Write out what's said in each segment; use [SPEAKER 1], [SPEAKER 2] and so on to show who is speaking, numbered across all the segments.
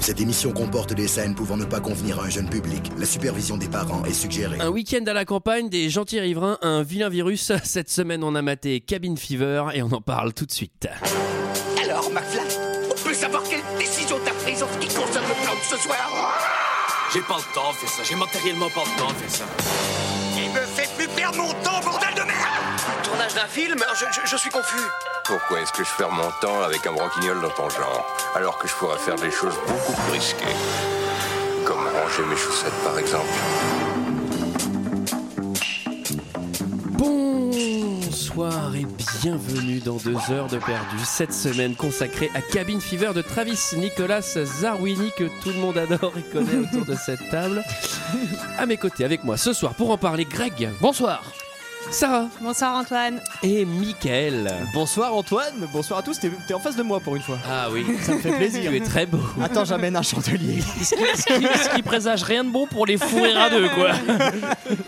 [SPEAKER 1] Cette émission comporte des scènes pouvant ne pas convenir à un jeune public. La supervision des parents est suggérée.
[SPEAKER 2] Un week-end à la campagne, des gentils riverains, un vilain virus. Cette semaine, on a maté Cabin Fever et on en parle tout de suite.
[SPEAKER 3] Alors, McFly, on peut savoir quelle décision t'as prise en ce qui concerne le plan de ce soir
[SPEAKER 4] J'ai pas le temps de faire ça, j'ai matériellement pas le temps de faire ça.
[SPEAKER 3] Il me fait plus perdre mon temps, bordel de merde
[SPEAKER 4] Tournage d'un film je, suis confus.
[SPEAKER 5] Pourquoi est-ce que je perds mon temps avec un broquignol dans ton genre, alors que je pourrais faire des choses beaucoup plus risquées Comme ranger mes chaussettes, par exemple.
[SPEAKER 2] Bonsoir et bienvenue dans deux heures de perdu. Cette semaine consacrée à Cabin Fever de Travis Nicolas Zarwini que tout le monde adore et connaît autour de cette table. À mes côtés, avec moi ce soir pour en parler, Greg. Bonsoir. Sarah
[SPEAKER 6] Bonsoir Antoine.
[SPEAKER 2] et Michael.
[SPEAKER 7] Bonsoir Antoine, bonsoir à tous, t'es t'es en face de moi pour une fois.
[SPEAKER 2] Ah oui,
[SPEAKER 7] Ça me fait plaisir.
[SPEAKER 2] tu es très beau.
[SPEAKER 7] Attends, j'amène un chandelier.
[SPEAKER 8] Ce qui présage rien de bon pour les fourrer à deux, quoi.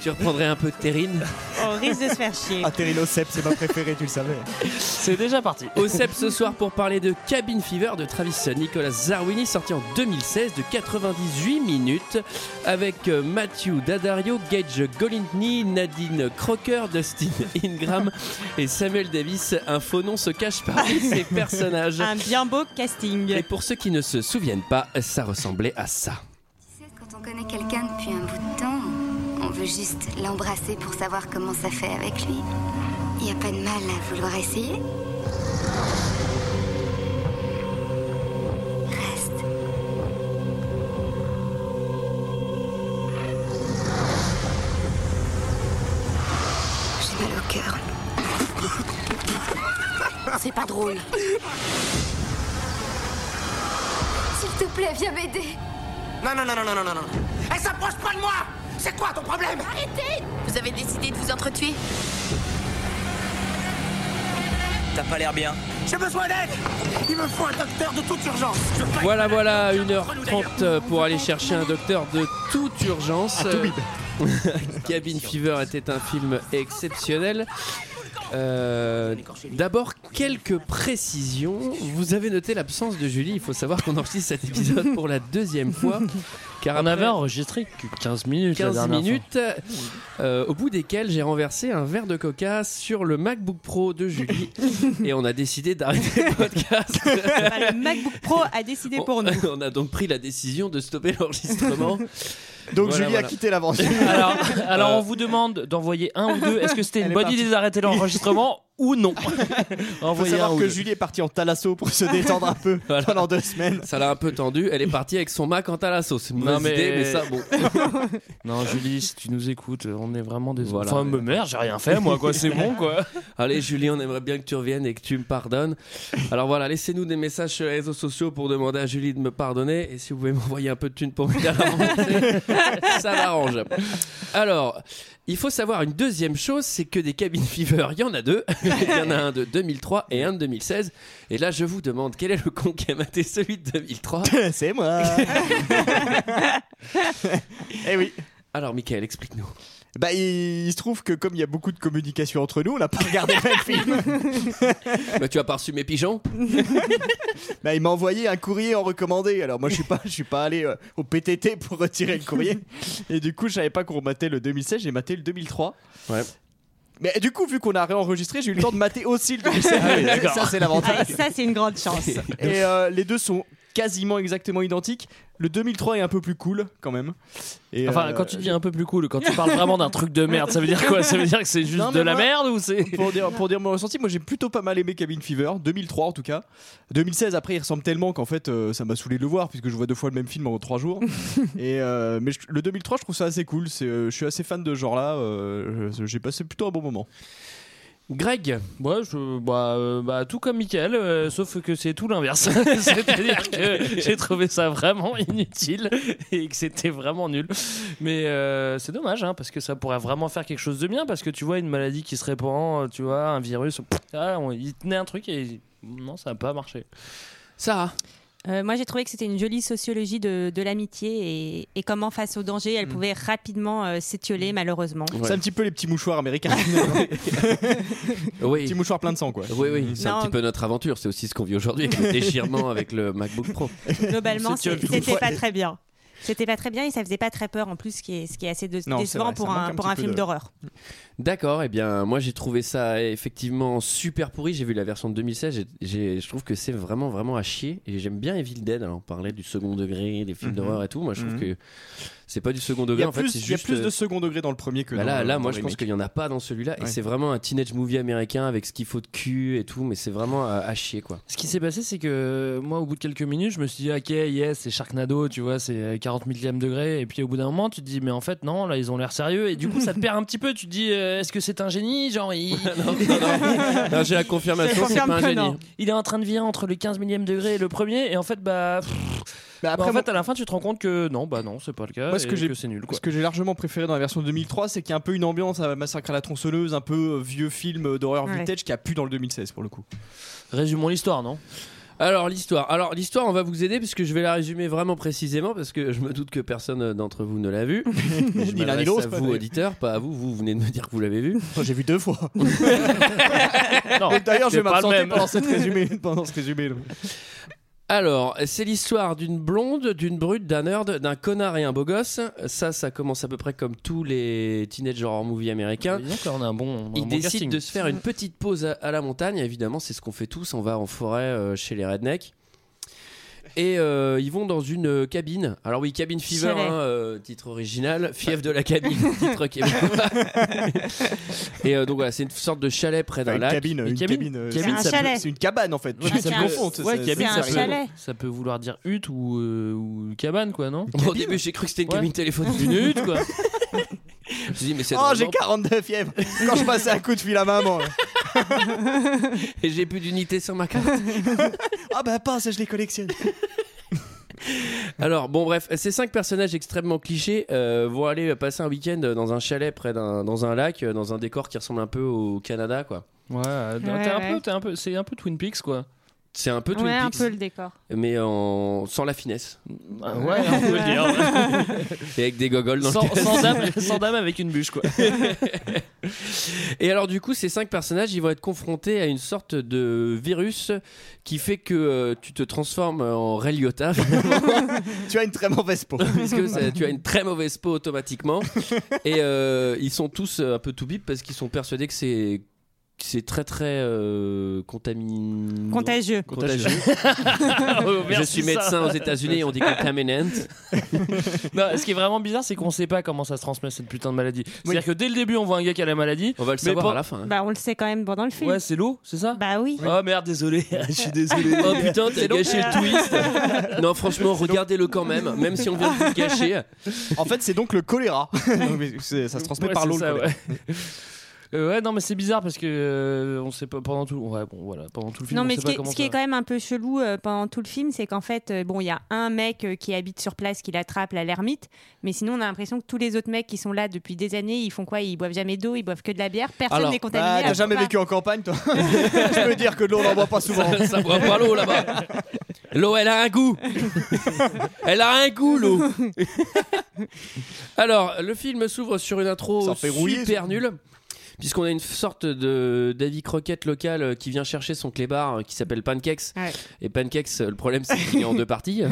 [SPEAKER 2] Tu reprendrais un peu de terrine.
[SPEAKER 6] On risque de se faire chier.
[SPEAKER 7] Athérinocep, c'est ma préférée, tu le savais.
[SPEAKER 8] C'est déjà parti.
[SPEAKER 2] Au CEP ce soir pour parler de Cabin Fever de Travis Nicolas Zarwini, sorti en 2016 de 98 minutes, avec euh, Matthew Daddario, Gage Golintny, Nadine Crocker, Dustin Ingram et Samuel Davis. Un faux nom se cache parmi ces personnages.
[SPEAKER 6] Un bien beau
[SPEAKER 2] Et
[SPEAKER 6] casting.
[SPEAKER 2] pour ceux qui ne se souviennent pas, ça ressemblait à ça.
[SPEAKER 9] Tu sais, quand on connaît quelqu'un depuis un bout de temps, on veut juste l'embrasser pour savoir comment ça fait avec lui. Il n'y a pas de mal à vouloir essayer. Reste. J'ai mal au cœur.
[SPEAKER 3] C'est pas drôle.
[SPEAKER 9] S'il te plaît, viens m'aider.
[SPEAKER 3] Non, non, non, non, non, non, non. Elle s'approche pas de moi C'est quoi ton problème Arrêtez
[SPEAKER 10] Vous avez décidé de vous entretuer
[SPEAKER 4] T'as pas l'air bien.
[SPEAKER 3] J'ai besoin d'aide Il me faut un docteur de toute urgence Je veux pas
[SPEAKER 2] Voilà,
[SPEAKER 3] être
[SPEAKER 2] voilà,
[SPEAKER 3] un docteur entre nous,
[SPEAKER 2] 1h30 euh, pour aller chercher un docteur de toute urgence. Euh, Cabin Fever était un film exceptionnel. Euh, D'abord, quelques précisions. Vous avez noté l'absence de Julie. Il faut savoir qu'on enregistre cet épisode pour la deuxième fois. Car
[SPEAKER 8] On
[SPEAKER 2] après
[SPEAKER 8] avait enregistré que 15 minutes. la
[SPEAKER 2] 15
[SPEAKER 8] dernière
[SPEAKER 2] minutes, euh, au bout desquelles j'ai renversé un verre de coca sur le MacBook Pro de Julie. et on a décidé d'arrêter le podcast.
[SPEAKER 6] Enfin, Eh ben, le MacBook Pro a décidé pour nous.
[SPEAKER 2] On a donc pris la décision de stopper l'enregistrement.
[SPEAKER 7] Donc
[SPEAKER 2] Voilà,
[SPEAKER 7] Julie
[SPEAKER 2] voilà.
[SPEAKER 7] a quitté l'aventure.
[SPEAKER 8] fois. Alors, alors
[SPEAKER 2] Euh.
[SPEAKER 8] on vous demande d'envoyer un ou deux. Est-ce que c'était
[SPEAKER 7] Elle
[SPEAKER 8] une
[SPEAKER 7] est
[SPEAKER 8] bonne
[SPEAKER 7] partie.
[SPEAKER 8] idée d'arrêter l'enregistrement ou non
[SPEAKER 7] Faut
[SPEAKER 8] Envoyez un
[SPEAKER 7] savoir
[SPEAKER 8] ou
[SPEAKER 7] que
[SPEAKER 8] deux.
[SPEAKER 7] Julie est partie en thalasso pour se détendre un peu
[SPEAKER 2] Voilà.
[SPEAKER 7] pendant deux semaines.
[SPEAKER 2] Ça l'a un peu tendu. Elle est partie avec son Mac en talasso. C'est une
[SPEAKER 8] Non,
[SPEAKER 2] mauvaise
[SPEAKER 8] mais-
[SPEAKER 2] idée, mais ça, bon.
[SPEAKER 8] Non, Julie, si tu nous écoutes, on est vraiment désolé.
[SPEAKER 2] Voilà.
[SPEAKER 8] Enfin, me merde, j'ai rien fait, moi, quoi. C'est bon, quoi.
[SPEAKER 2] Allez, Julie, on aimerait bien que tu reviennes et que tu me pardonnes. Alors voilà, laissez-nous des messages sur les réseaux sociaux pour demander à Julie de me pardonner. Et si vous pouvez m'envoyer un peu de thunes pour me faire la remonter, ça m'arrange. Alors, il faut savoir une deuxième chose c'est que des cabines fever, il y en a deux. Il y en a un de 2003 et un de 2016. Et là, je vous demande, quel est le con qui a maté celui de 2003
[SPEAKER 7] C'est moi. Eh oui.
[SPEAKER 2] Alors, Michael, explique-nous.
[SPEAKER 7] Bah, il, il se trouve que comme il y a beaucoup de communication entre nous, on n'a pas regardé le même film.
[SPEAKER 2] Bah, tu as pas reçu mes pigeons
[SPEAKER 7] Bah, il m'a envoyé un courrier en recommandé. Alors moi, je suis pas, je suis pas allé euh, au PTT pour retirer le courrier. Et du coup, je savais pas qu'on matait le 2016, j'ai maté le 2003.
[SPEAKER 2] Ouais.
[SPEAKER 7] Mais du coup, vu qu'on a réenregistré, j'ai eu le temps de mater aussi le 2016. ça, c'est l'avantage.
[SPEAKER 6] Ah, ça, c'est une grande chance.
[SPEAKER 7] Et euh, les deux sont quasiment exactement identiques. Le 2003 est un peu plus cool quand même. Et,
[SPEAKER 8] Enfin,
[SPEAKER 7] euh,
[SPEAKER 8] quand tu dis un peu plus cool, quand tu parles vraiment d'un truc de merde, ça veut dire quoi Ça veut dire que c'est juste
[SPEAKER 7] Non, mais
[SPEAKER 8] de la
[SPEAKER 7] moi-
[SPEAKER 8] merde ou c'est.
[SPEAKER 7] pour dire, pour dire mon ressenti, moi j'ai plutôt pas mal aimé Cabin Fever, 2003 en tout cas. 2016 après il ressemble tellement qu'en fait euh, ça m'a saoulé de le voir puisque je vois deux fois le même film en trois jours. Et euh, mais je- le 2003 je trouve ça assez cool, c'est, euh, je suis assez fan de ce genre là, j'ai passé plutôt un bon moment.
[SPEAKER 2] Greg
[SPEAKER 8] Ouais, je, bah, euh, bah, tout comme Michael, euh, sauf que c'est tout l'inverse. C'est-à-dire que j'ai trouvé ça vraiment inutile et que c'était vraiment nul. Mais euh, c'est dommage, hein, parce que ça pourrait vraiment faire quelque chose de bien, parce que tu vois, une maladie qui se répand, euh, tu vois, un virus, pff, ah, on, il tenait un truc et non, ça n'a pas marché.
[SPEAKER 2] Sarah
[SPEAKER 6] Euh, moi, j'ai trouvé que c'était une jolie sociologie de, de l'amitié et, et comment, face au danger,
[SPEAKER 7] Mm.
[SPEAKER 6] elle pouvait rapidement euh, s'étioler, malheureusement.
[SPEAKER 7] C'est un petit peu les petits mouchoirs américains.
[SPEAKER 2] Oui.
[SPEAKER 7] Petits mouchoirs pleins de sang, quoi.
[SPEAKER 2] Oui, oui, c'est un
[SPEAKER 6] Non.
[SPEAKER 2] petit peu notre aventure. C'est aussi ce qu'on vit aujourd'hui avec le déchirement avec le MacBook Pro.
[SPEAKER 6] Globalement,
[SPEAKER 7] C'est-
[SPEAKER 6] c'est-
[SPEAKER 7] tu-
[SPEAKER 6] c'était
[SPEAKER 7] ouais.
[SPEAKER 6] pas très bien. C'était pas très bien et ça faisait pas très peur en plus, ce qui est, ce qui est assez dé-
[SPEAKER 7] Non, c'est
[SPEAKER 6] décevant
[SPEAKER 7] vrai, ça
[SPEAKER 6] pour
[SPEAKER 7] manque
[SPEAKER 6] un,
[SPEAKER 7] un
[SPEAKER 6] pour
[SPEAKER 7] petit
[SPEAKER 6] un
[SPEAKER 7] peu
[SPEAKER 6] film
[SPEAKER 7] de-
[SPEAKER 6] d'horreur.
[SPEAKER 2] D'accord, et bien moi j'ai trouvé ça effectivement super pourri. J'ai vu la version de 2016, j'ai- j'ai- je trouve que c'est vraiment vraiment à chier. Et j'aime bien Evil Dead, alors on parlait du second degré, des films
[SPEAKER 7] Mhm.
[SPEAKER 2] d'horreur et tout. Moi je trouve
[SPEAKER 7] Mhm.
[SPEAKER 2] que c'est pas du second
[SPEAKER 7] Il y
[SPEAKER 2] degré
[SPEAKER 7] a
[SPEAKER 2] en fait,
[SPEAKER 7] plus,
[SPEAKER 2] c'est
[SPEAKER 7] il y a
[SPEAKER 2] juste. euh,
[SPEAKER 7] plus de second degré dans le premier que
[SPEAKER 2] Bah
[SPEAKER 7] dans
[SPEAKER 2] là,
[SPEAKER 7] le-
[SPEAKER 2] là,
[SPEAKER 7] dans
[SPEAKER 2] moi
[SPEAKER 7] le
[SPEAKER 2] je pense
[SPEAKER 7] remake.
[SPEAKER 2] qu'il n'y en a pas dans celui-là. Et
[SPEAKER 7] Ouais.
[SPEAKER 2] c'est vraiment un teenage movie américain avec ce qu'il faut de cul et tout, mais c'est vraiment à, à chier quoi.
[SPEAKER 8] Ce qui s'est passé, c'est que euh, moi, au bout de quelques minutes, je me suis dit, ok, yes, c'est Sharknado, tu vois, c'est 40 millième degré. Et puis au bout d'un moment, tu te dis, mais en fait, non, là, ils ont l'air sérieux. Et du coup, ça te perd un petit peu. Tu te dis, euh, est-ce que c'est un génie Genre, il,
[SPEAKER 2] Là, j'ai la
[SPEAKER 7] Bah,
[SPEAKER 2] confirmation,
[SPEAKER 6] Je
[SPEAKER 2] c'est pas
[SPEAKER 6] confirme
[SPEAKER 2] un
[SPEAKER 6] que
[SPEAKER 2] génie.
[SPEAKER 6] non.
[SPEAKER 8] il est en train de virer entre le 15 millième degré et le premier. Et en fait, bah. pff,
[SPEAKER 7] Bah,
[SPEAKER 8] bah,
[SPEAKER 7] après,
[SPEAKER 8] en fait, à la fin, tu te rends compte que non, bah non, c'est pas le cas.
[SPEAKER 7] Moi, ce
[SPEAKER 8] et
[SPEAKER 7] que j'ai-
[SPEAKER 8] c'est nul, quoi.
[SPEAKER 7] Ce que j'ai largement préféré dans la version de 2003, c'est qu'il y a un peu une ambiance à Massacre à la tronçonneuse, un peu euh, vieux film d'horreur
[SPEAKER 6] Ouais.
[SPEAKER 7] vintage qui a pu dans le 2016 pour le coup.
[SPEAKER 8] Résumons l'histoire, non
[SPEAKER 2] Alors l'histoire. Alors l'histoire, on va vous aider puisque je vais la résumer vraiment précisément parce que je me doute que personne euh, d'entre vous ne l'a vu. Mais je
[SPEAKER 7] Ni l'un ni
[SPEAKER 2] m'adresse
[SPEAKER 7] l'autre,
[SPEAKER 2] à
[SPEAKER 7] pas
[SPEAKER 2] vous
[SPEAKER 7] d'ailleurs.
[SPEAKER 2] auditeurs, pas à vous. Vous venez de me dire que vous l'avez vu.
[SPEAKER 7] j'ai vu deux fois.
[SPEAKER 8] Non.
[SPEAKER 7] D'ailleurs, je
[SPEAKER 8] C'est pas le
[SPEAKER 7] vais m'absenter
[SPEAKER 8] même.
[SPEAKER 7] pendant, cette résumé- pendant ce résumé. là.
[SPEAKER 2] Alors c'est l'histoire d'une blonde, d'une brute, d'un nerd, d'un connard et un beau gosse. Ça, ça commence à peu près comme tous les teenage horror movies américains.
[SPEAKER 8] Disons qu'on a un bon. on a un
[SPEAKER 2] Ils
[SPEAKER 8] bon
[SPEAKER 2] décident
[SPEAKER 8] casting.
[SPEAKER 2] de se faire une petite pause à, à la montagne. Évidemment, c'est ce qu'on fait tous. On va en forêt euh, chez les rednecks. Et euh, ils vont dans une euh, cabine. Alors oui, cabine fever,
[SPEAKER 6] Chalet.
[SPEAKER 2] hein, euh, titre original. Fief de la cabine, titre québécois. Et euh, donc voilà, c'est une sorte de chalet près d'un
[SPEAKER 7] Enfin, une
[SPEAKER 2] lac.
[SPEAKER 7] cabine, une
[SPEAKER 8] cabine.
[SPEAKER 7] cabine, euh,
[SPEAKER 8] C'est
[SPEAKER 7] cabine,
[SPEAKER 6] un
[SPEAKER 7] ça peut-
[SPEAKER 6] chalet.
[SPEAKER 7] C'est une cabane en fait.
[SPEAKER 8] Ouais,
[SPEAKER 7] Ça me
[SPEAKER 6] un-
[SPEAKER 7] confond, ça-
[SPEAKER 8] ouais,
[SPEAKER 7] ça-
[SPEAKER 8] cabine, ça
[SPEAKER 6] c'est un
[SPEAKER 8] peut-
[SPEAKER 6] chalet.
[SPEAKER 8] ça peut vouloir dire hutte ou, euh, ou cabane, quoi, non
[SPEAKER 2] Au début, j'ai cru que c'était une
[SPEAKER 8] Ouais.
[SPEAKER 2] cabine téléphonique.
[SPEAKER 8] Une hutte, quoi.
[SPEAKER 2] Je me suis dit, mais c'est
[SPEAKER 7] Oh, j'ai
[SPEAKER 2] drôlement-
[SPEAKER 7] 42 fièvres quand je passais un coup de fil à maman. là.
[SPEAKER 2] Et j'ai plus d'unité sur ma carte.
[SPEAKER 7] Ah bah pas, ça je les collectionne.
[SPEAKER 2] Alors, bon, bref, ces cinq personnages extrêmement clichés euh, vont aller passer un week-end dans un chalet près d'un dans un lac, euh, dans un décor qui ressemble un peu au Canada, quoi.
[SPEAKER 8] Ouais,
[SPEAKER 7] Ah,
[SPEAKER 8] euh, t'es
[SPEAKER 6] Ouais,
[SPEAKER 8] un
[SPEAKER 6] ouais.
[SPEAKER 8] peu- t'es un peu, c'est un peu Twin Peaks, quoi.
[SPEAKER 2] C'est un peu Twin
[SPEAKER 6] Ouais, un
[SPEAKER 2] Peaks,
[SPEAKER 6] peu le décor.
[SPEAKER 2] mais en... sans la finesse.
[SPEAKER 8] Ah ouais, on peut le dire.
[SPEAKER 2] Et avec des gogoles dans le
[SPEAKER 8] sans,
[SPEAKER 2] casque.
[SPEAKER 8] sans dame, sans dame avec une bûche, quoi.
[SPEAKER 2] Et alors, du coup, ces cinq personnages, ils vont être confrontés à une sorte de virus qui fait que euh, tu te transformes en Ray Liotta,
[SPEAKER 7] Tu as une très mauvaise peau.
[SPEAKER 2] parce que ça- tu as une très mauvaise peau automatiquement. Et euh, ils sont tous euh, un peu tout bip parce qu'ils sont persuadés que c'est que c'est très très euh, contamin-
[SPEAKER 6] Contagieux.
[SPEAKER 2] contagieux. Je
[SPEAKER 8] Ah, oh, Merci,
[SPEAKER 2] suis
[SPEAKER 8] ça.
[SPEAKER 2] médecin aux États-Unis, on dit contaminant.
[SPEAKER 8] Non, ce qui est vraiment bizarre, c'est qu'on sait pas comment ça se transmet cette putain de maladie. C'est-à-dire que dès le début, on voit un gars qui a la maladie.
[SPEAKER 2] On va le
[SPEAKER 8] Mais
[SPEAKER 2] savoir
[SPEAKER 8] pas-
[SPEAKER 2] à la fin. hein.
[SPEAKER 6] Bah, on le sait quand même pendant le film.
[SPEAKER 8] Ouais, c'est l'eau, c'est ça
[SPEAKER 6] Bah oui.
[SPEAKER 8] Oh merde, désolé. Je suis désolé.
[SPEAKER 2] Oh putain, t'as gâché le twist. Non, franchement, regardez-le quand même, même si on vient de vous le gâcher.
[SPEAKER 7] En fait, c'est donc le choléra. Non, mais c'est- ça se transmet
[SPEAKER 8] Ouais,
[SPEAKER 7] par
[SPEAKER 8] c'est
[SPEAKER 7] l'eau. le
[SPEAKER 8] ça,
[SPEAKER 7] choléra.
[SPEAKER 8] ouais. Euh, ouais, non, mais c'est bizarre parce que euh, on sait pas pendant tout. Ouais, bon, voilà, pendant tout le film. on
[SPEAKER 6] Non, mais
[SPEAKER 8] sait
[SPEAKER 6] ce
[SPEAKER 8] pas
[SPEAKER 6] qui, est,
[SPEAKER 8] comment
[SPEAKER 6] ce qui
[SPEAKER 8] ça-
[SPEAKER 6] est quand même un peu chelou euh, pendant tout le film, c'est qu'en fait, euh, bon, il y a un mec euh, qui habite sur place qui l'attrape, à l'ermite, mais sinon, on a l'impression que tous les autres mecs qui sont là depuis des années, ils font quoi Ils boivent jamais d'eau, ils boivent que de la bière, personne
[SPEAKER 2] Alors,
[SPEAKER 6] n'est contaminé. Ah,
[SPEAKER 7] Bah,
[SPEAKER 6] à
[SPEAKER 7] t'as jamais
[SPEAKER 6] part-
[SPEAKER 7] vécu en campagne, toi Je peux dire que de l'eau, on n'en boit pas souvent.
[SPEAKER 2] Ça, ça boit pas l'eau là-bas. L'eau, elle a un goût. Elle a un goût, l'eau. Alors, le film s'ouvre sur une intro
[SPEAKER 7] Ça fait rouiller,
[SPEAKER 2] super
[SPEAKER 7] ça.
[SPEAKER 2] nulle. Puisqu'on a une sorte de Davy Croquette local euh, qui vient chercher son clébard euh, qui s'appelle Pancakes.
[SPEAKER 6] Ouais.
[SPEAKER 2] Et Pancakes, euh, le problème c'est qu'il est en deux parties.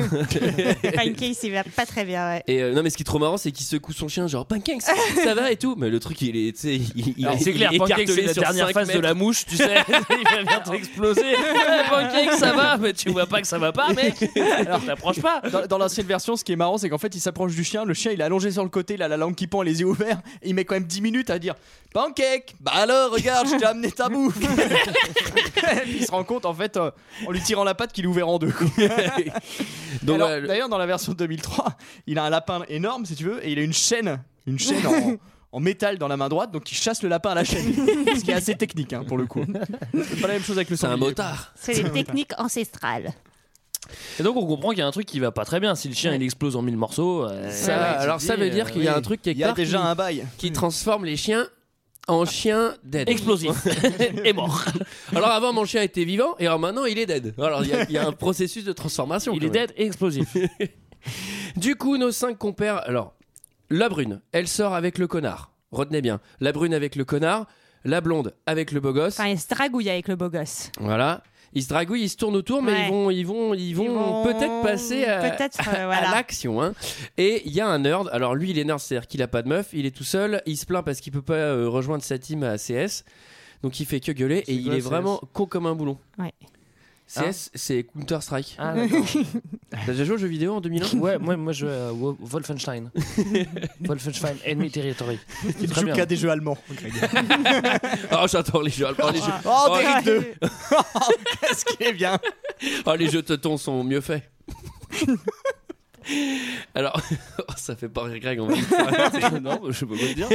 [SPEAKER 6] Pancake, il va pas très bien, ouais.
[SPEAKER 2] Et euh, non, mais ce qui est trop marrant, c'est qu'il secoue son chien, genre Pancakes, ça va et tout. Mais le truc, il est, tu sais, il, il,
[SPEAKER 8] Alors, c'est
[SPEAKER 2] il
[SPEAKER 8] clair,
[SPEAKER 2] est
[SPEAKER 8] Pancake,
[SPEAKER 2] écartelé
[SPEAKER 8] c'est la
[SPEAKER 2] sur
[SPEAKER 8] dernière
[SPEAKER 2] cinq
[SPEAKER 8] phase de
[SPEAKER 2] mètres.
[SPEAKER 8] la mouche, tu sais. Il va bientôt exploser. Eh, pancake, ça va, mais tu vois pas que ça va pas, mec. Alors t'approches pas.
[SPEAKER 7] Dans, dans l'ancienne version, ce qui est marrant, c'est qu'en fait, il s'approche du chien. Le chien, il est allongé sur le côté, il a la langue qui pend, les yeux ouverts. Et il met quand même 10 minutes à dire Pancake Bah alors, regarde, je t'ai amené ta bouffe Et puis, Il se rend compte, en fait, euh, en lui tirant la patte, qu'il est ouvert en deux. quoi.
[SPEAKER 2] Donc,
[SPEAKER 7] Alors,
[SPEAKER 2] voilà, le-
[SPEAKER 7] D'ailleurs, dans la version 2003, il a un lapin énorme, si tu veux, et il a une chaîne, une chaîne en, en métal dans la main droite, donc il chasse le lapin à la chaîne. ce qui est assez technique, hein, pour le coup. C'est pas la même chose avec le
[SPEAKER 2] c'est un
[SPEAKER 7] sanglier.
[SPEAKER 2] motard.
[SPEAKER 6] C'est les techniques ancestrales.
[SPEAKER 8] Et donc on comprend qu'il y a un truc qui va pas très bien. Si le chien il explose en mille morceaux. euh,
[SPEAKER 2] Ça,
[SPEAKER 8] ouais, tu
[SPEAKER 2] alors
[SPEAKER 8] te
[SPEAKER 2] ça
[SPEAKER 8] dis,
[SPEAKER 2] veut dire
[SPEAKER 8] euh,
[SPEAKER 2] qu'il y a
[SPEAKER 8] oui.
[SPEAKER 2] un truc quelque
[SPEAKER 7] Il y a
[SPEAKER 2] part qui,
[SPEAKER 7] déjà un bail.
[SPEAKER 2] qui transforme les chiens en chien dead.
[SPEAKER 8] Explosif. et mort.
[SPEAKER 2] Alors avant mon chien était vivant et alors maintenant il est dead. Alors il y, a- il y a un processus de transformation.
[SPEAKER 8] Il
[SPEAKER 2] quand
[SPEAKER 8] est
[SPEAKER 2] même.
[SPEAKER 8] dead et explosif.
[SPEAKER 2] Du coup nos cinq compères. Alors la brune, elle sort avec le connard. Retenez bien. La brune avec le connard. La blonde avec le beau gosse.
[SPEAKER 6] Enfin, il se dragouille avec le beau gosse.
[SPEAKER 2] Voilà. Ils se dragouillent, ils se tournent autour, mais
[SPEAKER 6] Ouais.
[SPEAKER 2] ils vont, ils vont, ils vont,
[SPEAKER 6] vont
[SPEAKER 2] peut-être passer à,
[SPEAKER 6] peut-être, euh,
[SPEAKER 2] à- à
[SPEAKER 6] voilà.
[SPEAKER 2] l'action. hein. Et il y a un nerd. Alors lui, il est nerd, c'est-à-dire qu'il a pas de meuf, il est tout seul, il se plaint parce qu'il peut pas euh, rejoindre sa team à CS, donc il fait que gueuler
[SPEAKER 8] C'est
[SPEAKER 2] et il
[SPEAKER 8] quoi,
[SPEAKER 2] est
[SPEAKER 8] CS?
[SPEAKER 2] vraiment con comme un boulon.
[SPEAKER 6] Ouais.
[SPEAKER 2] CS, c'est Counter Strike.
[SPEAKER 8] Ah, d'accord.
[SPEAKER 2] T'as déjà joué aux jeux vidéo en 2001
[SPEAKER 8] ouais, moi, moi je euh, Wo- Wolfenstein. Wolfenstein, Enemy Territory.
[SPEAKER 7] Il
[SPEAKER 8] Très
[SPEAKER 7] joue
[SPEAKER 8] bien.
[SPEAKER 7] qu'à des jeux allemands. Greg.
[SPEAKER 2] Oh, j'adore les jeux. Oh, les jeux,
[SPEAKER 7] oh,
[SPEAKER 2] Oh,
[SPEAKER 7] Derrick 2 Qu'est-ce qui est bien
[SPEAKER 2] oh, les jeux teutons sont mieux faits. Alors, oh, ça fait pas rire Greg, on va
[SPEAKER 8] non, je sais pas quoi dire.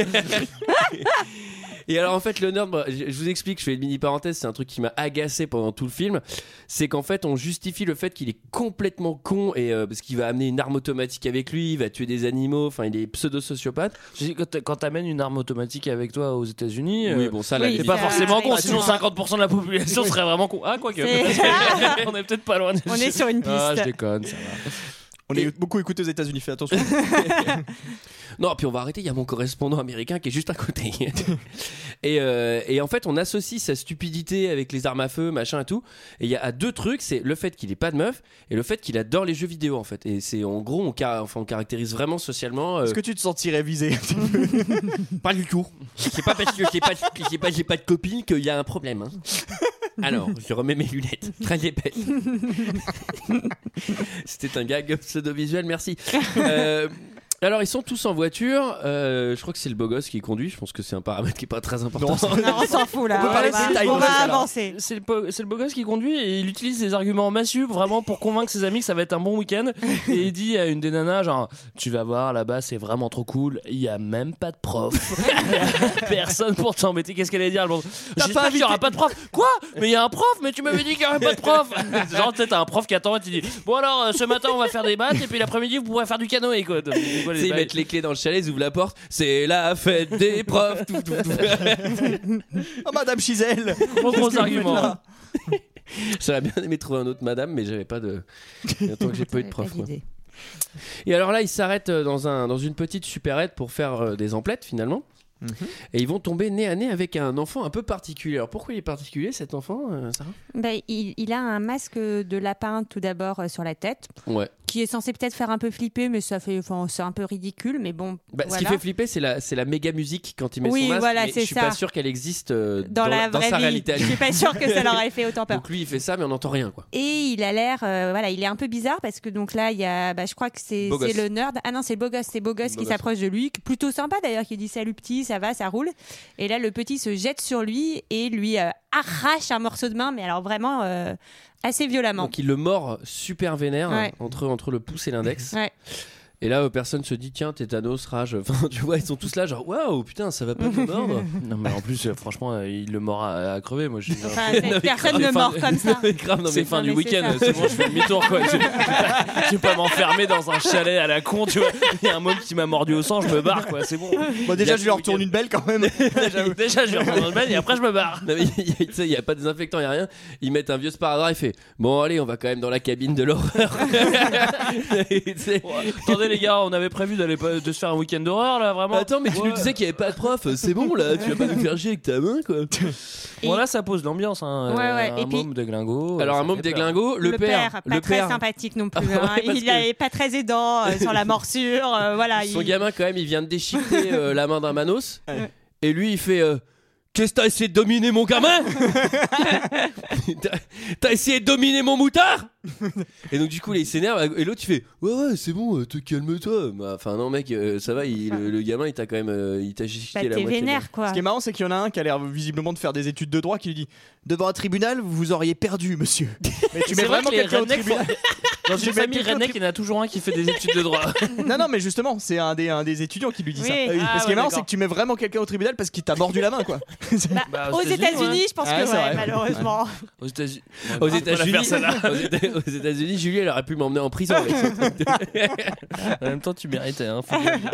[SPEAKER 2] Et alors en fait le nerd, bah, je je vous explique, je fais une mini parenthèse, c'est un truc qui m'a agacé pendant tout le film, c'est qu'en fait on justifie le fait qu'il est complètement con et euh, parce qu'il va amener une arme automatique avec lui, il va tuer des animaux, enfin il est pseudo sociopathe.
[SPEAKER 8] Je dis, quand t'a- quand t'amènes une arme automatique avec toi aux États-Unis, euh,
[SPEAKER 2] bon ça
[SPEAKER 6] la Oui,
[SPEAKER 8] t'es
[SPEAKER 6] limite.
[SPEAKER 8] pas
[SPEAKER 6] ça-
[SPEAKER 8] forcément con.
[SPEAKER 6] ça-
[SPEAKER 8] Sinon, 50% de la population serait vraiment con. Ah, quoique.
[SPEAKER 6] C'est-
[SPEAKER 8] On est peut-être pas loin. du-
[SPEAKER 6] On est sur une
[SPEAKER 8] Ah, je
[SPEAKER 6] piste.
[SPEAKER 8] déconne, ça va.
[SPEAKER 7] On est beaucoup écouté aux États-Unis, fais attention.
[SPEAKER 2] Non puis on va arrêter, il y a mon correspondant américain qui est juste à côté. et, euh, et en fait on associe sa stupidité avec les armes à feu, machin et tout. Et il y a à deux trucs, c'est le fait qu'il est pas de meuf et le fait qu'il adore les jeux vidéo en fait. Et c'est en gros on, car- enfin, on caractérise vraiment socialement. euh,
[SPEAKER 7] Est-ce que tu te sentirais visé
[SPEAKER 2] Pas du tout. C'est pas parce que j'ai pas, j'ai pas, j'ai pas de copine qu'il y a un problème. hein. Alors, je remets mes lunettes. Très épaisse. C'était un gag pseudo-visuel, merci. Euh, alors, ils sont tous en voiture. Euh, je crois que c'est le beau gosse qui conduit. Je pense que c'est un paramètre qui est pas très important.
[SPEAKER 6] Non, on s'en fout là.
[SPEAKER 7] On peut parler
[SPEAKER 6] va-
[SPEAKER 7] de détails
[SPEAKER 6] on
[SPEAKER 7] dans
[SPEAKER 6] va
[SPEAKER 7] ce cas-là.
[SPEAKER 6] avancer.
[SPEAKER 8] C'est le, po- c'est le beau gosse qui conduit et il utilise des arguments en massue vraiment pour convaincre ses amis que ça va être un bon week-end. Et il dit à une des nanas, genre, tu vas voir là-bas, c'est vraiment trop cool, il y a même pas de prof. Il y a personne pour t'embêter. Qu'est-ce qu'elle allait dire bon, J'espère qu'il y aura pas de prof. Quoi Mais il y a un prof, mais tu m'avais dit qu'il y aurait pas de prof. genre, peut-être un prof qui attend et tu dis, bon alors, euh, ce matin on va faire des maths et puis l'après-midi vous pourrez faire du canoë. Quoi. Donc, c'est quoi les
[SPEAKER 2] Tu sais, ils
[SPEAKER 8] bails
[SPEAKER 2] mettent les clés dans le chalet, ils ouvrent la porte. C'est la fête des profs. tout, tout, tout.
[SPEAKER 7] Oh, Madame Chisel
[SPEAKER 8] Gros, gros arguments.
[SPEAKER 2] J'aurais bien aimé trouver un autre madame, mais j'avais pas de. Il y a longtemps que j'ai pas eu de prof.
[SPEAKER 6] Pas
[SPEAKER 2] quoi.
[SPEAKER 6] d'idée.
[SPEAKER 2] Et alors là, ils s'arrêtent euh, dans, un, dans une petite supérette pour faire euh, des emplettes finalement.
[SPEAKER 7] Mhm.
[SPEAKER 2] Et ils vont tomber nez à nez avec un enfant un peu particulier. Alors pourquoi il est particulier cet enfant, euh, Sarah
[SPEAKER 6] Ben, il, il a un masque de lapin tout d'abord euh, sur la tête,
[SPEAKER 2] Ouais.
[SPEAKER 6] qui est censé peut-être faire un peu flipper, mais ça fait, enfin, c'est un peu ridicule, mais bon.
[SPEAKER 2] Bah, Ce qui
[SPEAKER 6] voilà.
[SPEAKER 2] fait flipper, c'est la, c'est la méga musique quand il met
[SPEAKER 6] Oui,
[SPEAKER 2] son masque.
[SPEAKER 6] voilà,
[SPEAKER 2] mais
[SPEAKER 6] c'est
[SPEAKER 2] je suis
[SPEAKER 6] ça.
[SPEAKER 2] pas sûr qu'elle existe euh,
[SPEAKER 6] dans, la vraie
[SPEAKER 2] sa
[SPEAKER 6] vie,
[SPEAKER 2] réalité. à
[SPEAKER 6] je
[SPEAKER 2] lui.
[SPEAKER 6] suis pas sûre que ça leur ait fait autant peur.
[SPEAKER 2] Donc lui, il fait ça, mais on n'entend rien quoi.
[SPEAKER 6] Et il a l'air, euh, voilà, il est un peu bizarre parce que donc là, il y a, bah, je crois que c'est
[SPEAKER 2] Beau
[SPEAKER 6] c'est
[SPEAKER 2] gosse.
[SPEAKER 6] le nerd. Ah non, c'est beau gosse, c'est beau gosse
[SPEAKER 2] Beau
[SPEAKER 6] qui
[SPEAKER 2] gosse.
[SPEAKER 6] s'approche de lui, qui- plutôt sympa d'ailleurs, qui dit salut petit, ça va, ça roule. Et là, le petit se jette sur lui et lui euh, arrache un morceau de main, mais alors vraiment euh, assez violemment.
[SPEAKER 2] Donc il le mord super vénère
[SPEAKER 6] Ouais.
[SPEAKER 2] hein, entre, entre le pouce et l'index.
[SPEAKER 6] Ouais.
[SPEAKER 2] Et là, euh, personne se dit tiens, Tétanos, rage. Enfin, tu vois, ils sont tous là, genre waouh, putain, ça va pas nous mordre.
[SPEAKER 8] Non, mais en plus, euh, franchement, euh, il le mord à, à crever. Moi, je suis-
[SPEAKER 6] Enfin, c'est- personne ne mord comme ça.
[SPEAKER 2] Mais grave, non,
[SPEAKER 8] c'est
[SPEAKER 2] mais
[SPEAKER 8] fin
[SPEAKER 6] non,
[SPEAKER 8] du
[SPEAKER 6] mais
[SPEAKER 8] week-end,
[SPEAKER 6] c'est
[SPEAKER 8] c'est bon, je fais demi-tour quoi. Je, je vais pas- je vais pas m'enfermer dans un chalet à la con, tu vois. Il y a un môme qui m'a mordu au sang, je me barre quoi, c'est bon.
[SPEAKER 7] Bon,
[SPEAKER 8] Il y a
[SPEAKER 7] déjà, je lui en
[SPEAKER 8] tout le
[SPEAKER 7] retourne
[SPEAKER 8] week-end.
[SPEAKER 7] une belle quand même. J'avoue.
[SPEAKER 8] Déjà, je vais rentrer dans le bain et après, je me barre.
[SPEAKER 2] Non, mais il y a- tu sais, il n'y a pas de désinfectant, il n'y a rien. Ils mettent un vieux sparadrap et fait Bon, allez, on va quand même dans la cabine de l'horreur. Et tu sais,
[SPEAKER 8] Bon, attendez, les gars, on avait prévu d'aller pas- de se faire un week-end d'horreur là, vraiment.
[SPEAKER 2] Attends, mais tu nous
[SPEAKER 8] Ouais.
[SPEAKER 2] disais qu'il n'y avait pas de prof, c'est bon là, tu vas pas nous faire chier avec ta main quoi.
[SPEAKER 8] Bon, là, ça pose l'ambiance. Hein.
[SPEAKER 6] Ouais,
[SPEAKER 8] Euh,
[SPEAKER 6] ouais,
[SPEAKER 8] Un
[SPEAKER 6] et puis-
[SPEAKER 8] môme de glingo.
[SPEAKER 2] Alors,
[SPEAKER 8] ça
[SPEAKER 2] un môme
[SPEAKER 8] fait
[SPEAKER 2] des
[SPEAKER 8] Oh, peur.
[SPEAKER 2] glingos, le, père,
[SPEAKER 6] pas
[SPEAKER 2] le
[SPEAKER 6] très
[SPEAKER 2] père.
[SPEAKER 6] sympathique non plus.
[SPEAKER 2] Ah ouais,
[SPEAKER 6] hein.
[SPEAKER 2] parce
[SPEAKER 6] il n'est pas très aidant euh, sur la morsure. euh, voilà,
[SPEAKER 2] Son
[SPEAKER 6] il-
[SPEAKER 2] gamin, quand même, il vient de déchiqueter euh, la main d'un manos. Et lui, il fait euh, Qu'est-ce que t'as essayé de dominer mon gamin T'as- T'as essayé de dominer mon moutard Et donc, du coup, là, il s'énerve. Et l'autre, il fait Ouais, ouais, c'est bon, euh, te calme-toi. Bah, Enfin, non, mec, euh, ça va, il- le, le gamin, il t'a quand même. euh, il t'a
[SPEAKER 6] bah,
[SPEAKER 2] chiqué la
[SPEAKER 6] t'es
[SPEAKER 2] moitié. de la-
[SPEAKER 6] vénère quoi.
[SPEAKER 7] Ce qui est marrant, c'est qu'il y en a un qui a l'air visiblement de faire des études de droit qui lui dit Devant un tribunal, vous auriez perdu, monsieur. Mais
[SPEAKER 8] C'est
[SPEAKER 7] tu mets
[SPEAKER 8] vrai
[SPEAKER 7] vraiment
[SPEAKER 8] que les
[SPEAKER 7] quelqu'un au
[SPEAKER 8] rednecks
[SPEAKER 7] tribunal.
[SPEAKER 8] Dans une
[SPEAKER 7] J'ai
[SPEAKER 8] famille
[SPEAKER 7] même quelqu'un
[SPEAKER 8] rennais,
[SPEAKER 7] qui-
[SPEAKER 8] il y en a toujours un qui fait des études de droit.
[SPEAKER 7] Non, non, mais justement, c'est un des, un des étudiants qui lui dit
[SPEAKER 6] Oui.
[SPEAKER 7] ça.
[SPEAKER 6] Ah
[SPEAKER 7] Parce
[SPEAKER 8] oui,
[SPEAKER 7] qui est marrant,
[SPEAKER 8] d'accord.
[SPEAKER 7] c'est que tu mets vraiment quelqu'un au tribunal parce qu'il t'a mordu la main, quoi.
[SPEAKER 6] Bah,
[SPEAKER 8] Bah,
[SPEAKER 6] aux États-Unis,
[SPEAKER 8] ouais.
[SPEAKER 6] je pense
[SPEAKER 7] Ouais,
[SPEAKER 6] que
[SPEAKER 7] c'est
[SPEAKER 6] ouais,
[SPEAKER 7] vrai.
[SPEAKER 6] malheureusement.
[SPEAKER 8] Aux États-Unis.
[SPEAKER 2] Aux
[SPEAKER 8] Ouais, on va la
[SPEAKER 2] États-Unis,
[SPEAKER 8] faire, celle-là.
[SPEAKER 2] aux Éta- aux États-Unis, Julie, elle aurait pu m'emmener en prison. avec ça.
[SPEAKER 8] En même temps, tu méritais. Hein, faut bien le dire.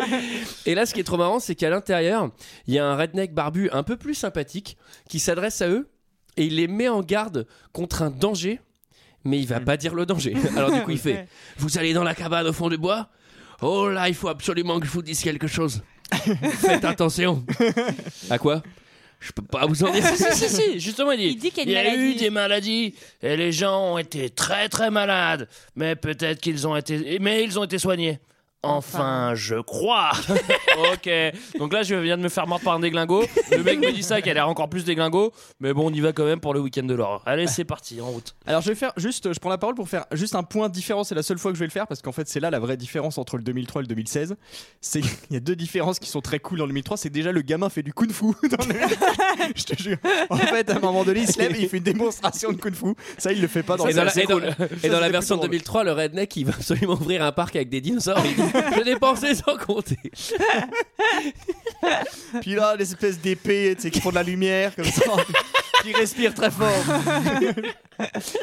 [SPEAKER 2] Et là, ce qui est trop marrant, c'est qu'à l'intérieur, il y a un redneck barbu un peu plus sympathique qui s'adresse à eux et il les met en garde contre un danger, mais il va pas dire le danger. Alors du coup, il fait Vous allez dans la cabane au fond du bois Oh là, il faut absolument que je vous dise quelque chose. Faites attention. à quoi Je peux pas vous en dire.
[SPEAKER 8] Ah, si, si, si, justement, il dit.
[SPEAKER 6] Il dit qu'il
[SPEAKER 8] Il
[SPEAKER 6] y
[SPEAKER 8] y
[SPEAKER 6] a
[SPEAKER 8] a
[SPEAKER 6] une
[SPEAKER 8] eu
[SPEAKER 6] maladie.
[SPEAKER 8] des maladies et les gens ont été très très malades, mais peut-être qu'ils ont été, mais ils ont été soignés. Enfin, je crois. ok. Donc là, je viens de me faire mordre par un déglingo. Le mec me dit ça, qu'il a l'air encore plus déglingo. Mais bon, on y va quand même pour le week-end de l'or. Allez, c'est parti, en route.
[SPEAKER 7] Alors je vais faire juste, je prends la parole pour faire juste un point différent, c'est la seule fois que je vais le faire parce qu'en fait c'est là la vraie différence entre le 2003 et le 2016. C'est qu'il y a deux différences qui sont très cool dans le 2003, c'est déjà le gamin fait du kung fu. dans le- je te jure. En fait à un moment donné il se lève et il fait une démonstration de kung fu. Ça il le fait pas dans
[SPEAKER 2] Et dans,
[SPEAKER 7] le
[SPEAKER 2] la, et dans- et dans la
[SPEAKER 7] c'était
[SPEAKER 2] version
[SPEAKER 7] plutôt
[SPEAKER 2] 2003,
[SPEAKER 7] drôle.
[SPEAKER 2] le redneck il va absolument ouvrir un parc avec des dinosaures. Il dit, Je dépensais sans compter.
[SPEAKER 7] Puis là les espèces d'épées tu sais, qui font de la lumière comme ça. Qui respirent très fort.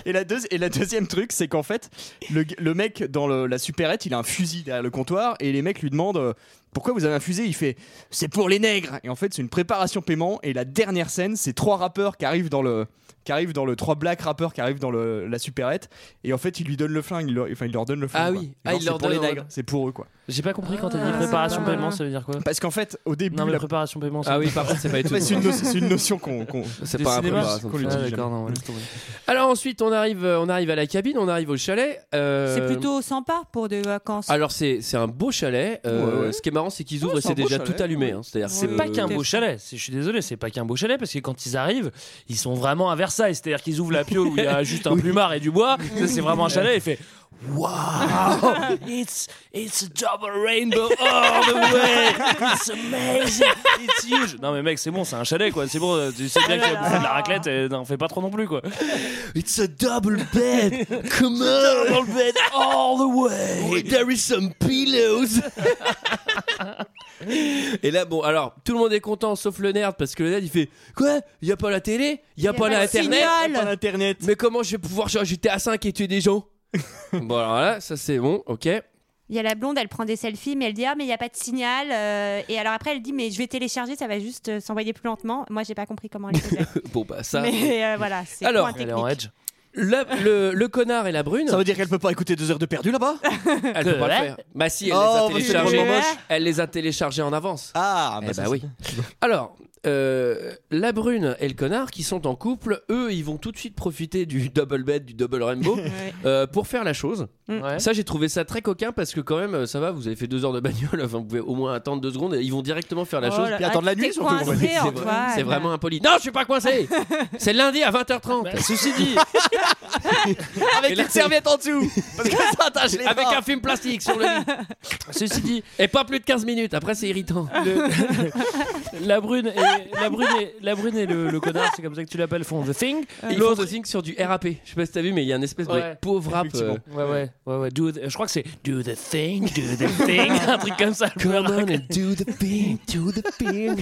[SPEAKER 7] et, la deuxi- et la deuxième truc, c'est qu'en fait, le, g- le mec dans le- la supérette, il a un fusil derrière le comptoir et les mecs lui demandent euh, pourquoi vous avez un fusil. Il fait c'est pour les nègres. Et en fait, c'est une préparation paiement. Et la dernière scène, c'est trois rappeurs qui arrivent dans le qui arrivent dans le trois black rappeurs qui arrivent dans le, la supérette et en fait il lui donne le flingue il leur, enfin il leur donne le flingue
[SPEAKER 2] Ah
[SPEAKER 7] quoi.
[SPEAKER 2] oui.
[SPEAKER 7] Et
[SPEAKER 2] Ah,
[SPEAKER 7] genre,
[SPEAKER 2] il
[SPEAKER 7] c'est
[SPEAKER 2] leur
[SPEAKER 7] pour les
[SPEAKER 2] donne-
[SPEAKER 7] nègres c'est pour eux quoi
[SPEAKER 8] J'ai pas compris quand t'as
[SPEAKER 6] Ah,
[SPEAKER 8] dit préparation
[SPEAKER 6] c'est pas
[SPEAKER 8] paiement,
[SPEAKER 6] mal.
[SPEAKER 8] ça veut dire quoi
[SPEAKER 7] parce qu'en fait au début
[SPEAKER 8] Non, mais
[SPEAKER 7] la-
[SPEAKER 8] préparation paiement. c'est-
[SPEAKER 2] Ah oui, par contre, c'est pas du tout.
[SPEAKER 7] Ouais, Bah, c'est une, no- c'est une notion qu'on qu'on-
[SPEAKER 2] C'est
[SPEAKER 8] Du
[SPEAKER 2] pas un
[SPEAKER 8] cinéma,
[SPEAKER 2] préparat,
[SPEAKER 8] c'est
[SPEAKER 2] ça, ça.
[SPEAKER 7] qu'on utilise
[SPEAKER 2] Ah,
[SPEAKER 7] jamais.
[SPEAKER 2] d'accord, non, ouais, laisse tomber. Alors ensuite, on arrive, euh, on arrive à la cabine, on arrive au chalet. euh,
[SPEAKER 6] C'est plutôt sympa pour des vacances.
[SPEAKER 2] Alors c'est c'est un beau chalet. euh,
[SPEAKER 7] Ouais, ouais.
[SPEAKER 2] Ce qui est marrant, c'est qu'ils ouvrent
[SPEAKER 7] Ouais,
[SPEAKER 2] et
[SPEAKER 7] c'est
[SPEAKER 2] c'est
[SPEAKER 7] un beau
[SPEAKER 2] déjà
[SPEAKER 7] chalet.
[SPEAKER 2] tout allumé. hein, C'est-à-dire
[SPEAKER 8] C'est
[SPEAKER 2] que-
[SPEAKER 8] pas qu'un
[SPEAKER 6] Tout à
[SPEAKER 8] beau
[SPEAKER 6] fait.
[SPEAKER 8] chalet, c'est- je suis désolé, c'est pas qu'un beau chalet parce que quand ils arrivent, ils sont vraiment à Versailles, c'est-à-dire qu'ils ouvrent la pio où il y a juste un plumard et du bois, ça, c'est vraiment un chalet et il fait Wow, it's, it's a double rainbow all the way, it's amazing, it's huge. Non mais mec, c'est bon, c'est un chalet quoi, c'est bon, euh, tu sais bien qu'il y a bouffé de la raclette, et n'en fais pas trop non plus quoi.
[SPEAKER 2] It's a double bed. Come on.
[SPEAKER 8] Double bed all the way.
[SPEAKER 2] There is some pillows. Et là, bon, alors, tout le monde est content sauf le nerd parce que le nerd il fait Quoi Il a pas la télé Il a pas
[SPEAKER 6] pas de
[SPEAKER 2] l'internet
[SPEAKER 6] signal.
[SPEAKER 7] Pas d'internet.
[SPEAKER 2] Mais comment je vais pouvoir jouer à GTA 5 et tuer des gens Bon, alors là, ça c'est bon, ok.
[SPEAKER 6] Il y a la blonde, elle prend des selfies, mais elle dit Ah, mais il n'y a pas de signal. euh, et alors après, elle dit Mais je vais télécharger, ça va juste euh, s'envoyer plus lentement. Moi, j'ai pas compris comment elle faisait.
[SPEAKER 2] Bon, bah ça.
[SPEAKER 6] mais euh, voilà, c'est
[SPEAKER 2] Alors,
[SPEAKER 6] point
[SPEAKER 8] Elle est
[SPEAKER 6] technique.
[SPEAKER 8] en edge.
[SPEAKER 2] La- le, le connard et la brune,
[SPEAKER 7] Ça veut dire qu'elle peut pas écouter deux heures de perdu là-bas
[SPEAKER 2] elle peut pas le
[SPEAKER 8] Ouais.
[SPEAKER 2] faire. Bah si, elle
[SPEAKER 7] Oh,
[SPEAKER 2] les a
[SPEAKER 7] mais c'est vraiment
[SPEAKER 2] téléchargés.
[SPEAKER 7] moche.
[SPEAKER 2] Elle les a téléchargés en avance.
[SPEAKER 7] Ah,
[SPEAKER 2] Eh bah oui. Alors, euh, la brune et le connard qui sont en couple, eux, ils vont tout de suite profiter du double bed, du double rainbow,
[SPEAKER 6] Ouais. Mm.
[SPEAKER 2] euh, pour faire la chose.
[SPEAKER 8] Ouais.
[SPEAKER 2] Ça, j'ai trouvé ça très coquin parce que quand même, euh, ça va, vous avez fait deux heures de bagnole, enfin, vous pouvez au moins attendre deux secondes. et Ils vont directement faire la
[SPEAKER 6] Oh
[SPEAKER 2] chose.
[SPEAKER 6] là
[SPEAKER 7] puis attendre
[SPEAKER 6] là,
[SPEAKER 7] la nuit,
[SPEAKER 6] t'es
[SPEAKER 7] surtout,
[SPEAKER 6] coincé,
[SPEAKER 7] on va dire, c'est
[SPEAKER 6] Antoine.
[SPEAKER 2] C'est vraiment impoli. Non, je suis pas coincé. C'est lundi à 20h30.
[SPEAKER 8] Ceci dit,
[SPEAKER 2] Et
[SPEAKER 7] Bah. Avec
[SPEAKER 2] là,
[SPEAKER 7] une serviette en dessous Parce que ça attache les
[SPEAKER 2] Avec
[SPEAKER 7] bras.
[SPEAKER 2] un film plastique sur le lit.
[SPEAKER 8] ceci dit,
[SPEAKER 2] Et pas plus de 15 minutes. Après, c'est irritant.
[SPEAKER 8] La brune et la brune et, la brune et le, le connard, c'est comme ça que tu l'appelles, font The Thing.
[SPEAKER 2] Ils font Euh, The Thing sur du RAP. Je sais pas si t'as vu, mais il y a une espèce
[SPEAKER 8] Ouais.
[SPEAKER 2] de pauvre rap. euh,
[SPEAKER 8] Ouais ouais ouais ouais. Do the- je crois que c'est Do the Thing, Do the Thing, un truc comme ça. le
[SPEAKER 2] Come
[SPEAKER 8] connard.
[SPEAKER 2] on and do the thing, do the thing.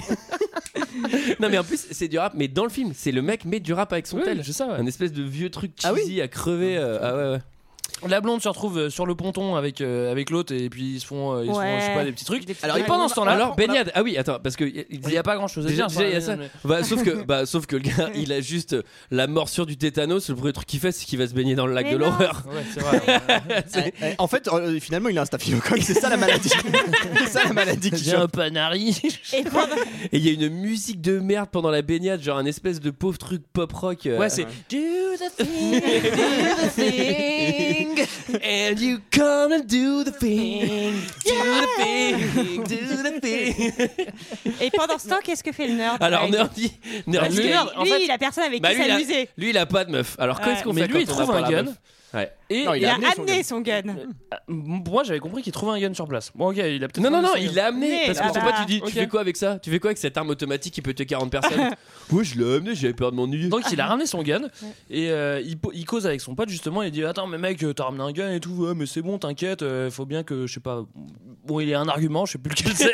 [SPEAKER 2] non mais en plus c'est du rap, mais dans le film c'est le mec met du rap avec son
[SPEAKER 8] Oui,
[SPEAKER 2] tel.
[SPEAKER 8] je sais, ouais.
[SPEAKER 2] Un espèce de vieux truc cheesy
[SPEAKER 7] Ah oui
[SPEAKER 2] à crever. euh, ah ouais ouais.
[SPEAKER 8] La blonde se retrouve euh, sur le ponton avec euh, avec l'autre et puis ils se font euh, ils se font,
[SPEAKER 6] Ouais.
[SPEAKER 8] je sais pas des petits trucs.
[SPEAKER 7] Alors,
[SPEAKER 8] et
[SPEAKER 7] ils
[SPEAKER 8] pendant
[SPEAKER 7] font-
[SPEAKER 8] ce temps-là,
[SPEAKER 2] Alors baignade. Ah oui attends parce que il il
[SPEAKER 8] il n'y
[SPEAKER 2] y
[SPEAKER 8] a
[SPEAKER 2] a
[SPEAKER 8] pas grand chose à
[SPEAKER 2] Déjà-
[SPEAKER 8] dire.
[SPEAKER 2] déjà, il y a
[SPEAKER 8] enfin,
[SPEAKER 2] ça.
[SPEAKER 8] mais-
[SPEAKER 2] bah, sauf que bah, sauf que le gars il a juste euh, la morsure du tétanos. Le premier truc qu'il fait c'est qu'il va se baigner dans le lac
[SPEAKER 6] Mais
[SPEAKER 2] de
[SPEAKER 6] non.
[SPEAKER 2] l'horreur.
[SPEAKER 8] Ouais, c'est vrai.
[SPEAKER 2] C'est-
[SPEAKER 7] Eh, En fait, euh, finalement, il a un staphylocoque, c'est ça la maladie. c'est ça la maladie qui
[SPEAKER 8] J'ai un
[SPEAKER 7] chope.
[SPEAKER 8] panari.
[SPEAKER 6] Et pendant-
[SPEAKER 2] Et il y a une musique de merde pendant la baignade genre un espèce de pauvre truc pop rock. euh,
[SPEAKER 8] Ouais, c'est Do the Thing, Do the Thing.
[SPEAKER 2] And you come and do the thing, do the thing, do the thing.
[SPEAKER 6] Et pendant ce temps, qu'est-ce que fait le nerd
[SPEAKER 2] Alors
[SPEAKER 6] Ouais.
[SPEAKER 2] Nerdy,
[SPEAKER 6] Parce
[SPEAKER 2] Nerdy,
[SPEAKER 6] que
[SPEAKER 8] le nerd, en
[SPEAKER 6] lui,
[SPEAKER 8] fait-
[SPEAKER 6] la personne avec
[SPEAKER 2] Bah,
[SPEAKER 6] qui
[SPEAKER 2] lui, il a-
[SPEAKER 6] s'amuser.
[SPEAKER 2] lui il a pas de meuf. Alors
[SPEAKER 6] Ouais.
[SPEAKER 2] qu'est-ce qu'on
[SPEAKER 8] Mais
[SPEAKER 2] fait
[SPEAKER 8] lui, il
[SPEAKER 2] quand on
[SPEAKER 8] trouve
[SPEAKER 2] a pas la
[SPEAKER 8] un gun.
[SPEAKER 2] meuf Ouais.
[SPEAKER 8] Et
[SPEAKER 7] Non,
[SPEAKER 6] Il,
[SPEAKER 7] Il a
[SPEAKER 6] a,
[SPEAKER 7] amené son
[SPEAKER 6] amené son gun.
[SPEAKER 8] Ah, moi, j'avais compris qu'il trouvait un gun sur place. Bon, ok, il a peut-être.
[SPEAKER 2] Non, non,
[SPEAKER 8] trouvé
[SPEAKER 2] non,
[SPEAKER 8] son gun.
[SPEAKER 2] il l'a amené.
[SPEAKER 6] Mais
[SPEAKER 2] Parce que
[SPEAKER 6] là,
[SPEAKER 2] pourquoi
[SPEAKER 6] bah.
[SPEAKER 2] tu dis, tu
[SPEAKER 8] Ok.
[SPEAKER 2] fais quoi avec ça Tu fais quoi avec cette arme automatique qui peut tuer 40 personnes Oui, je l'ai amené, j'avais peur de m'ennuyer.
[SPEAKER 8] Donc il a ramené son gun et euh, il, po- il cause avec son pote justement. Il dit attends mais mec euh, t'as ramené un gun et tout ouais, mais c'est bon t'inquiète euh, faut bien que je sais pas bon il y a un argument je sais plus lequel c'est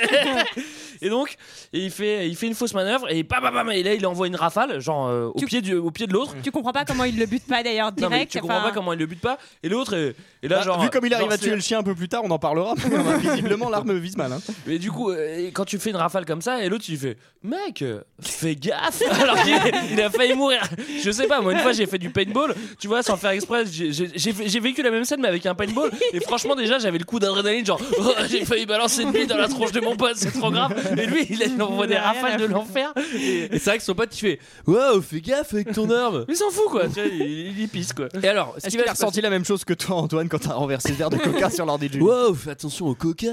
[SPEAKER 8] et donc et il fait il fait une fausse manœuvre et bam bam bam et là il envoie une rafale genre euh, au
[SPEAKER 6] Tu-
[SPEAKER 8] pied du au pied de l'autre.
[SPEAKER 6] Tu comprends pas comment il le bute pas d'ailleurs
[SPEAKER 8] Non
[SPEAKER 6] direct.
[SPEAKER 8] mais tu comprends
[SPEAKER 6] enfin,
[SPEAKER 8] pas comment il le bute pas et l'autre est- et là
[SPEAKER 7] Bah,
[SPEAKER 8] genre
[SPEAKER 7] vu comme il arrive
[SPEAKER 8] genre,
[SPEAKER 7] à tuer le chien un peu plus tard, on en parlera. mais Visiblement, l'arme vise mal. hein.
[SPEAKER 8] Mais du coup, euh, quand tu fais une rafale comme ça, et l'autre il fait Mec, euh, fais gaffe Alors qu'il il a failli mourir. Je sais pas, moi une fois j'ai fait du paintball, tu vois, sans faire exprès, j'ai- j'ai j'ai- j'ai vécu la même scène mais avec un paintball, et franchement déjà j'avais le coup d'adrénaline, genre Oh, j'ai failli balancer une bille dans la tronche de mon pote, c'est trop grave. Et lui il il envoie des rafales de l'enfer,
[SPEAKER 2] Et c'est vrai que son pote, il fait Waouh, fais gaffe avec ton arme.
[SPEAKER 8] mais il s'en fout quoi, tu vois, il, il y pisse quoi.
[SPEAKER 2] Et alors, ce
[SPEAKER 7] Est-ce
[SPEAKER 2] qui
[SPEAKER 7] qu'il
[SPEAKER 2] va
[SPEAKER 7] a
[SPEAKER 2] se passer-
[SPEAKER 7] ressenti la même chose que toi, Antoine, quand t'as renversé le verre de coca sur l'ordi de Julie
[SPEAKER 2] Wow, fais attention au coca.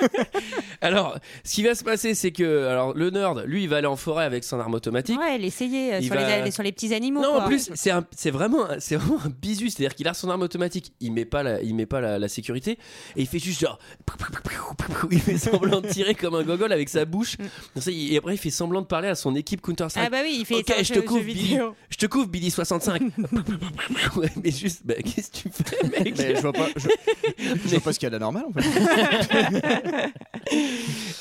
[SPEAKER 2] alors, ce qui va se passer, c'est que alors le nerd, lui, il va aller en forêt avec son arme automatique.
[SPEAKER 6] Ouais, l'essayer euh,
[SPEAKER 2] Il
[SPEAKER 6] sur,
[SPEAKER 2] va-
[SPEAKER 6] les, sur les petits animaux.
[SPEAKER 2] Non,
[SPEAKER 6] quoi.
[SPEAKER 2] en plus, c'est un- c'est vraiment, un- c'est vraiment un bisu. C'est-à-dire qu'il a son arme automatique, il met pas, la, il met pas la, la sécurité et il fait juste genre, il fait semblant de tirer comme un gogol avec sa bouche. Donc ça, il- et après, il fait semblant de parler à son équipe Counter Strike.
[SPEAKER 6] Mm. Ah bah oui, il fait
[SPEAKER 2] Ok,
[SPEAKER 6] ça,
[SPEAKER 2] je
[SPEAKER 6] jeu-
[SPEAKER 2] te couvre,
[SPEAKER 6] jeu
[SPEAKER 2] Billy.
[SPEAKER 6] vidéo.
[SPEAKER 2] Je te couvre, Billy 65. Ouais, mais juste, bah, qu'est-ce que tu fais, mec
[SPEAKER 7] Mais je vois pas, je, je vois pas ce qu'il y a d'anormal en fait.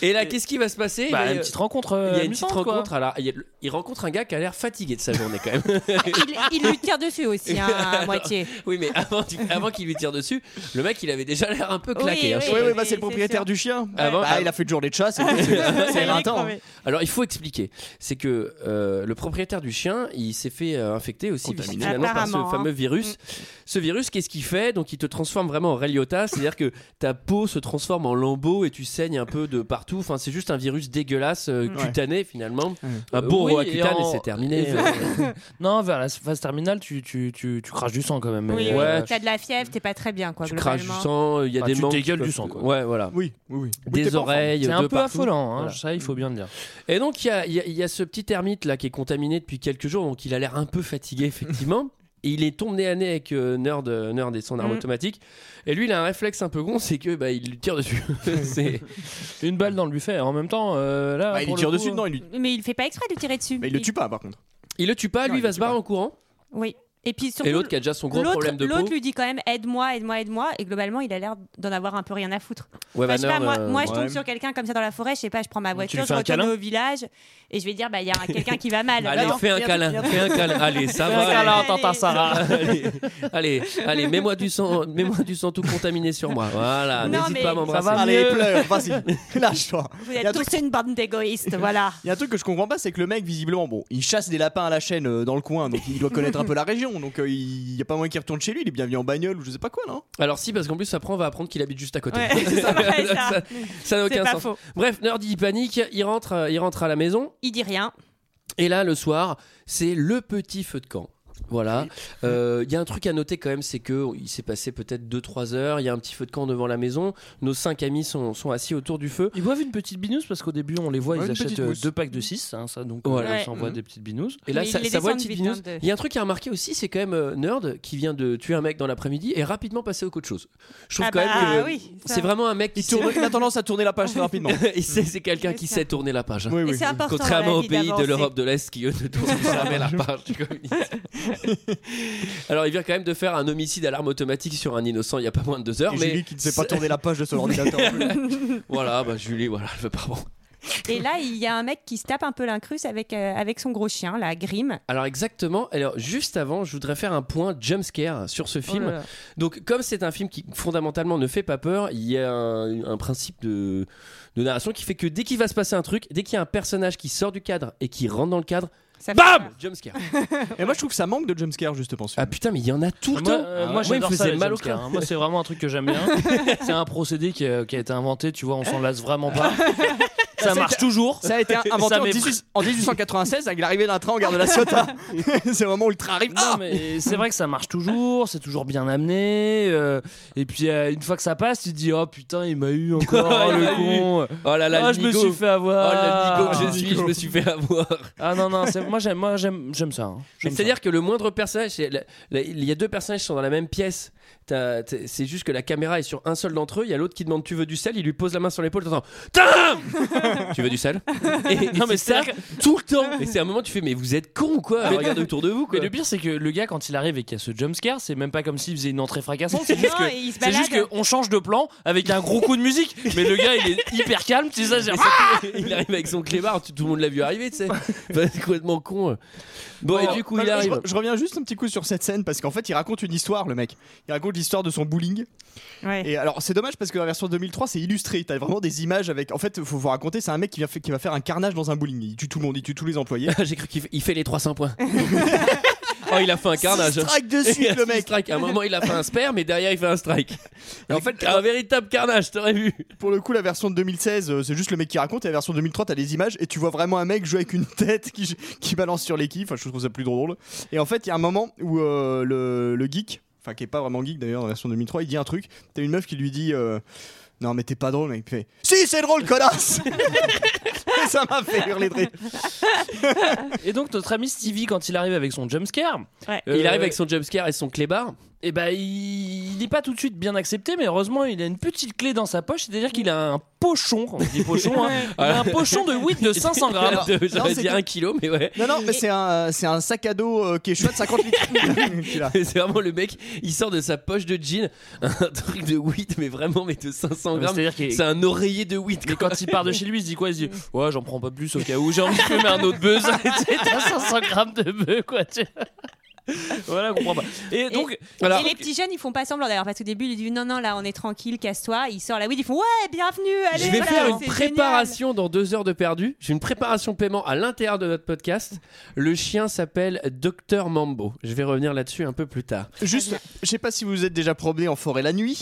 [SPEAKER 2] Et là, qu'est-ce qui va se passer Il va
[SPEAKER 8] Bah,
[SPEAKER 2] y-
[SPEAKER 8] une petite rencontre.
[SPEAKER 2] il
[SPEAKER 8] euh,
[SPEAKER 2] y a une petite
[SPEAKER 8] amusante, quoi.
[SPEAKER 2] rencontre. Alors, il, y a- il rencontre un gars qui a l'air fatigué de sa journée quand même.
[SPEAKER 6] Il, il lui tire dessus aussi, hein, à moitié.
[SPEAKER 2] oui, mais avant, du- avant qu'il lui tire dessus, le mec, il avait déjà l'air un peu
[SPEAKER 6] Oui,
[SPEAKER 2] claqué. hein.
[SPEAKER 6] oui.
[SPEAKER 7] Oui, oui,
[SPEAKER 6] mais
[SPEAKER 7] bah c'est le propriétaire
[SPEAKER 6] sûr.
[SPEAKER 7] du chien.
[SPEAKER 2] Avant-
[SPEAKER 7] Bah, il a fait une journée de chasse,
[SPEAKER 2] Ah,
[SPEAKER 7] et c'est- c'est c'est
[SPEAKER 6] Il est
[SPEAKER 7] éreintant.
[SPEAKER 6] crevé.
[SPEAKER 2] Alors, il faut expliquer. C'est que euh, le propriétaire du chien, il s'est fait euh, infecter aussi
[SPEAKER 7] Contaminé.
[SPEAKER 2] finalement par ce
[SPEAKER 6] Apparemment, hein.
[SPEAKER 2] fameux virus. Ce virus, qu'est-ce qu'il fait Donc, il te transforme vraiment en Ray Liotta, c'est-à-dire que ta peau se transforme en lambeaux et tu saignes un peu de partout. Enfin, c'est juste un virus dégueulasse, euh,
[SPEAKER 7] Ouais.
[SPEAKER 2] cutané finalement. Euh,
[SPEAKER 7] Ouais.
[SPEAKER 2] Un bon
[SPEAKER 8] Oui,
[SPEAKER 2] roi
[SPEAKER 8] et
[SPEAKER 2] cutané,
[SPEAKER 8] en-
[SPEAKER 2] c'est terminé.
[SPEAKER 8] et, euh, non, vers la phase terminale, tu, tu, tu, tu craches du sang quand même.
[SPEAKER 6] Oui,
[SPEAKER 8] mais,
[SPEAKER 6] oui,
[SPEAKER 8] euh,
[SPEAKER 6] t'as de la fièvre, t'es pas très bien, quoi.
[SPEAKER 2] tu craches du
[SPEAKER 6] Ah, globalement.
[SPEAKER 2] sang, euh, il y a
[SPEAKER 8] Enfin,
[SPEAKER 2] des
[SPEAKER 8] Bah, tu
[SPEAKER 2] membres qui
[SPEAKER 8] dégueules du
[SPEAKER 2] peuvent-
[SPEAKER 8] sang, quoi.
[SPEAKER 2] Ouais, voilà.
[SPEAKER 7] Oui, oui, oui. Oui,
[SPEAKER 2] Des
[SPEAKER 7] t'es pas en forme.
[SPEAKER 2] oreilles,
[SPEAKER 8] C'est un
[SPEAKER 2] de
[SPEAKER 8] peu
[SPEAKER 2] partout.
[SPEAKER 8] affolant, hein,
[SPEAKER 2] Voilà.
[SPEAKER 8] ça il faut bien le dire.
[SPEAKER 2] Et donc, il y a, il y a- il y a ce petit ermite là qui est contaminé depuis quelques jours, donc il a l'air un peu fatigué, effectivement. Et il est tombé à nez avec euh, Nerd, euh, Nerd et son arme
[SPEAKER 6] Mm.
[SPEAKER 2] automatique. Et lui, il a un réflexe un peu con, c'est que bah, il lui tire dessus. C'est-
[SPEAKER 8] Une balle dans le buffet, en même temps, euh, là.
[SPEAKER 7] Bah, il
[SPEAKER 8] pour
[SPEAKER 7] lui
[SPEAKER 8] le
[SPEAKER 7] tire
[SPEAKER 8] coup,
[SPEAKER 7] dessus, non, il lui-
[SPEAKER 6] Mais il fait pas exprès de tirer dessus.
[SPEAKER 7] mais il le tue pas par contre.
[SPEAKER 2] il le tue pas,
[SPEAKER 7] Non,
[SPEAKER 2] lui
[SPEAKER 7] il
[SPEAKER 2] va
[SPEAKER 7] le
[SPEAKER 2] se
[SPEAKER 7] tue
[SPEAKER 2] barrer
[SPEAKER 7] pas.
[SPEAKER 2] en courant.
[SPEAKER 6] Oui. Et puis surtout,
[SPEAKER 2] Et l'autre qui a déjà son gros
[SPEAKER 6] l'autre-
[SPEAKER 2] problème de peau.
[SPEAKER 6] l'autre lui dit quand même aide-moi, aide-moi, aide-moi. Et globalement, il a l'air d'en avoir un peu rien à foutre.
[SPEAKER 2] Ouais,
[SPEAKER 6] Enfin,
[SPEAKER 2] bah,
[SPEAKER 6] je sais pas,
[SPEAKER 2] Nerd,
[SPEAKER 6] moi,
[SPEAKER 2] euh,
[SPEAKER 6] moi, je
[SPEAKER 7] ouais.
[SPEAKER 6] tombe sur quelqu'un comme ça dans la forêt, je sais pas, je prends ma
[SPEAKER 8] lui
[SPEAKER 6] voiture,
[SPEAKER 8] fais
[SPEAKER 6] je
[SPEAKER 8] un
[SPEAKER 6] retourne
[SPEAKER 8] câlin
[SPEAKER 6] au village et je vais dire, bah il y a quelqu'un qui va mal.
[SPEAKER 2] Allez,
[SPEAKER 6] Non.
[SPEAKER 2] fais un câlin, fais un câlin. Allez, ça
[SPEAKER 8] Fais un
[SPEAKER 2] va.
[SPEAKER 8] câlin,
[SPEAKER 6] Allez.
[SPEAKER 8] tata Sarah.
[SPEAKER 2] allez, allez, allez, mets-moi du sang, mets-moi du sang tout contaminé sur moi. Voilà,
[SPEAKER 6] Non,
[SPEAKER 2] n'hésite
[SPEAKER 6] mais-
[SPEAKER 2] pas à
[SPEAKER 6] Ça
[SPEAKER 2] m'embrasser.
[SPEAKER 8] va
[SPEAKER 7] Allez,
[SPEAKER 8] mieux.
[SPEAKER 7] pleure, vas-y, lâche-toi.
[SPEAKER 6] Vous
[SPEAKER 7] Il y a
[SPEAKER 6] êtes
[SPEAKER 7] tout-
[SPEAKER 6] tous une bande d'égoïstes, voilà.
[SPEAKER 7] Il y a un truc que je comprends pas, c'est que le mec, visiblement, bon, il chasse des lapins à la chaîne euh, dans le coin, donc il doit connaître un peu la région, donc euh, il y a pas moyen qu'il retourne chez lui, il est bien venu en bagnole ou je sais pas quoi, non
[SPEAKER 2] Alors si, parce qu'en plus après on va apprendre qu'il habite juste à côté.
[SPEAKER 6] Ouais, c'est ça, ouais, ça.
[SPEAKER 2] Ça- ça n'a
[SPEAKER 6] C'est
[SPEAKER 2] aucun
[SPEAKER 6] pas
[SPEAKER 2] sens.
[SPEAKER 6] faux.
[SPEAKER 2] Bref, Nerdy il panique, il rentre, euh, il rentre à la maison
[SPEAKER 6] Il dit rien.
[SPEAKER 2] et là le soir c'est le petit feu de camp. Voilà. Euh, Il y a un truc à noter quand même, c'est que il s'est passé peut-être 2-3 heures. Il y a un petit feu de camp devant la maison. Nos cinq amis sont, sont assis autour du feu.
[SPEAKER 8] Ils boivent une petite binousse parce qu'au début, on les voit,
[SPEAKER 7] Ouais,
[SPEAKER 8] ils
[SPEAKER 7] une
[SPEAKER 8] achètent
[SPEAKER 7] petite
[SPEAKER 8] euh,
[SPEAKER 7] mousse.
[SPEAKER 8] deux packs de 6. ça, donc, euh,
[SPEAKER 2] Voilà.
[SPEAKER 8] ils s'envoient
[SPEAKER 7] Ouais.
[SPEAKER 8] des petites binousses.
[SPEAKER 2] Et là,
[SPEAKER 6] Mais
[SPEAKER 2] ça,
[SPEAKER 6] il les
[SPEAKER 2] ça voit une
[SPEAKER 6] descend
[SPEAKER 2] petite
[SPEAKER 6] vite, hein,
[SPEAKER 2] binousse.
[SPEAKER 6] de-
[SPEAKER 2] Il y a un truc à remarquer aussi, c'est quand même euh, Nerd qui vient de tuer un mec dans l'après-midi et rapidement passer au autre chose. Je trouve
[SPEAKER 6] Ah
[SPEAKER 2] quand
[SPEAKER 6] bah,
[SPEAKER 2] même que
[SPEAKER 6] ah oui, ça.
[SPEAKER 2] c'est vraiment un mec qui
[SPEAKER 7] il, tourne-
[SPEAKER 2] sait-
[SPEAKER 7] il a tendance à tourner la page très rapidement.
[SPEAKER 2] Et c'est c'est quelqu'un qui
[SPEAKER 6] C'est ça.
[SPEAKER 2] sait tourner la page. hein.
[SPEAKER 7] Oui,
[SPEAKER 6] Et
[SPEAKER 7] oui.
[SPEAKER 6] c'est important. dans la
[SPEAKER 2] Contrairement aux
[SPEAKER 6] vie
[SPEAKER 2] pays de
[SPEAKER 6] d'avancer.
[SPEAKER 2] l'Europe de l'Est qui, eux, ne tournent jamais la page du communisme. Alors, il vient quand même de faire un homicide à l'arme automatique sur un innocent il n'y a pas moins de deux heures.
[SPEAKER 7] Et
[SPEAKER 2] mais
[SPEAKER 7] Julie qui ne sait pas tourner la page de son ordinateur.
[SPEAKER 2] voilà, bah, Julie, voilà, elle veut pas bon.
[SPEAKER 6] Et là, il y a un mec qui se tape un peu l'incruste avec, euh, avec son gros chien, la Grim.
[SPEAKER 2] Alors, exactement. Alors, juste avant, je voudrais faire un point jumpscare sur ce
[SPEAKER 6] Oh
[SPEAKER 2] film. Donc, comme c'est un film qui fondamentalement ne fait pas peur, il y a un, un principe de, de narration qui fait que dès qu'il va se passer un truc, dès qu'il y a un personnage qui sort du cadre et qui rentre dans le cadre,
[SPEAKER 6] Ça fait
[SPEAKER 2] BAM Jumpscare.
[SPEAKER 7] Et moi, je trouve que ça manque de jumpscare, justement. ce
[SPEAKER 2] Ah
[SPEAKER 7] film.
[SPEAKER 2] putain, mais il y en a tout le
[SPEAKER 8] moi,
[SPEAKER 2] temps.
[SPEAKER 8] euh,
[SPEAKER 2] Ah
[SPEAKER 8] moi,
[SPEAKER 2] ouais. Moi, il me
[SPEAKER 8] j'adore ça,
[SPEAKER 2] faisait
[SPEAKER 8] les
[SPEAKER 2] mal au
[SPEAKER 8] jumpscares,
[SPEAKER 2] crâne.
[SPEAKER 8] hein. Moi, c'est euh, vraiment un truc que j'aime bien. c'est un procédé qui, a- qui a été inventé, tu vois, on s'en lasse vraiment pas. ça
[SPEAKER 7] c'est-
[SPEAKER 8] marche toujours.
[SPEAKER 7] Ça a été inventé
[SPEAKER 8] Ça
[SPEAKER 7] en,
[SPEAKER 8] m'est-
[SPEAKER 7] 18 en 1896 avec l'arrivée d'un train en gare de la Ciotat. c'est vraiment ultra arrive.
[SPEAKER 8] Non, mais c'est vrai que ça marche toujours, c'est toujours bien amené. euh, et puis euh, une fois que ça passe, tu te dis oh putain, il m'a eu encore
[SPEAKER 2] Il
[SPEAKER 8] le
[SPEAKER 2] m'a eu.
[SPEAKER 8] con.
[SPEAKER 2] Oh là là,
[SPEAKER 8] Ah,
[SPEAKER 2] le
[SPEAKER 8] je me
[SPEAKER 2] nigo.
[SPEAKER 8] suis fait Ah, avoir.
[SPEAKER 2] Oh là, le nigo que je suis,
[SPEAKER 7] Nigo.
[SPEAKER 2] je me suis fait avoir.
[SPEAKER 8] Ah non non, c'est- moi j'aime moi j'aime j'aime ça. hein.
[SPEAKER 2] Mais
[SPEAKER 8] J'aime ça.
[SPEAKER 2] C'est-à-dire que le moindre personnage, c'est la- la- il y a deux personnages qui sont dans la même pièce. T'as- t'es- C'est juste que la caméra est sur un seul d'entre eux. Il y a l'autre qui demande tu veux du sel. Il lui pose la main sur l'épaule. T'entends Tam Tu veux du sel Et, et
[SPEAKER 8] Non, mais
[SPEAKER 2] c'est ça
[SPEAKER 8] c'est-à-dire Ah,
[SPEAKER 2] tout le temps. Et c'est un moment où tu fais mais vous êtes con ou quoi
[SPEAKER 8] Mais-
[SPEAKER 2] Regardez autour de vous quoi.
[SPEAKER 8] Mais le pire c'est que le gars quand il arrive et qu'il y a ce jumpscare, c'est même pas comme s'il faisait une entrée fracassante, c'est juste
[SPEAKER 6] Non,
[SPEAKER 8] que
[SPEAKER 6] et il se
[SPEAKER 8] c'est juste
[SPEAKER 6] balade.
[SPEAKER 8] qu'on change de plan avec un gros coup de musique, mais le gars il est hyper calme, tu sais ça, genre, ah,
[SPEAKER 2] il arrive avec son clébard. tu- Tout le monde l'a vu arriver. Tu sais, Enfin, c'est complètement con. euh. Bon
[SPEAKER 8] Oh.
[SPEAKER 2] et du coup
[SPEAKER 7] Enfin,
[SPEAKER 2] il
[SPEAKER 7] Oh. je-
[SPEAKER 2] arrive.
[SPEAKER 7] Je, reviens juste un petit coup sur cette scène parce qu'en fait, il raconte une histoire, le mec. Il raconte l'histoire de son bowling.
[SPEAKER 6] Ouais.
[SPEAKER 7] Et alors, c'est dommage parce que la version 2003, c'est illustré. T'as vraiment des images avec. En fait, faut vous raconter, c'est un mec qui, vient fa- qui va faire un carnage dans un bowling. Il tue tout le monde, il tue tous les employés.
[SPEAKER 2] J'ai cru qu'il fait- il fait les 300 points. oh il a fait un carnage. hein.
[SPEAKER 7] Strike de
[SPEAKER 2] Il
[SPEAKER 7] suite, le
[SPEAKER 2] a six
[SPEAKER 7] mec.
[SPEAKER 2] strikes. À un moment, il a fait un spare, mais derrière, il fait un strike. Et en fait, un véritable carnage, t'aurais vu.
[SPEAKER 7] Pour le coup, la version de 2016, euh, c'est juste le mec qui raconte. Et la version 2003, t'as des images et tu vois vraiment un mec jouer avec une tête qui, qui balance sur les quilles. Enfin, je trouve ça plus drôle. Et en fait, il y a un moment où euh, le, le geek, enfin, qui est pas vraiment geek d'ailleurs dans la version 2003, il dit un truc. T'as une meuf qui lui dit euh, Non, mais t'es pas drôle, mec. Il fait Si, c'est drôle, connasse Et Ça m'a fait hurler de rire.
[SPEAKER 8] Et donc notre ami Stevie quand il arrive avec son jumpscare,
[SPEAKER 6] Ouais.
[SPEAKER 2] Il arrive avec son jumpscare et son clébard.
[SPEAKER 8] et ben il n'est pas tout de suite bien accepté, mais heureusement il a une petite clé dans sa poche, c'est-à-dire qu'il a un pochon, on dit pochon, hein. il a un pochon de weed de 500 grammes.
[SPEAKER 2] De- J'aurais
[SPEAKER 7] non, c'est
[SPEAKER 2] dit
[SPEAKER 7] tout.
[SPEAKER 2] un kilo, mais ouais.
[SPEAKER 7] Non, non, mais c'est un, c'est un sac à dos euh, qui est chouette, 50 litres. Qu'il a.
[SPEAKER 2] C'est vraiment le mec, il sort de sa poche de jean un truc de weed, mais vraiment, mais de 500
[SPEAKER 8] Ah, mais
[SPEAKER 2] grammes.
[SPEAKER 8] C'est-à-dire qu'il
[SPEAKER 2] C'est un oreiller de weed.
[SPEAKER 8] Mais quand il part de chez lui, il se dit quoi Il se dit Ouais, j'en prends pas plus au cas où, j'ai envie de fumer un autre buzz. Tu sais, T'as 500 grammes de bœuf, quoi. tu- voilà, on comprend pas. Et donc,
[SPEAKER 6] et les petits jeunes, ils font pas semblant d'ailleurs, parce qu'au début, ils disent non, non, là, on est tranquille, casse-toi. Ils sortent la weed, ils font ouais, bienvenue, allez,
[SPEAKER 2] Je vais
[SPEAKER 6] voilà,
[SPEAKER 2] faire une
[SPEAKER 6] c'est
[SPEAKER 2] préparation dans deux heures de perdu. J'ai une préparation paiement à l'intérieur de notre podcast. Le chien s'appelle Docteur Mambo. Je vais revenir là-dessus un peu plus tard.
[SPEAKER 7] Juste, je sais pas si vous êtes déjà promené en forêt la nuit.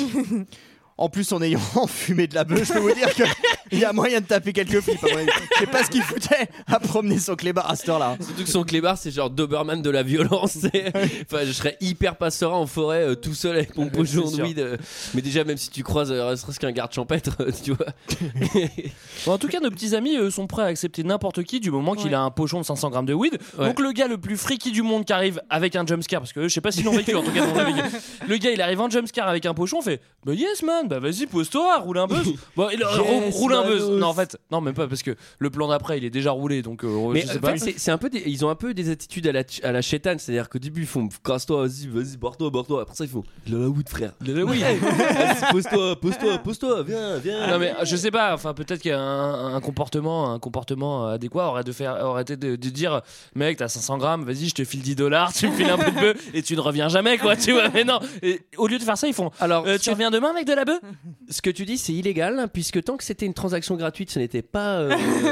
[SPEAKER 7] En plus, en ayant fumé de la beuh, je peux vous dire qu'il y a moyen de taper quelques flips. à mon avis. Je sais pas ce qu'il foutait à promener son clébard à cette heure-là.
[SPEAKER 2] Surtout que son clébard, c'est genre Doberman de la violence. c'est- enfin, je serais hyper pastoral en forêt euh, tout seul avec mon pochon
[SPEAKER 8] c'est
[SPEAKER 2] de
[SPEAKER 8] sûr.
[SPEAKER 2] weed. euh, mais déjà, même si tu croises euh, ne serait-ce qu'un garde champêtre, euh, tu vois.
[SPEAKER 8] bon, en tout cas, nos petits amis eux, sont prêts à accepter n'importe qui du moment qu'il
[SPEAKER 6] Ouais.
[SPEAKER 8] a un pochon de 500 grammes de weed.
[SPEAKER 2] Ouais.
[SPEAKER 8] Donc, le gars le plus freaky du monde qui arrive avec un jumpscare, parce que eux, je sais pas s'ils l'ont vécu, en tout cas, nous, on l'a vécu. Le gars, il arrive en jumpscare avec un pochon, on fait Bah, yes, man, bah vas-y, pose-toi, roule un buzz. Bon, il- euh, rou- roule un buzz. Non, en fait, non, même pas, parce que le plan d'après, il est déjà roulé, donc euh,
[SPEAKER 2] Mais
[SPEAKER 8] je
[SPEAKER 2] en
[SPEAKER 8] sais
[SPEAKER 2] fait,
[SPEAKER 8] pas.
[SPEAKER 2] c'est- c'est un peu des- ils ont un peu des attitudes à la, ch- à la chétane. C'est-à-dire qu'au début, ils font casse-toi, vas-y, vas-y, barre-toi, barre-toi. Après ça, ils font de la weed, frère. De la weed. Vas-y, pose-toi, pose-toi, pose-toi, viens, viens.
[SPEAKER 8] Non mais euh, je sais pas, enfin peut-être qu'un un comportement, un comportement euh, adéquat aurait de faire, aurait été de, de dire, mec t'as 500 grammes, vas-y je te file 10 dollars, tu me files un peu de bœuf et tu ne reviens jamais quoi, tu vois. Mais non, et au lieu de faire ça ils font,
[SPEAKER 2] Alors,
[SPEAKER 8] euh,
[SPEAKER 2] ce,
[SPEAKER 8] tu reviens demain avec de la bœuf
[SPEAKER 2] que, ce que tu dis, c'est illégal, hein, puisque tant que c'était une transaction gratuite, ce n'était pas euh,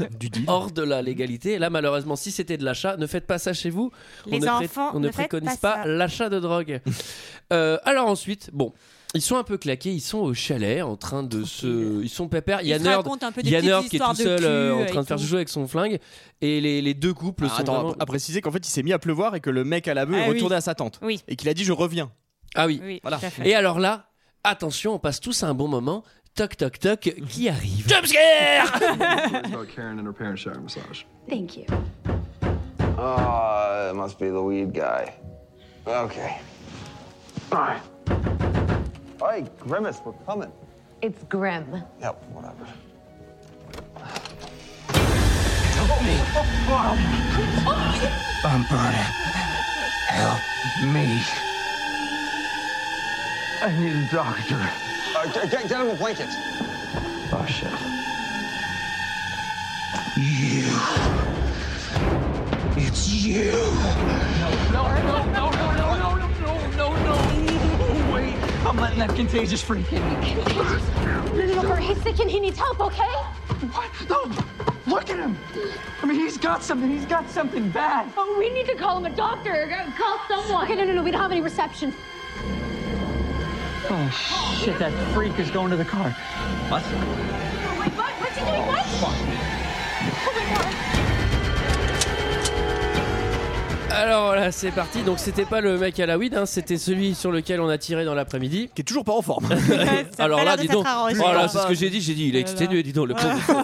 [SPEAKER 2] euh, hors de la légalité. Là, malheureusement, si c'était de l'achat, ne faites pas ça chez vous.
[SPEAKER 6] génial. Les
[SPEAKER 2] on ne, pré-
[SPEAKER 6] enfants,
[SPEAKER 2] on ne
[SPEAKER 6] faites
[SPEAKER 2] préconise
[SPEAKER 6] pas,
[SPEAKER 2] pas,
[SPEAKER 6] ça.
[SPEAKER 2] l'achat de drogue. Euh, alors ensuite, bon, ils sont un peu claqués, ils sont au chalet en train de se, ils sont pépères. Il y a
[SPEAKER 6] Ils se
[SPEAKER 2] Nerd,
[SPEAKER 6] racontent un peu
[SPEAKER 2] il
[SPEAKER 6] des
[SPEAKER 2] y a
[SPEAKER 6] petites
[SPEAKER 2] Nerd qui est
[SPEAKER 6] histoires
[SPEAKER 2] tout seul
[SPEAKER 6] de
[SPEAKER 2] euh, en
[SPEAKER 6] cul
[SPEAKER 2] train
[SPEAKER 6] et
[SPEAKER 2] de faire
[SPEAKER 6] tout.
[SPEAKER 2] jouer avec son flingue et les, les deux couples
[SPEAKER 7] Ah,
[SPEAKER 2] sont
[SPEAKER 7] attends,
[SPEAKER 2] vraiment-
[SPEAKER 7] à, à préciser qu'en fait, il s'est mis à pleuvoir et que le mec à la beuh
[SPEAKER 6] Ah
[SPEAKER 7] est
[SPEAKER 6] oui.
[SPEAKER 7] retourné à sa tante.
[SPEAKER 6] Oui.
[SPEAKER 7] Et qu'il a dit Je reviens.
[SPEAKER 2] Ah oui.
[SPEAKER 6] Oui,
[SPEAKER 7] Voilà.
[SPEAKER 6] tout à fait.
[SPEAKER 2] Et alors là, attention, on passe tous à un bon moment. Toc toc toc, qui arrive
[SPEAKER 10] Thank you.
[SPEAKER 3] Ah, that must be the weed guy. Okay. Alright. Hey, Grimace, we're coming.
[SPEAKER 10] It's grim.
[SPEAKER 3] Yep, whatever. Help me. I'm burning. Help me. I need a doctor. get, get him a blanket. Oh, shit.
[SPEAKER 10] Jennifer, he's sick and he needs help, okay? What? No! Look at him! I mean, he's got something. He's got something bad. Oh, we need to call him a doctor. Call someone. Okay, no, no, no. We don't have any reception. Oh, shit. That freak is going to the car. What? Oh, my God. What's he doing what? Oh my god.
[SPEAKER 2] Alors voilà, c'est parti. Donc c'était pas le mec à la weed, hein, c'était celui sur lequel on a tiré dans l'après-midi.
[SPEAKER 7] Qui est toujours pas en forme.
[SPEAKER 6] Ça a
[SPEAKER 2] Alors
[SPEAKER 6] pas
[SPEAKER 2] là,
[SPEAKER 6] l'air de
[SPEAKER 2] dis donc,
[SPEAKER 6] s'être arrangé.
[SPEAKER 2] voilà, c'est ce que j'ai dit. J'ai dit, il est exténué, dis donc, le con.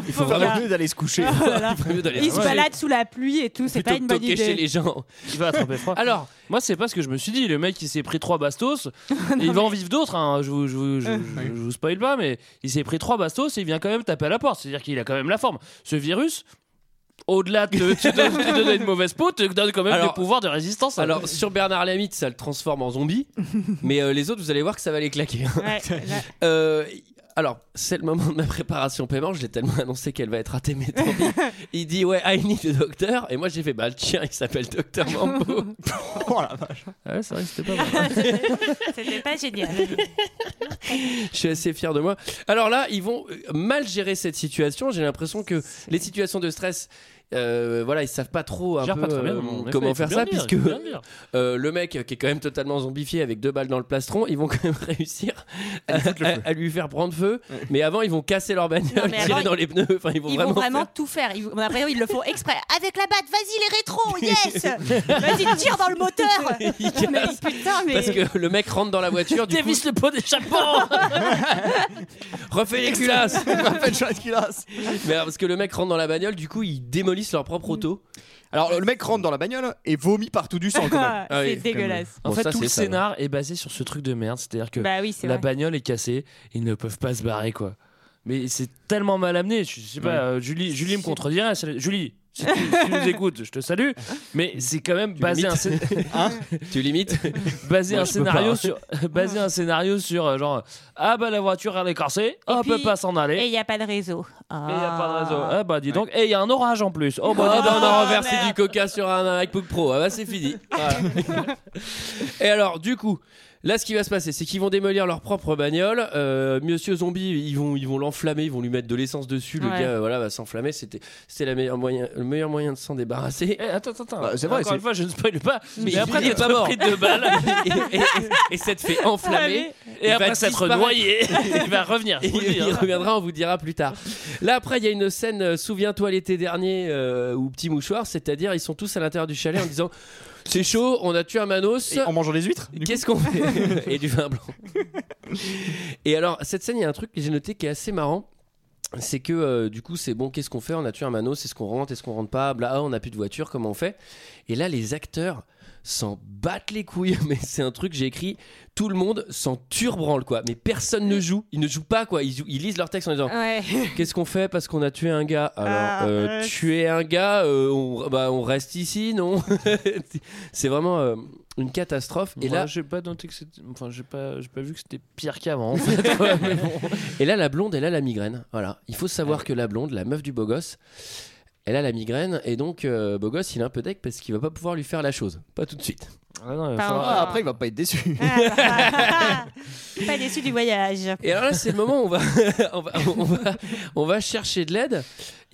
[SPEAKER 2] Il faut
[SPEAKER 7] Vraiment
[SPEAKER 2] vraiment.
[SPEAKER 7] mieux d'aller se coucher.
[SPEAKER 2] Il ferait mieux d'aller
[SPEAKER 6] Il se
[SPEAKER 2] se
[SPEAKER 6] balade sous la pluie et tout, c'est
[SPEAKER 2] plutôt
[SPEAKER 6] pas une
[SPEAKER 2] que
[SPEAKER 6] bonne
[SPEAKER 2] toquer chez
[SPEAKER 6] idée.
[SPEAKER 2] les gens.
[SPEAKER 8] Il va attraper froid.
[SPEAKER 2] Alors,
[SPEAKER 8] Moi, c'est pas ce que je me suis dit. Le mec, il s'est pris trois bastos. il va en vivre d'autres. hein. Je, vous, je, vous, je, vous- je vous spoil pas, mais il s'est pris trois bastos et il vient quand même taper à la porte. C'est-à-dire qu'il a quand même la forme. Ce virus, au-delà de te, tu te- tu te donner une mauvaise peau, te donne quand même
[SPEAKER 2] Alors-
[SPEAKER 8] du pouvoir de résistance.
[SPEAKER 2] alors sur Bernard Lamy, ça le transforme en zombie, mais euh, les autres, vous allez voir que ça va les claquer. hein.
[SPEAKER 6] Ouais, là-
[SPEAKER 2] Euh, alors, c'est le moment de ma préparation paiement. Je l'ai tellement annoncé qu'elle va être ratée, mais tant pis. Il dit Ouais, I need a doctor. Et moi, j'ai fait Bah, le tien, il s'appelle Docteur Mambo.
[SPEAKER 7] Oh la vache.
[SPEAKER 8] Ah Ouais, c'est vrai que c'était pas mal.
[SPEAKER 6] C'était pas génial.
[SPEAKER 2] Je suis assez fier de moi. Alors là, ils vont euh, mal gérer cette situation. J'ai l'impression que les situations de stress. euh, voilà, ils savent pas trop un
[SPEAKER 8] Gère
[SPEAKER 2] peu,
[SPEAKER 8] pas très bien,
[SPEAKER 2] euh,
[SPEAKER 8] en effet,
[SPEAKER 2] comment
[SPEAKER 8] il faut
[SPEAKER 2] faire
[SPEAKER 8] bien
[SPEAKER 2] ça,
[SPEAKER 8] le dire, il
[SPEAKER 2] puisque
[SPEAKER 8] faut bien le dire.
[SPEAKER 2] euh, le mec euh, qui est quand même totalement zombifié avec deux balles dans le plastron, ils vont quand même réussir à, à- à lui faire prendre feu. Mais avant, ils vont casser leur bagnole,
[SPEAKER 6] mais
[SPEAKER 2] tirer
[SPEAKER 6] avant,
[SPEAKER 2] dans les pneus. Enfin, ils vont
[SPEAKER 6] Ils
[SPEAKER 2] vraiment.
[SPEAKER 6] vont vraiment tout faire. Ils, on a l'impression qu'ils le font exprès. Avec la batte, vas-y les rétros, yes Vas-y, tire dans le moteur
[SPEAKER 2] Ils cassent.
[SPEAKER 6] Mais putain, mais.
[SPEAKER 2] Parce que le mec rentre dans la voiture, du coup,
[SPEAKER 8] Dévisse le pot d'échappement
[SPEAKER 2] refait les culasses.
[SPEAKER 7] Faites chose qu'il a.
[SPEAKER 2] Mais alors, parce que le mec rentre dans la bagnole, du coup, ils démolissent leur propre auto.
[SPEAKER 7] Alors le mec rentre dans la bagnole et vomit partout du sang quand même.
[SPEAKER 6] Ah,
[SPEAKER 2] Ah oui,
[SPEAKER 6] c'est dégueulasse.
[SPEAKER 8] En
[SPEAKER 2] Bon,
[SPEAKER 8] fait,
[SPEAKER 2] ça,
[SPEAKER 8] tout
[SPEAKER 2] c'est hein.
[SPEAKER 8] le
[SPEAKER 2] ça, ouais.
[SPEAKER 8] scénar est basé sur ce truc de merde. C'est-à-dire que
[SPEAKER 6] Bah oui, c'est
[SPEAKER 8] la
[SPEAKER 6] vrai.
[SPEAKER 8] bagnole est cassée, ils ne peuvent pas se barrer, quoi. Mais c'est tellement mal amené. Je sais pas, euh, Julie, Julie me contredirait. c'est- Julie, si tu, si tu nous écoutes, je te salue. Mais c'est quand même basé un, scén-
[SPEAKER 2] Tu limites
[SPEAKER 8] basé
[SPEAKER 2] Moi,
[SPEAKER 8] un
[SPEAKER 2] je peux
[SPEAKER 8] scénario
[SPEAKER 2] pas.
[SPEAKER 8] sur basé un scénario sur euh, genre ah bah la voiture elle est cassée, on
[SPEAKER 6] puis-
[SPEAKER 8] peut pas s'en aller.
[SPEAKER 6] Et
[SPEAKER 8] Et
[SPEAKER 6] il n'y a pas de réseau.
[SPEAKER 8] il n'y a pas de réseau. Ah bah dis donc, et il y a un orage en plus. Oh bah
[SPEAKER 2] Ah
[SPEAKER 8] dis
[SPEAKER 2] bah,
[SPEAKER 8] donc,
[SPEAKER 2] on a
[SPEAKER 8] non.
[SPEAKER 2] renversé du coca sur un MacBook Pro. Ah bah c'est fini. Voilà. Et alors, du coup, là, ce qui va se passer, c'est qu'ils vont démolir leur propre bagnole. Euh, Monsieur Zombie, ils vont, ils vont l'enflammer, ils vont lui mettre de l'essence dessus. Le
[SPEAKER 6] Ouais.
[SPEAKER 2] gars, euh, voilà, va s'enflammer. C'était, c'était la meilleure moyen, le meilleur moyen de s'en débarrasser.
[SPEAKER 8] Eh, attends, attends, attends.
[SPEAKER 7] Bah, c'est vrai,
[SPEAKER 8] Encore
[SPEAKER 7] c'est-
[SPEAKER 8] une fois, je ne spoil pas. Mais,
[SPEAKER 2] il
[SPEAKER 8] après,
[SPEAKER 2] est
[SPEAKER 8] t'es
[SPEAKER 2] pas mort.
[SPEAKER 8] pris de deux balles.
[SPEAKER 2] et, et- et- et s'être fait enflammer.
[SPEAKER 8] Et
[SPEAKER 2] Il va
[SPEAKER 8] après s'être
[SPEAKER 2] disparaître.
[SPEAKER 8] noyé, il va revenir.
[SPEAKER 2] Et
[SPEAKER 8] je vous le dis,
[SPEAKER 2] il
[SPEAKER 8] hein.
[SPEAKER 2] reviendra, on vous dira plus tard. Là, après, il y a une scène, euh, souviens-toi l'été dernier, euh, ou petit mouchoir, c'est-à-dire, ils sont tous à l'intérieur du chalet en disant C'est chaud, on a tué un manos.
[SPEAKER 7] Et en mangeant les huîtres. du coup.
[SPEAKER 2] Qu'est-ce qu'on fait Et du vin blanc. Et alors, cette scène, il y a un truc que j'ai noté qui est assez marrant. C'est que euh, du coup, c'est bon, qu'est-ce qu'on fait On a tué un manos, est-ce qu'on rentre, est-ce qu'on rentre pas Bla, ah, on n'a plus de voiture, comment on fait Et là, les acteurs s'en battent les couilles, mais c'est un truc, j'ai écrit, tout le monde s'en turbranle, quoi. Mais personne ne joue, ils ne jouent pas, quoi. Ils, jouent- ils lisent leur texte en disant
[SPEAKER 6] Ouais.
[SPEAKER 2] Qu'est-ce qu'on fait parce qu'on a tué un gars Alors,
[SPEAKER 6] Ah,
[SPEAKER 2] euh,
[SPEAKER 6] euh,
[SPEAKER 2] tuer un gars, euh, on, bah, on reste ici, non C'est vraiment euh, une catastrophe. Et là,
[SPEAKER 8] j'ai pas noté que c'était. Enfin, j'ai pas, j'ai pas vu que c'était pire qu'avant. en fait, quoi, mais bon. Ah
[SPEAKER 2] Et là, la blonde, elle a la migraine. Voilà. Il faut savoir que la blonde, la meuf du beau gosse, elle a la migraine. Et donc, euh, beau gosse, il est un peu deck parce qu'il va pas pouvoir lui faire la chose. Pas tout de suite.
[SPEAKER 8] Ah non, il va
[SPEAKER 6] Pas
[SPEAKER 8] falloir-
[SPEAKER 7] Ah, après il va pas être déçu.
[SPEAKER 6] Ah, bah, pas déçu du voyage.
[SPEAKER 2] Et alors là, c'est le moment où on va, on va, on va, on va chercher de l'aide.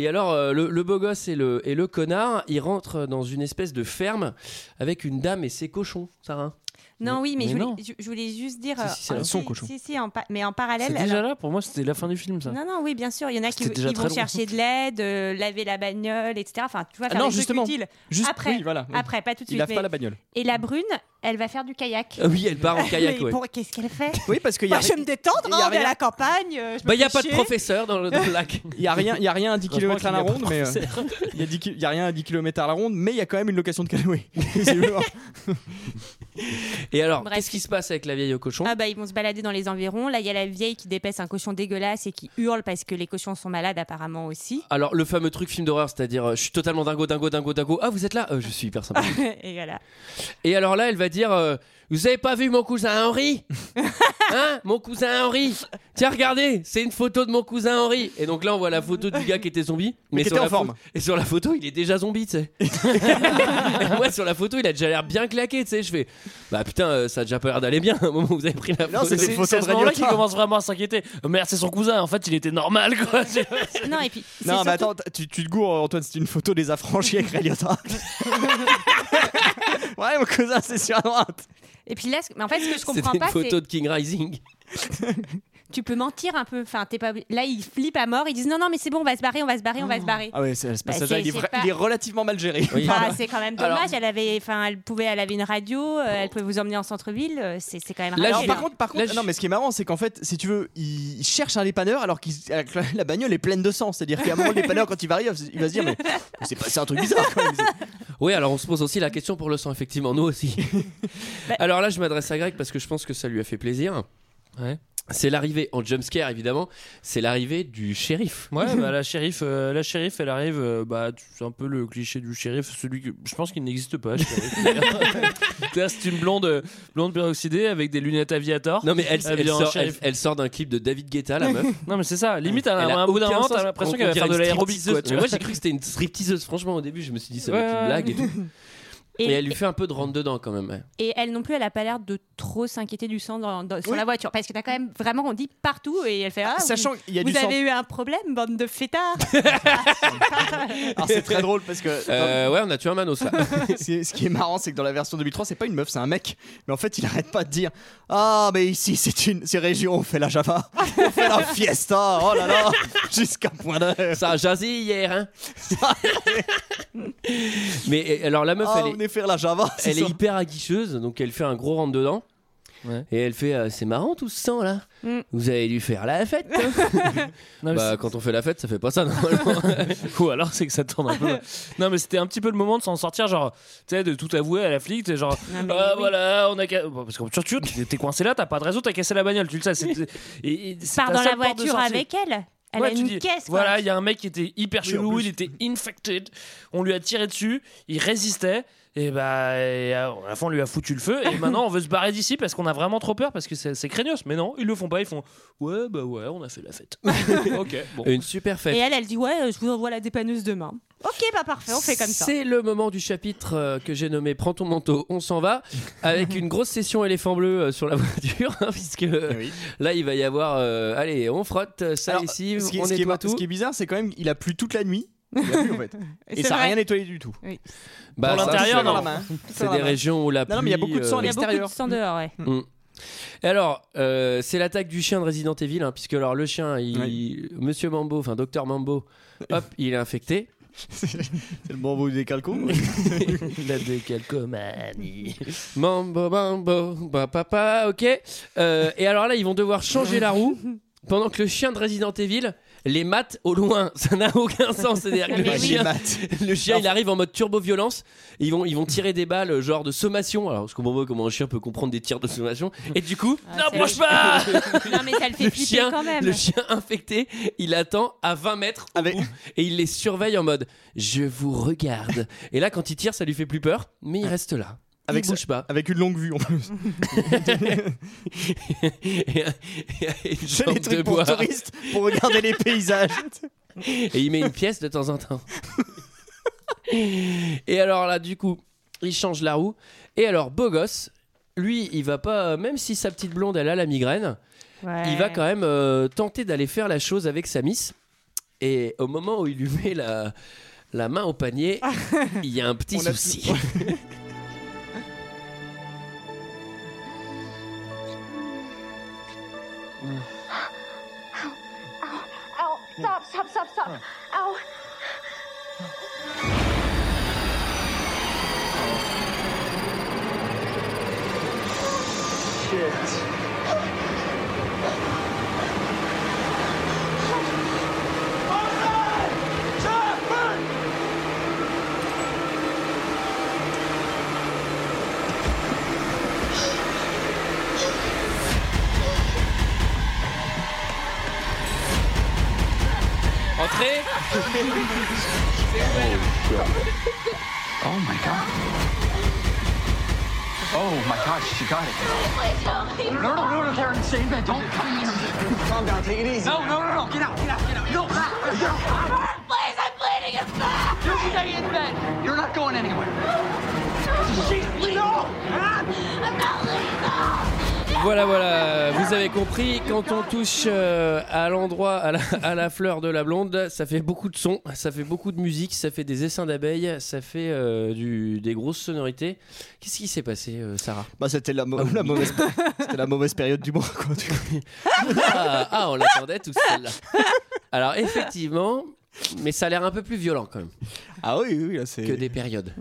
[SPEAKER 2] Et alors, euh, le, le beau gosse et le, et le connard, ils rentrent dans une espèce de ferme avec une dame et ses cochons, Sarah.
[SPEAKER 6] Non, oui, mais,
[SPEAKER 8] mais
[SPEAKER 6] je, voulais,
[SPEAKER 8] non.
[SPEAKER 6] je- je voulais juste dire.
[SPEAKER 2] Si,
[SPEAKER 6] euh,
[SPEAKER 2] si, c'est
[SPEAKER 7] là. Son
[SPEAKER 6] si,
[SPEAKER 7] cochon.
[SPEAKER 6] si, si, en pa- mais en
[SPEAKER 8] C'est
[SPEAKER 6] parallèle.
[SPEAKER 8] déjà
[SPEAKER 6] alors-
[SPEAKER 8] là pour moi, c'était la fin du film, ça.
[SPEAKER 6] Non, non, oui, bien sûr. Il y en a qui,
[SPEAKER 8] C'était déjà
[SPEAKER 6] qui
[SPEAKER 8] très
[SPEAKER 6] vont
[SPEAKER 8] long.
[SPEAKER 6] chercher de l'aide, euh, laver la bagnole, etc. Enfin, tu vois, faire
[SPEAKER 7] non,
[SPEAKER 6] des trucs
[SPEAKER 7] justement.
[SPEAKER 6] utiles.
[SPEAKER 7] Juste
[SPEAKER 6] Après.
[SPEAKER 7] oui, voilà.
[SPEAKER 6] Après, pas tout de
[SPEAKER 7] Il
[SPEAKER 6] suite.
[SPEAKER 7] lave
[SPEAKER 6] mais-
[SPEAKER 7] pas la bagnole.
[SPEAKER 6] Et la brune, elle va faire du kayak.
[SPEAKER 2] Ah Oui, elle part en kayak,
[SPEAKER 6] Mais
[SPEAKER 2] ouais.
[SPEAKER 6] pour- Qu'est-ce qu'elle fait
[SPEAKER 7] Oui parce qu'il y a,
[SPEAKER 6] Moi, je vais me détendre,
[SPEAKER 7] il y
[SPEAKER 6] hein,
[SPEAKER 7] a
[SPEAKER 6] on est à
[SPEAKER 7] rien.
[SPEAKER 6] la campagne. euh, je me
[SPEAKER 2] Bah, il n'y a
[SPEAKER 6] fais
[SPEAKER 2] pas de
[SPEAKER 6] chier.
[SPEAKER 2] professeur dans le, dans le lac.
[SPEAKER 7] il y a rien, il y a rien à 10
[SPEAKER 8] Heureusement
[SPEAKER 7] km à la
[SPEAKER 8] qu'il y a
[SPEAKER 7] ronde, mais euh, il y a 10 ki- il y a rien à 10 km à la ronde, mais il y a quand même une location de canoë. C'est lourd.
[SPEAKER 2] Et alors,
[SPEAKER 6] Bref.
[SPEAKER 2] qu'est-ce qui se passe avec la vieille au cochon
[SPEAKER 6] Ah bah ils vont se balader dans les environs. Là il y a la vieille qui dépaisse un cochon dégueulasse et qui hurle parce que les cochons sont malades apparemment aussi.
[SPEAKER 2] Alors, le fameux truc film d'horreur, c'est-à-dire euh, je suis totalement dingo, dingo, dingo, dingo. Ah, vous êtes là Euh, Je suis hyper sympa.
[SPEAKER 6] et voilà.
[SPEAKER 2] Et alors là, elle va dire euh, Vous avez pas vu mon cousin Henri Hein Mon cousin Henri Tiens, regardez, c'est une photo de mon cousin Henri. Et donc là, on voit la photo du gars qui était zombie.
[SPEAKER 7] qui
[SPEAKER 2] sur
[SPEAKER 7] était en
[SPEAKER 2] la
[SPEAKER 7] forme.
[SPEAKER 2] photo- et sur la photo, il est déjà zombie, tu sais. Moi, sur la photo, il a déjà l'air bien claqué, tu sais. Je fais Bah putain, euh, ça a déjà pas l'air d'aller bien à un moment où vous avez pris la
[SPEAKER 7] Non,
[SPEAKER 2] photo.
[SPEAKER 7] c'est-
[SPEAKER 8] C'est
[SPEAKER 7] photos
[SPEAKER 8] c'est à
[SPEAKER 7] de
[SPEAKER 8] ce moment-là qu'il
[SPEAKER 7] Ragnotta.
[SPEAKER 8] commence vraiment à s'inquiéter. Oh, Merde, c'est son cousin. En fait, il était normal, quoi. C'est-
[SPEAKER 6] Non et puis c'est
[SPEAKER 7] Non, mais
[SPEAKER 6] surtout-
[SPEAKER 7] attends, t- tu, tu te gourres, Antoine, c'est une photo des affranchis avec Rayota. ouais, mon cousin, c'est sur la droite.
[SPEAKER 6] et puis là ce- mais en fait ce que je
[SPEAKER 2] C'était
[SPEAKER 6] comprends
[SPEAKER 2] une
[SPEAKER 6] pas c'est
[SPEAKER 2] photo de King Rising.
[SPEAKER 6] tu peux mentir un peu. Enfin, t'es pas... obli- Là, ils flippent à mort. Ils disent non, non, mais c'est bon, on va se barrer, on va se barrer, on va se barrer.
[SPEAKER 7] Ah ouais, c'est- ce
[SPEAKER 6] Bah,
[SPEAKER 7] passage-là,
[SPEAKER 6] c'est-
[SPEAKER 7] il, est
[SPEAKER 6] c'est
[SPEAKER 7] vra-
[SPEAKER 6] pas-
[SPEAKER 7] il est relativement mal géré.
[SPEAKER 2] Oui.
[SPEAKER 6] Enfin, c'est quand même dommage.
[SPEAKER 2] Alors-
[SPEAKER 6] Elle avait, enfin, elle pouvait, elle avait une radio. euh, elle pouvait vous emmener en centre-ville. euh, C'est c'est quand même.
[SPEAKER 2] Là,
[SPEAKER 6] raté,
[SPEAKER 7] Alors,
[SPEAKER 2] j'ai-
[SPEAKER 7] par contre, par contre
[SPEAKER 2] là, je-
[SPEAKER 7] non, mais ce qui est marrant, c'est qu'en fait, si tu veux, il il cherche un dépanneur alors que la bagnole est pleine de sang. C'est-à-dire qu'à un moment, le dépanneur, quand il va arriver, il va se dire Mais c'est passé un truc bizarre quand même.
[SPEAKER 6] Ah
[SPEAKER 2] Oui, alors on se pose aussi la question pour le sang, effectivement, nous aussi.
[SPEAKER 6] Bah-
[SPEAKER 2] alors là, je m'adresse à Greg parce que je pense que ça lui a fait plaisir.
[SPEAKER 8] Ouais.
[SPEAKER 2] C'est l'arrivée, en jumpscare évidemment, c'est l'arrivée du shérif.
[SPEAKER 8] Ouais, bah, la shérif, euh, la shérif, elle arrive. euh, bah, c'est un peu le cliché du shérif, celui que je pense qu'il n'existe pas. shérif, d'ailleurs. D'ailleurs, c'est une blonde, euh, blonde peroxydée avec des lunettes aviator.
[SPEAKER 2] Non mais elle,
[SPEAKER 8] Ah,
[SPEAKER 2] elle
[SPEAKER 8] bien,
[SPEAKER 2] sort, elle,
[SPEAKER 8] shérif.
[SPEAKER 2] elle sort d'un clip de David Guetta, la meuf.
[SPEAKER 8] Non, mais c'est ça. Limite,
[SPEAKER 2] Elle
[SPEAKER 8] à
[SPEAKER 2] a
[SPEAKER 8] un bout d'un
[SPEAKER 2] aucun
[SPEAKER 8] moment,
[SPEAKER 2] sens.
[SPEAKER 8] t'as l'impression
[SPEAKER 2] On-
[SPEAKER 8] qu'elle
[SPEAKER 2] on
[SPEAKER 8] va faire de
[SPEAKER 2] dirait une
[SPEAKER 8] l'aérobie.
[SPEAKER 2] stripteaseuse, tu vois. Moi, j'ai cru que c'était une stripteaseuse. Franchement, au début, je me suis dit, ça va être une
[SPEAKER 8] Ouais.
[SPEAKER 2] blague et tout.
[SPEAKER 6] Et,
[SPEAKER 2] Et elle lui fait un peu de rentre dedans quand même. ouais.
[SPEAKER 6] et elle non plus, elle a pas l'air de trop s'inquiéter du sang dans, dans- sur
[SPEAKER 7] Oui.
[SPEAKER 6] la voiture, parce que t'as quand même vraiment on dit partout et elle fait. Ah,
[SPEAKER 7] Sachant qu'il y a
[SPEAKER 6] vous,
[SPEAKER 7] du
[SPEAKER 6] vous
[SPEAKER 7] sang.
[SPEAKER 6] avez eu un problème, bande de fêtards.
[SPEAKER 7] Alors, c'est très drôle parce que
[SPEAKER 2] Euh, ouais, on a tué un manos là.
[SPEAKER 7] C'est- ce qui est marrant, c'est que dans la version 2003, c'est pas une meuf, c'est un mec. Mais en fait, il arrête pas de dire Ah, mais ici, c'est une c'est région, on fait la Java, on fait la fiesta, oh là là, jusqu'à point d'heure.
[SPEAKER 2] Ça a jasé hier, hein. mais et- alors la meuf,
[SPEAKER 7] Ah,
[SPEAKER 2] elle est,
[SPEAKER 7] on est faire la Java. c'est
[SPEAKER 2] elle
[SPEAKER 7] ça.
[SPEAKER 2] est hyper aguicheuse, donc elle fait un gros rentre dedans.
[SPEAKER 8] Ouais.
[SPEAKER 2] Et elle fait, euh, c'est marrant tout ce sang là.
[SPEAKER 6] Mm.
[SPEAKER 2] Vous avez dû faire la fête. hein.
[SPEAKER 8] Non, mais
[SPEAKER 2] bah quand on fait la fête, ça fait pas ça normalement.
[SPEAKER 8] c'est- Ou alors, c'est que ça tourne un peu. non, mais c'était un petit peu le moment de s'en sortir, genre, tu sais, de tout avouer à la flic. t'es genre,
[SPEAKER 6] Non, mais
[SPEAKER 8] ah
[SPEAKER 6] oui.
[SPEAKER 8] voilà, on a. ca- Bon, Parce que tu- tu tu- t'es coincé là, t'as pas de réseau, t'as cassé la bagnole, tu le sais. c'est- et- et c'est
[SPEAKER 6] Part
[SPEAKER 8] ta
[SPEAKER 6] dans la
[SPEAKER 8] seule porte de
[SPEAKER 6] voiture
[SPEAKER 8] sortie.
[SPEAKER 6] avec elle. Elle
[SPEAKER 8] Ouais,
[SPEAKER 6] a
[SPEAKER 8] tu
[SPEAKER 6] une
[SPEAKER 8] dis,
[SPEAKER 6] caisse. quoi.
[SPEAKER 8] Voilà, il y a un mec qui était hyper
[SPEAKER 7] Oui, en
[SPEAKER 8] chelou,
[SPEAKER 7] plus.
[SPEAKER 8] il était infected. On lui a tiré dessus, il résistait. Et bah, et à à la fin, on lui a foutu le feu. Et maintenant, on veut se barrer d'ici parce qu'on a vraiment trop peur, parce que c'est c'est craignos. Mais non, ils le font pas. Ils font Ouais, bah ouais, on a fait la fête. ok, bon.
[SPEAKER 2] Une super fête.
[SPEAKER 6] Et elle, elle dit ouais, euh, je vous envoie la dépanneuse demain. Ok, bah parfait, on fait comme ça.
[SPEAKER 2] C'est le moment du chapitre euh, que j'ai nommé Prends ton manteau, on s'en va, avec une grosse session éléphant bleu euh, sur la voiture, hein, puisque euh,
[SPEAKER 7] Eh oui.
[SPEAKER 2] là il va y avoir, euh, allez, on frotte, euh, ça
[SPEAKER 7] Alors,
[SPEAKER 2] lessive,
[SPEAKER 7] ce, qui,
[SPEAKER 2] on
[SPEAKER 7] ce qui est,
[SPEAKER 2] nettoie
[SPEAKER 7] mar-
[SPEAKER 2] tout.
[SPEAKER 7] ce qui est bizarre, c'est quand même il a plu toute la nuit. Il a plu, en fait. Et
[SPEAKER 6] C'est
[SPEAKER 7] ça a
[SPEAKER 6] vrai.
[SPEAKER 7] rien nettoyé du tout.
[SPEAKER 2] Bah,
[SPEAKER 8] Pour
[SPEAKER 2] ça,
[SPEAKER 8] l'intérieur,
[SPEAKER 2] c'est-
[SPEAKER 8] non.
[SPEAKER 2] C'est des régions où la pluie.
[SPEAKER 7] Non, non, mais il y a beaucoup de sang,
[SPEAKER 2] euh,
[SPEAKER 6] Il y a beaucoup de
[SPEAKER 7] l'extérieur.
[SPEAKER 6] sang dehors, ouais.
[SPEAKER 8] Mmh.
[SPEAKER 2] Et alors, euh, c'est l'attaque du chien de Resident Evil, hein, puisque alors le chien, il...
[SPEAKER 7] Oui.
[SPEAKER 2] Monsieur Mambo, enfin Docteur Mambo, hop, il est infecté.
[SPEAKER 7] C'est le bon bout des calcos.
[SPEAKER 8] La décalcomanie.
[SPEAKER 2] Mambo, Mambo, bah, papa, ok. Euh, et alors là, ils vont devoir changer la roue pendant que le chien de Resident Evil les mate au loin. Ça n'a aucun sens. C'est-à-dire que
[SPEAKER 6] Mais
[SPEAKER 2] le
[SPEAKER 6] oui.
[SPEAKER 2] chien, le chien, il arrive en mode turbo-violence. Ils vont, ils vont tirer des balles, genre de sommation. Alors, je comprends pas comment un chien peut comprendre des tirs de sommation. Et du coup,
[SPEAKER 6] Ah, c'est-
[SPEAKER 2] n'approche pas
[SPEAKER 6] Non, mais ça le fait
[SPEAKER 2] Le
[SPEAKER 6] flipper
[SPEAKER 2] chien,
[SPEAKER 6] quand même.
[SPEAKER 2] Le chien infecté, il attend à 20 mètres au
[SPEAKER 7] Avec-
[SPEAKER 2] bout et il les surveille en mode je vous regarde. et là, quand il tire, ça lui fait plus peur, mais il reste là.
[SPEAKER 7] Avec
[SPEAKER 2] il bouge pas.
[SPEAKER 7] Avec une longue vue en plus.
[SPEAKER 2] et, et une
[SPEAKER 7] C'est
[SPEAKER 2] jambe
[SPEAKER 7] Ah. les
[SPEAKER 2] de
[SPEAKER 7] trucs pour
[SPEAKER 2] bois.
[SPEAKER 7] touristes pour regarder les paysages.
[SPEAKER 2] Et il met une pièce de temps en temps. et alors là, du coup, il change la roue. Et alors, beau gosse, lui, il va pas, même si sa petite blonde, elle a la migraine,
[SPEAKER 6] Ouais.
[SPEAKER 2] il va quand même euh, tenter d'aller faire la chose avec sa miss. Et au moment où il lui met la, la main au panier, il y a un petit
[SPEAKER 7] On a-
[SPEAKER 2] souci.
[SPEAKER 10] Ow, stop, stop, stop, stop. Ow.
[SPEAKER 2] Entrez
[SPEAKER 3] Calm down, take it easy. No, no,
[SPEAKER 10] Please, I'm bleeding. It's bad. You stay in bed. You're not going anywhere. She's bleeding. I'm not leaving.
[SPEAKER 2] Voilà, voilà, vous avez compris, quand on touche euh, à l'endroit, à la, à la fleur de la blonde, ça fait beaucoup de sons, ça fait beaucoup de musique, ça fait des essaims d'abeilles, ça fait euh, du, des grosses sonorités. Qu'est-ce qui s'est passé, euh, Sarah
[SPEAKER 7] Bah, c'était la, mo- la mauvaise... c'était la mauvaise période du mois, quoi. du coup.
[SPEAKER 2] ah, ah, on l'attendait tous celle-là. Alors, effectivement, mais ça a l'air un peu plus violent quand même
[SPEAKER 7] Ah oui, oui, oui, là, c'est.
[SPEAKER 2] que des périodes.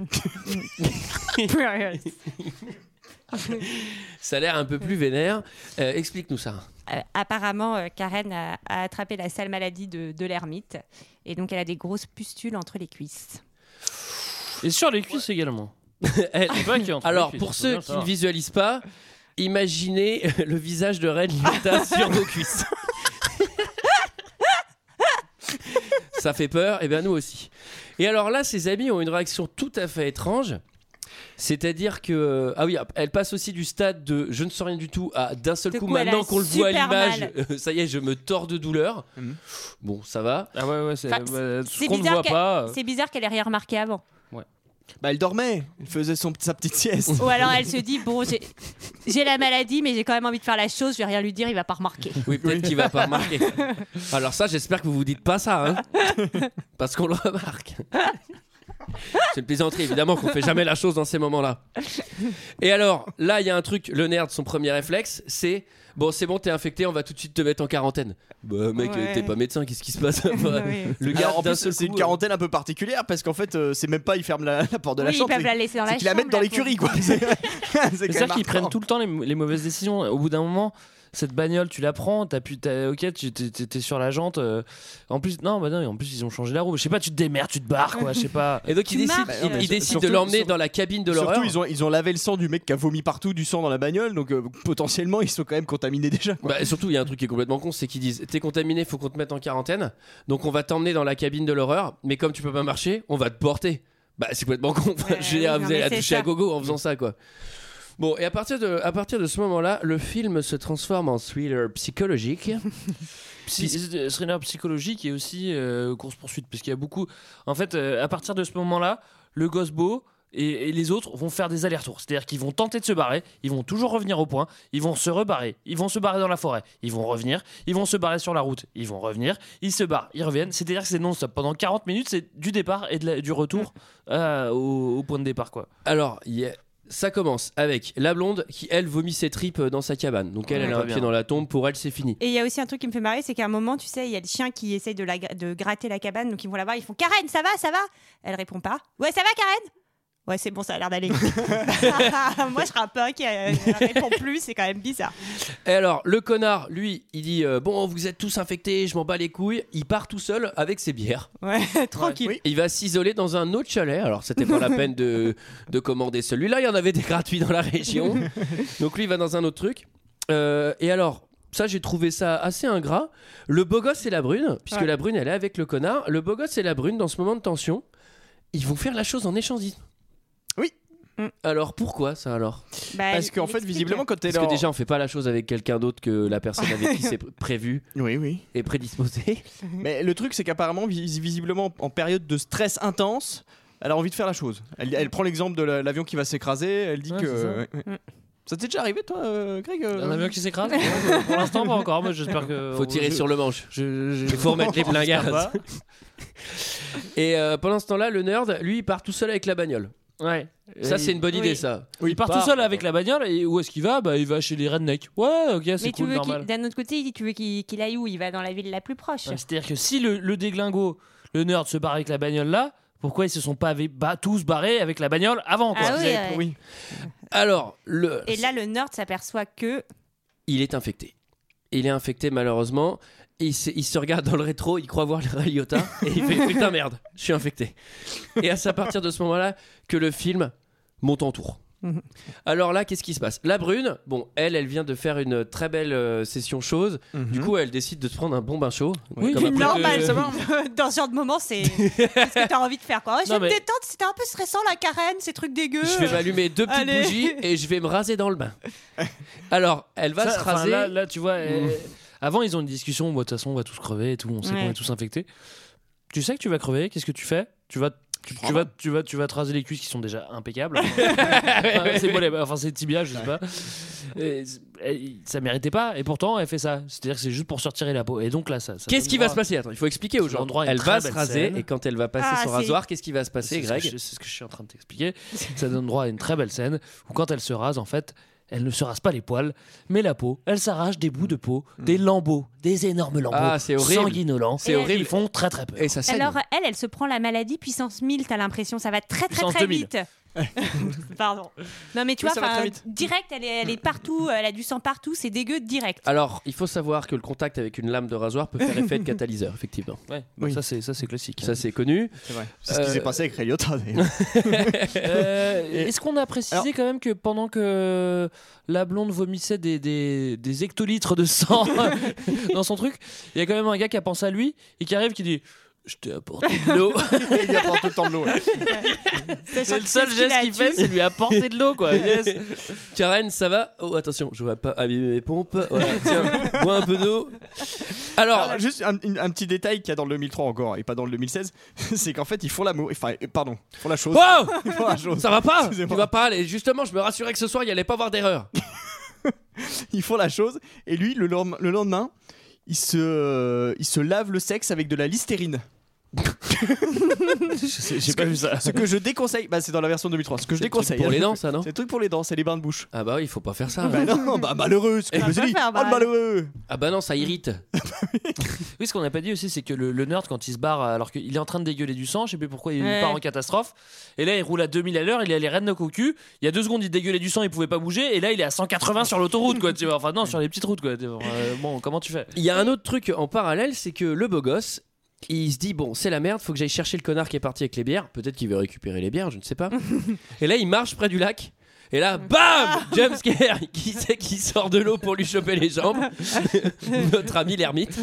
[SPEAKER 2] Ça a l'air un peu plus vénère. Euh, Explique-nous ça.
[SPEAKER 6] Euh, apparemment, euh, Karen a, a attrapé la sale maladie de, de l'ermite. Et donc, elle a des grosses pustules entre les cuisses.
[SPEAKER 8] Et sur les cuisses également.
[SPEAKER 2] Elle-
[SPEAKER 8] C'est pas qu'il y a entre
[SPEAKER 2] Alors,
[SPEAKER 8] les cuisses,
[SPEAKER 2] pour
[SPEAKER 8] c'est
[SPEAKER 2] ceux
[SPEAKER 8] bien
[SPEAKER 2] qui
[SPEAKER 8] ça.
[SPEAKER 2] ne visualisent pas, imaginez euh, le visage de Red Liotta sur nos cuisses. Ça fait peur, et bien nous aussi. Et alors là, ses amis ont une réaction tout à fait étrange. C'est-à-dire que. Ah oui, elle passe aussi du stade de je ne sais rien du tout à d'un seul
[SPEAKER 6] De
[SPEAKER 2] coup,
[SPEAKER 6] coup, elle a
[SPEAKER 2] maintenant qu'on le voit à
[SPEAKER 6] super
[SPEAKER 2] l'image,
[SPEAKER 6] mal.
[SPEAKER 2] euh, ça y est, je me tords de douleur.
[SPEAKER 7] Mhm.
[SPEAKER 2] Bon, ça va.
[SPEAKER 8] Ah ouais, ouais, c'est.
[SPEAKER 6] Enfin,
[SPEAKER 8] bah, ce
[SPEAKER 6] c'est
[SPEAKER 8] qu'on ne
[SPEAKER 6] bizarre
[SPEAKER 8] voit
[SPEAKER 6] qu'elle-
[SPEAKER 8] pas. euh,
[SPEAKER 6] C'est bizarre qu'elle ait rien remarqué avant.
[SPEAKER 7] Bah, elle dormait. Elle faisait son, sa petite sieste.
[SPEAKER 6] Ou alors, elle se dit Bon, j'ai- j'ai la maladie, mais j'ai quand même envie de faire la chose, je vais rien lui dire, il va pas remarquer.
[SPEAKER 2] Oui, peut-être qu'il va pas remarquer. Alors ça, j'espère que vous vous dites pas ça, hein parce qu'on le remarque. C'est une plaisanterie, évidemment, qu'on fait jamais la chose dans ces moments-là. Et alors, là, il y a un truc, le nerf de son premier réflexe, c'est bon, c'est bon, t'es infecté, on va tout de suite te mettre en quarantaine. Bah, mec,
[SPEAKER 6] Ouais.
[SPEAKER 2] t'es pas médecin, qu'est-ce qui se passe
[SPEAKER 6] Oui.
[SPEAKER 2] Le gars,
[SPEAKER 7] Alors, en
[SPEAKER 2] d'un
[SPEAKER 7] plus,
[SPEAKER 2] seul
[SPEAKER 7] c'est une
[SPEAKER 2] coup, euh.
[SPEAKER 7] quarantaine un peu particulière parce qu'en fait, euh, c'est même pas ils ferment la, la porte de la
[SPEAKER 6] oui, ils
[SPEAKER 7] chambre.
[SPEAKER 6] peuvent
[SPEAKER 7] c'est-
[SPEAKER 6] la laisser dans la
[SPEAKER 7] C'est
[SPEAKER 6] chambre.
[SPEAKER 7] qu'ils la mettent dans
[SPEAKER 6] la
[SPEAKER 7] l'écurie,
[SPEAKER 6] pauvre.
[SPEAKER 7] quoi. C'est c'est quand
[SPEAKER 8] C'est ça
[SPEAKER 7] même
[SPEAKER 8] qu'ils prennent
[SPEAKER 7] hardcore.
[SPEAKER 8] tout le temps les, mou- les mauvaises décisions. Au bout d'un moment, cette bagnole, tu la prends, t'appuies, t'as- ok, tu t'es- t'es t'es sur la jante. euh, en plus, non, bah non, en plus ils ont changé la roue. Je sais pas, tu te démerdes, tu te barres, quoi. Je sais pas.
[SPEAKER 2] Et donc, il
[SPEAKER 6] Tu
[SPEAKER 2] décide,
[SPEAKER 6] marches.
[SPEAKER 2] il- il
[SPEAKER 7] Bah, non, mais
[SPEAKER 2] décide
[SPEAKER 7] surtout-
[SPEAKER 2] de l'emmener
[SPEAKER 7] surtout-
[SPEAKER 2] dans la cabine de l'horreur.
[SPEAKER 7] Surtout, ils ont, ils ont lavé le sang du mec qui a vomi partout du sang dans la bagnole, donc euh, potentiellement ils sont quand même contaminés déjà. quoi.
[SPEAKER 2] Bah, et surtout, il y a un truc qui est complètement con, c'est qu'ils disent T'es contaminé, faut qu'on te mette en quarantaine. Donc, on va t'emmener dans la cabine de l'horreur, mais comme tu peux pas marcher, on va te porter. Bah, c'est complètement con. Enfin,
[SPEAKER 6] Ouais,
[SPEAKER 2] je veux dire,
[SPEAKER 6] oui,
[SPEAKER 2] vous
[SPEAKER 6] non,
[SPEAKER 2] allez
[SPEAKER 6] mais
[SPEAKER 2] la
[SPEAKER 6] c'est
[SPEAKER 2] toucher à
[SPEAKER 6] ça.
[SPEAKER 2] gogo en faisant ça, quoi. Bon, et à partir de, à partir de ce moment-là, le film se transforme en thriller psychologique.
[SPEAKER 8] Psy- euh, Thriller psychologique et aussi euh, course poursuite, parce qu'il y a beaucoup. En fait, euh, à partir de ce moment-là, le gosse beau. Et, et les autres vont faire des allers-retours. C'est-à-dire qu'ils vont tenter de se barrer, ils vont toujours revenir au point, ils vont se rebarrer, ils vont se barrer dans la forêt, ils vont revenir, ils vont se barrer sur la route, ils vont revenir, ils se barrent, ils reviennent. C'est-à-dire que c'est non-stop. Pendant 40 minutes, c'est du départ et de la- du retour euh, au, au point de départ. quoi.
[SPEAKER 2] Alors, il y a- ça commence avec la blonde qui, elle, vomit ses tripes dans sa cabane. Donc, elle,
[SPEAKER 8] Ouais,
[SPEAKER 2] elle a
[SPEAKER 8] pas
[SPEAKER 2] un pied
[SPEAKER 8] bien.
[SPEAKER 2] dans la tombe, pour elle, c'est fini.
[SPEAKER 6] Et il y a aussi un truc qui me fait marrer, c'est qu'à un moment, tu sais, il y a le chien qui essaye de, la, gra- de gratter la cabane, donc ils vont la voir, ils font Karen, ça va, ça va Elle répond pas. Ouais, ça va, Karen Ouais, c'est bon, ça a l'air d'aller. Moi, je serais un peu inquiet. Elle elle répond plus, c'est quand même bizarre.
[SPEAKER 2] Et alors, le connard, lui, il dit euh, Bon, vous êtes tous infectés, je m'en bats les couilles. Il part tout seul avec ses bières.
[SPEAKER 6] Ouais, tranquille.
[SPEAKER 2] Et Il va s'isoler dans un autre chalet. Alors, c'était pas la peine de, de commander celui-là. Il y en avait des gratuits dans la région. Donc, lui, il va dans un autre truc. Euh, et alors, ça, j'ai trouvé ça assez ingrat. Le beau gosse et la brune, puisque
[SPEAKER 6] Ouais.
[SPEAKER 2] la brune, elle est avec le connard. Le beau gosse et la brune, dans ce moment de tension, ils vont faire la chose en échangisme.
[SPEAKER 7] Oui.
[SPEAKER 6] Mm.
[SPEAKER 2] Alors, pourquoi ça alors
[SPEAKER 6] Bah,
[SPEAKER 7] Parce
[SPEAKER 6] il-
[SPEAKER 7] qu'en
[SPEAKER 6] il
[SPEAKER 7] fait,
[SPEAKER 6] explique.
[SPEAKER 7] visiblement, quand t'es
[SPEAKER 2] Parce
[SPEAKER 7] leur-
[SPEAKER 2] que déjà, on fait pas la chose avec quelqu'un d'autre que la personne avec qui c'est pr- prévu
[SPEAKER 7] Oui, oui.
[SPEAKER 2] et prédisposé.
[SPEAKER 6] Mhm.
[SPEAKER 7] Mais le truc, c'est qu'apparemment, vis- visiblement, en période de stress intense, elle a envie de faire la chose. Elle, elle prend l'exemple de la- l'avion qui va s'écraser, elle dit
[SPEAKER 8] Ouais,
[SPEAKER 7] que.
[SPEAKER 8] c'est ça.
[SPEAKER 7] ouais,
[SPEAKER 6] Mm.
[SPEAKER 7] ouais. Ça t'est déjà arrivé, toi, euh, Greg euh,
[SPEAKER 8] Un avion qui s'écrase Pour l'instant, pas encore, mais j'espère que.
[SPEAKER 2] Faut tirer
[SPEAKER 8] je-
[SPEAKER 2] sur le manche.
[SPEAKER 8] Je, je-
[SPEAKER 2] Il faut remettre les
[SPEAKER 8] j'espère
[SPEAKER 2] blingards.
[SPEAKER 8] pas.
[SPEAKER 2] Et euh, pendant ce temps-là, le nerd, lui, il part tout seul avec la bagnole.
[SPEAKER 8] Ouais.
[SPEAKER 2] Ça,
[SPEAKER 8] Et-
[SPEAKER 2] c'est une bonne
[SPEAKER 6] oui.
[SPEAKER 2] idée, ça.
[SPEAKER 8] il part tout seul avec la bagnole et où est-ce qu'il va Bah il va chez les rednecks. Ouais, ok,
[SPEAKER 6] Mais
[SPEAKER 8] c'est
[SPEAKER 6] tu
[SPEAKER 8] cool,
[SPEAKER 6] veux qu'il-
[SPEAKER 8] normal.
[SPEAKER 6] d'un autre côté, il dit, tu veux qu'il qu'il aille où Il va dans la ville la plus proche.
[SPEAKER 8] Ouais, C'est-à-dire que si le, le déglingo, le nerd se barre avec la bagnole là, pourquoi ils se sont pas ave- ba- tous barrés avec la bagnole avant quoi
[SPEAKER 6] Ah oui, ouais.
[SPEAKER 7] Oui.
[SPEAKER 2] Alors, le,
[SPEAKER 6] Et là, le nerd s'aperçoit que.
[SPEAKER 2] il est infecté. Il est infecté, malheureusement. Il se, il se regarde dans le rétro, il croit voir les Raliotas et il fait Putain, merde, je suis infecté. Et c'est à partir de ce moment-là que le film monte en tour.
[SPEAKER 6] Mhm.
[SPEAKER 2] Alors là, qu'est-ce qui se passe La brune, bon, elle, elle vient de faire une très belle euh, session chose. Du coup, elle décide de se prendre un bon bain chaud.
[SPEAKER 8] Oui,
[SPEAKER 2] Comme
[SPEAKER 8] mais
[SPEAKER 2] un peu de-
[SPEAKER 6] Mhm. normal, dans ce genre de moment, c'est c'est ce que t'as envie de faire. Quoi. Oh, je
[SPEAKER 8] Non,
[SPEAKER 6] vais me
[SPEAKER 8] mais-
[SPEAKER 6] détendre, c'était un peu stressant la Karen, ces trucs dégueux.
[SPEAKER 2] Je vais m'allumer deux petites
[SPEAKER 6] Allez.
[SPEAKER 2] bougies et je vais me raser dans le bain. Alors, elle va
[SPEAKER 8] Ça,
[SPEAKER 2] se
[SPEAKER 8] enfin,
[SPEAKER 2] raser. Mmh.
[SPEAKER 8] Là, là, tu vois, euh, avant ils ont une discussion, Bon, de toute façon on va tous crever et tout, on sait
[SPEAKER 6] Ouais.
[SPEAKER 8] qu'on est tous infectés. Tu sais que tu vas crever, qu'est-ce que tu fais Tu vas... Tu, tu vas, tu, vas, tu vas te raser les cuisses qui sont déjà impeccables. Enfin, c'est moi les- enfin, c'est tibia, je sais pas. Et elle- ça méritait pas, et pourtant elle fait ça. C'est-à-dire que c'est juste pour se retirer la peau. Et donc là, ça. ça
[SPEAKER 2] Qu'est-ce
[SPEAKER 8] donne
[SPEAKER 2] qui va
[SPEAKER 8] droit-
[SPEAKER 2] se passer Attends, il faut expliquer aux gens.
[SPEAKER 8] L'endroit est
[SPEAKER 2] Elle
[SPEAKER 8] très
[SPEAKER 2] va se
[SPEAKER 8] belle
[SPEAKER 2] raser
[SPEAKER 8] scène.
[SPEAKER 2] et quand elle va passer
[SPEAKER 6] Ah,
[SPEAKER 2] son
[SPEAKER 6] c'est-
[SPEAKER 2] rasoir, qu'est-ce qui va se
[SPEAKER 8] C'est
[SPEAKER 2] passer,
[SPEAKER 8] ce que
[SPEAKER 2] Greg
[SPEAKER 8] je- C'est ce que je suis en train de t'expliquer. ça donne droit à une très belle scène où quand elle se rase, en fait, elle ne se rase pas les poils, mais la peau. Elle s'arrache des bouts de peau, des lambeaux, des énormes lambeaux
[SPEAKER 2] Mm. Ah, c'est horrible.
[SPEAKER 8] sanguinolents.
[SPEAKER 2] C'est
[SPEAKER 8] Et
[SPEAKER 2] horrible.
[SPEAKER 8] Ils font très très peur.
[SPEAKER 2] Et ça saigne.
[SPEAKER 6] Alors, elle, elle se prend la maladie puissance 1000, t'as l'impression, ça va très très
[SPEAKER 8] Puissance
[SPEAKER 6] très
[SPEAKER 8] 2000.
[SPEAKER 6] vite. Pardon. Non, mais tu
[SPEAKER 7] Oui, ça
[SPEAKER 6] vois,
[SPEAKER 7] va
[SPEAKER 6] enfin,
[SPEAKER 7] très vite.
[SPEAKER 6] direct, elle est, elle est partout, euh, elle a du sang partout, c'est dégueu direct.
[SPEAKER 2] Alors, il faut savoir que le contact avec une lame de rasoir peut faire effet de catalyseur, effectivement.
[SPEAKER 8] Ouais, bah,
[SPEAKER 7] Oui.
[SPEAKER 8] Ça c'est ça c'est classique.
[SPEAKER 2] Ça, c'est connu.
[SPEAKER 7] C'est vrai. C'est
[SPEAKER 2] ce qui
[SPEAKER 7] ce qui
[SPEAKER 2] Euh, s'est
[SPEAKER 7] s'est passé avec Ray
[SPEAKER 8] Euh,
[SPEAKER 7] Et-
[SPEAKER 8] Est-ce qu'on a précisé
[SPEAKER 7] Alors-
[SPEAKER 8] quand même que pendant que la blonde vomissait des, des, des hectolitres de sang dans son truc, il y a quand même un gars qui a pensé à lui et qui arrive qui dit Je t'ai apporté de l'eau.
[SPEAKER 7] Il apporte tout le temps de l'eau.
[SPEAKER 8] C'est le seul geste qu'il fait, c'est lui apporter de l'eau quoi. Yes.
[SPEAKER 2] Karen, ça va Oh, attention, je voudrais pas abîmer mes pompes. Voilà, tiens, bois un peu d'eau. Alors,
[SPEAKER 7] Alors, juste un, une- un petit détail qu'il y a dans le 2003 encore et pas dans le 2016, c'est qu'en fait, ils font l'amour. Enfin, euh, pardon, ils font la chose.
[SPEAKER 2] wow
[SPEAKER 7] Ils font la chose.
[SPEAKER 2] Ça va pas Tu
[SPEAKER 7] Excusez-moi.
[SPEAKER 2] vas pas aller. Justement, je me rassurais que ce soir, il y allait pas avoir d'erreur.
[SPEAKER 7] Ils font la chose. Et lui, le, lorm- le lendemain, il se, euh, il se lave le sexe avec de la listérine.
[SPEAKER 8] J'ai pas vu ça.
[SPEAKER 7] Ce que je déconseille, bah, c'est dans la version 2003. Ce que je
[SPEAKER 2] C'est le truc
[SPEAKER 7] déconseille.
[SPEAKER 2] Pour
[SPEAKER 7] hein.
[SPEAKER 2] les dents, ça, non
[SPEAKER 7] C'est le truc pour les dents, c'est les bains de bouche.
[SPEAKER 2] Ah bah oui, il faut pas faire ça.
[SPEAKER 7] Bah non, bah malheureux, ce que je me suis
[SPEAKER 6] pas
[SPEAKER 7] dit.
[SPEAKER 6] faire,
[SPEAKER 7] Oh le
[SPEAKER 6] bah.
[SPEAKER 7] malheureux
[SPEAKER 2] Ah bah non, ça irrite.
[SPEAKER 8] Oui, ce qu'on n'a pas dit aussi, c'est que le, le nerd, quand il se barre, alors qu'il est en train de dégueuler du sang, je sais plus pourquoi il
[SPEAKER 6] Ouais.
[SPEAKER 8] part en catastrophe, et là il roule à 2000 à l'heure, il a les rênes de cocu, il y a deux secondes il dégueulait du sang, il pouvait pas bouger, et là il est à 180 sur l'autoroute, quoi, tu vois, enfin non, sur les petites routes, quoi. tu vois. Euh, bon, comment tu fais
[SPEAKER 2] Il y a un autre truc en parallèle, c'est que le beau gosse, il se dit bon, c'est la merde, faut que j'aille chercher le connard qui est parti avec les bières. Peut-être qu'il veut récupérer les bières, je ne sais pas. et là, il marche près du lac. Et là, bam Jumpscare Qui c'est qui sort de l'eau pour lui choper les jambes Notre ami l'ermite.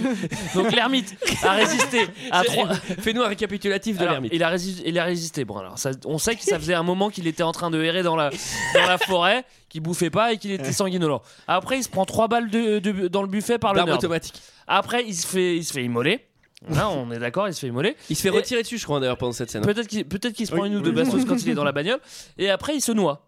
[SPEAKER 8] Donc l'ermite a résisté à trois.
[SPEAKER 2] Fais-nous un récapitulatif de
[SPEAKER 8] Alors,
[SPEAKER 2] l'ermite.
[SPEAKER 8] il, a résisté, il a résisté. Bon, alors, ça- on sait que ça faisait un moment qu'il était en train de errer dans la, dans la forêt, qu'il bouffait pas et qu'il était sanguinolent. Après, il se prend trois balles de, de- dans le buffet par le
[SPEAKER 2] D'arme
[SPEAKER 8] nerd.
[SPEAKER 2] automatique.
[SPEAKER 8] Après, il se fait, il se fait immoler. Là, on est d'accord, il se fait immoler.
[SPEAKER 2] Il se fait
[SPEAKER 8] Et-
[SPEAKER 2] retirer dessus, je crois, d'ailleurs, pendant cette scène.
[SPEAKER 8] Peut-être qu'il peut qu'il se prend
[SPEAKER 7] Oui,
[SPEAKER 8] une ou deux
[SPEAKER 7] oui.
[SPEAKER 8] bastos quand il est dans la bagnole. Et après, il se noie.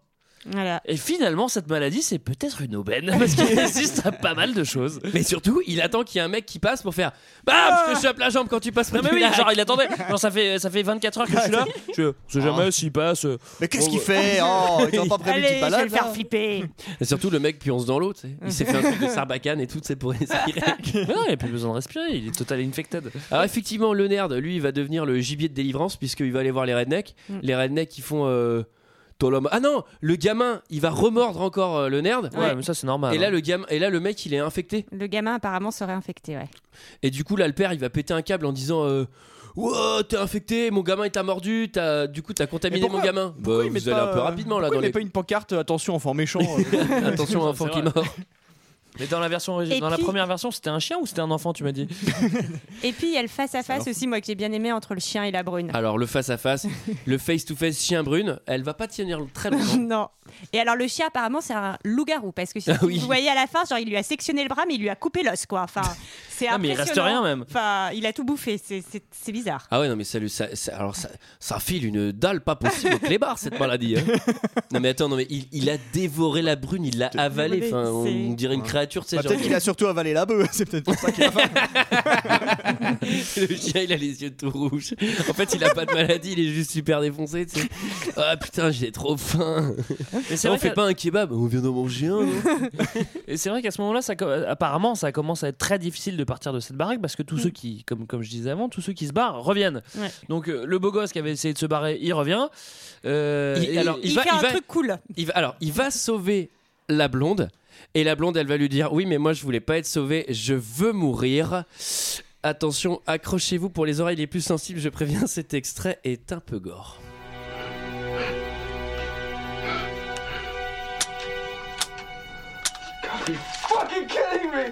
[SPEAKER 6] Voilà.
[SPEAKER 8] Et finalement, cette maladie, c'est peut-être une aubaine. Parce qu'il résiste à pas mal de choses.
[SPEAKER 2] Mais surtout, il attend qu'il y ait un mec qui passe pour faire Bam Je te chope la jambe quand tu passes près
[SPEAKER 8] Non, mais
[SPEAKER 2] du
[SPEAKER 8] oui,
[SPEAKER 2] lac.
[SPEAKER 8] genre, il attendait. Genre, ça fait, ça fait 24 heures que je suis là. Je on sait jamais s'il passe.
[SPEAKER 7] Mais qu'est-ce
[SPEAKER 8] Oh,
[SPEAKER 7] qu'il
[SPEAKER 8] ouais.
[SPEAKER 7] fait Oh, ils ont pas prévu qu'il
[SPEAKER 6] Allez, je vais
[SPEAKER 7] balade
[SPEAKER 6] le faire
[SPEAKER 2] hein.
[SPEAKER 7] là
[SPEAKER 6] flipper.
[SPEAKER 2] Et surtout, le mec pionce dans l'eau, tu sais. Il s'est fait un truc de sarbacane et tout, c'est pour respirer.
[SPEAKER 8] Mais non, il n'y a plus besoin de respirer. Il est total infected.
[SPEAKER 2] Alors effectivement, le nerd, lui, il va devenir le gibier de délivrance puisqu'il va aller voir les rednecks.
[SPEAKER 6] Mm.
[SPEAKER 2] Les rednecks qui font... Euh, Tolom- Ah non, le gamin, il va remordre encore euh, le nerd. Ah
[SPEAKER 8] Ouais,
[SPEAKER 6] Ouais.
[SPEAKER 8] mais ça, c'est normal.
[SPEAKER 2] Et là,
[SPEAKER 8] hein.
[SPEAKER 2] le gamin, et là, le mec, il est infecté.
[SPEAKER 6] Le gamin apparemment serait infecté, ouais.
[SPEAKER 2] Et du coup, là, le père, il va péter un câble en disant euh, Wow, t'es infecté, mon gamin, il t'a mordu, t'as- du coup, t'as contaminé
[SPEAKER 7] Mais pourquoi-
[SPEAKER 2] mon gamin.
[SPEAKER 7] Pourquoi
[SPEAKER 2] Bah,
[SPEAKER 7] ils mettent
[SPEAKER 2] vous allez
[SPEAKER 7] pas,
[SPEAKER 2] un peu
[SPEAKER 7] euh,
[SPEAKER 2] rapidement, là,
[SPEAKER 7] pourquoi
[SPEAKER 2] dans
[SPEAKER 7] ils
[SPEAKER 2] les...
[SPEAKER 7] mettent pas une pancarte, euh, attention, enfant méchant. euh,
[SPEAKER 2] Attention, enfant
[SPEAKER 8] C'est
[SPEAKER 2] qui
[SPEAKER 8] vrai.
[SPEAKER 2] mord.
[SPEAKER 8] Mais dans la version origi-
[SPEAKER 6] Et
[SPEAKER 8] dans la
[SPEAKER 6] puis-
[SPEAKER 8] première version, c'était un chien ou c'était un enfant, tu m'as dit
[SPEAKER 6] Et puis il y a le face à face aussi, moi que j'ai bien aimé entre le chien et la brune.
[SPEAKER 2] Alors, le face-à-face, le face-to-face chien-brune, elle va pas tenir très longtemps.
[SPEAKER 6] non. Et alors le chien apparemment c'est un loup-garou parce que si
[SPEAKER 2] Ah oui.
[SPEAKER 6] vous voyez à la fin, genre il lui a sectionné le bras mais il lui a coupé l'os quoi. Enfin, c'est
[SPEAKER 8] Ah, mais il
[SPEAKER 6] impressionnant.
[SPEAKER 8] reste rien même.
[SPEAKER 6] Enfin, il a tout bouffé, c'est- c'est c'est bizarre.
[SPEAKER 2] Ah ouais, non, mais ça, lui- ça, ça- alors ça, ça file une dalle pas possible au clébard, cette maladie. hein. Non, mais attends, non, mais il, il a dévoré la brune, il l'a avalée. Enfin, on
[SPEAKER 6] C'est-
[SPEAKER 2] dirait une créature, tu sais,
[SPEAKER 7] bah,
[SPEAKER 2] genre,
[SPEAKER 7] peut-être qu'il a surtout avalé la bœuf, c'est peut-être pour ça qu'il a faim.
[SPEAKER 2] le chien, il a les yeux tout rouges. En fait, il a pas de maladie, il est juste super défoncé, tu sais. Ah putain, j'ai trop faim.
[SPEAKER 8] Mais
[SPEAKER 2] Ça, on fait pas un kebab, on vient d'en manger un. non
[SPEAKER 8] Et c'est vrai qu'à ce moment-là, ça, co- apparemment, ça commence à être très difficile de partir de cette baraque parce que tous ceux qui, comme, comme je disais avant, tous ceux qui se barrent reviennent.
[SPEAKER 6] Mm. Ouais.
[SPEAKER 8] Donc euh, le beau gosse qui avait essayé de se barrer, il revient. Euh,
[SPEAKER 2] Il-
[SPEAKER 8] et-
[SPEAKER 2] alors,
[SPEAKER 6] Il,
[SPEAKER 2] va-
[SPEAKER 6] fait
[SPEAKER 2] il
[SPEAKER 6] un
[SPEAKER 2] va-
[SPEAKER 6] truc cool.
[SPEAKER 2] Il va- alors, il va sauver la blonde. Et la blonde, elle va lui dire Oui, mais moi, je voulais pas être sauvée, je veux mourir. Attention, accrochez-vous pour les oreilles les plus sensibles, je préviens, cet extrait est un peu gore.
[SPEAKER 3] fucking kidding me?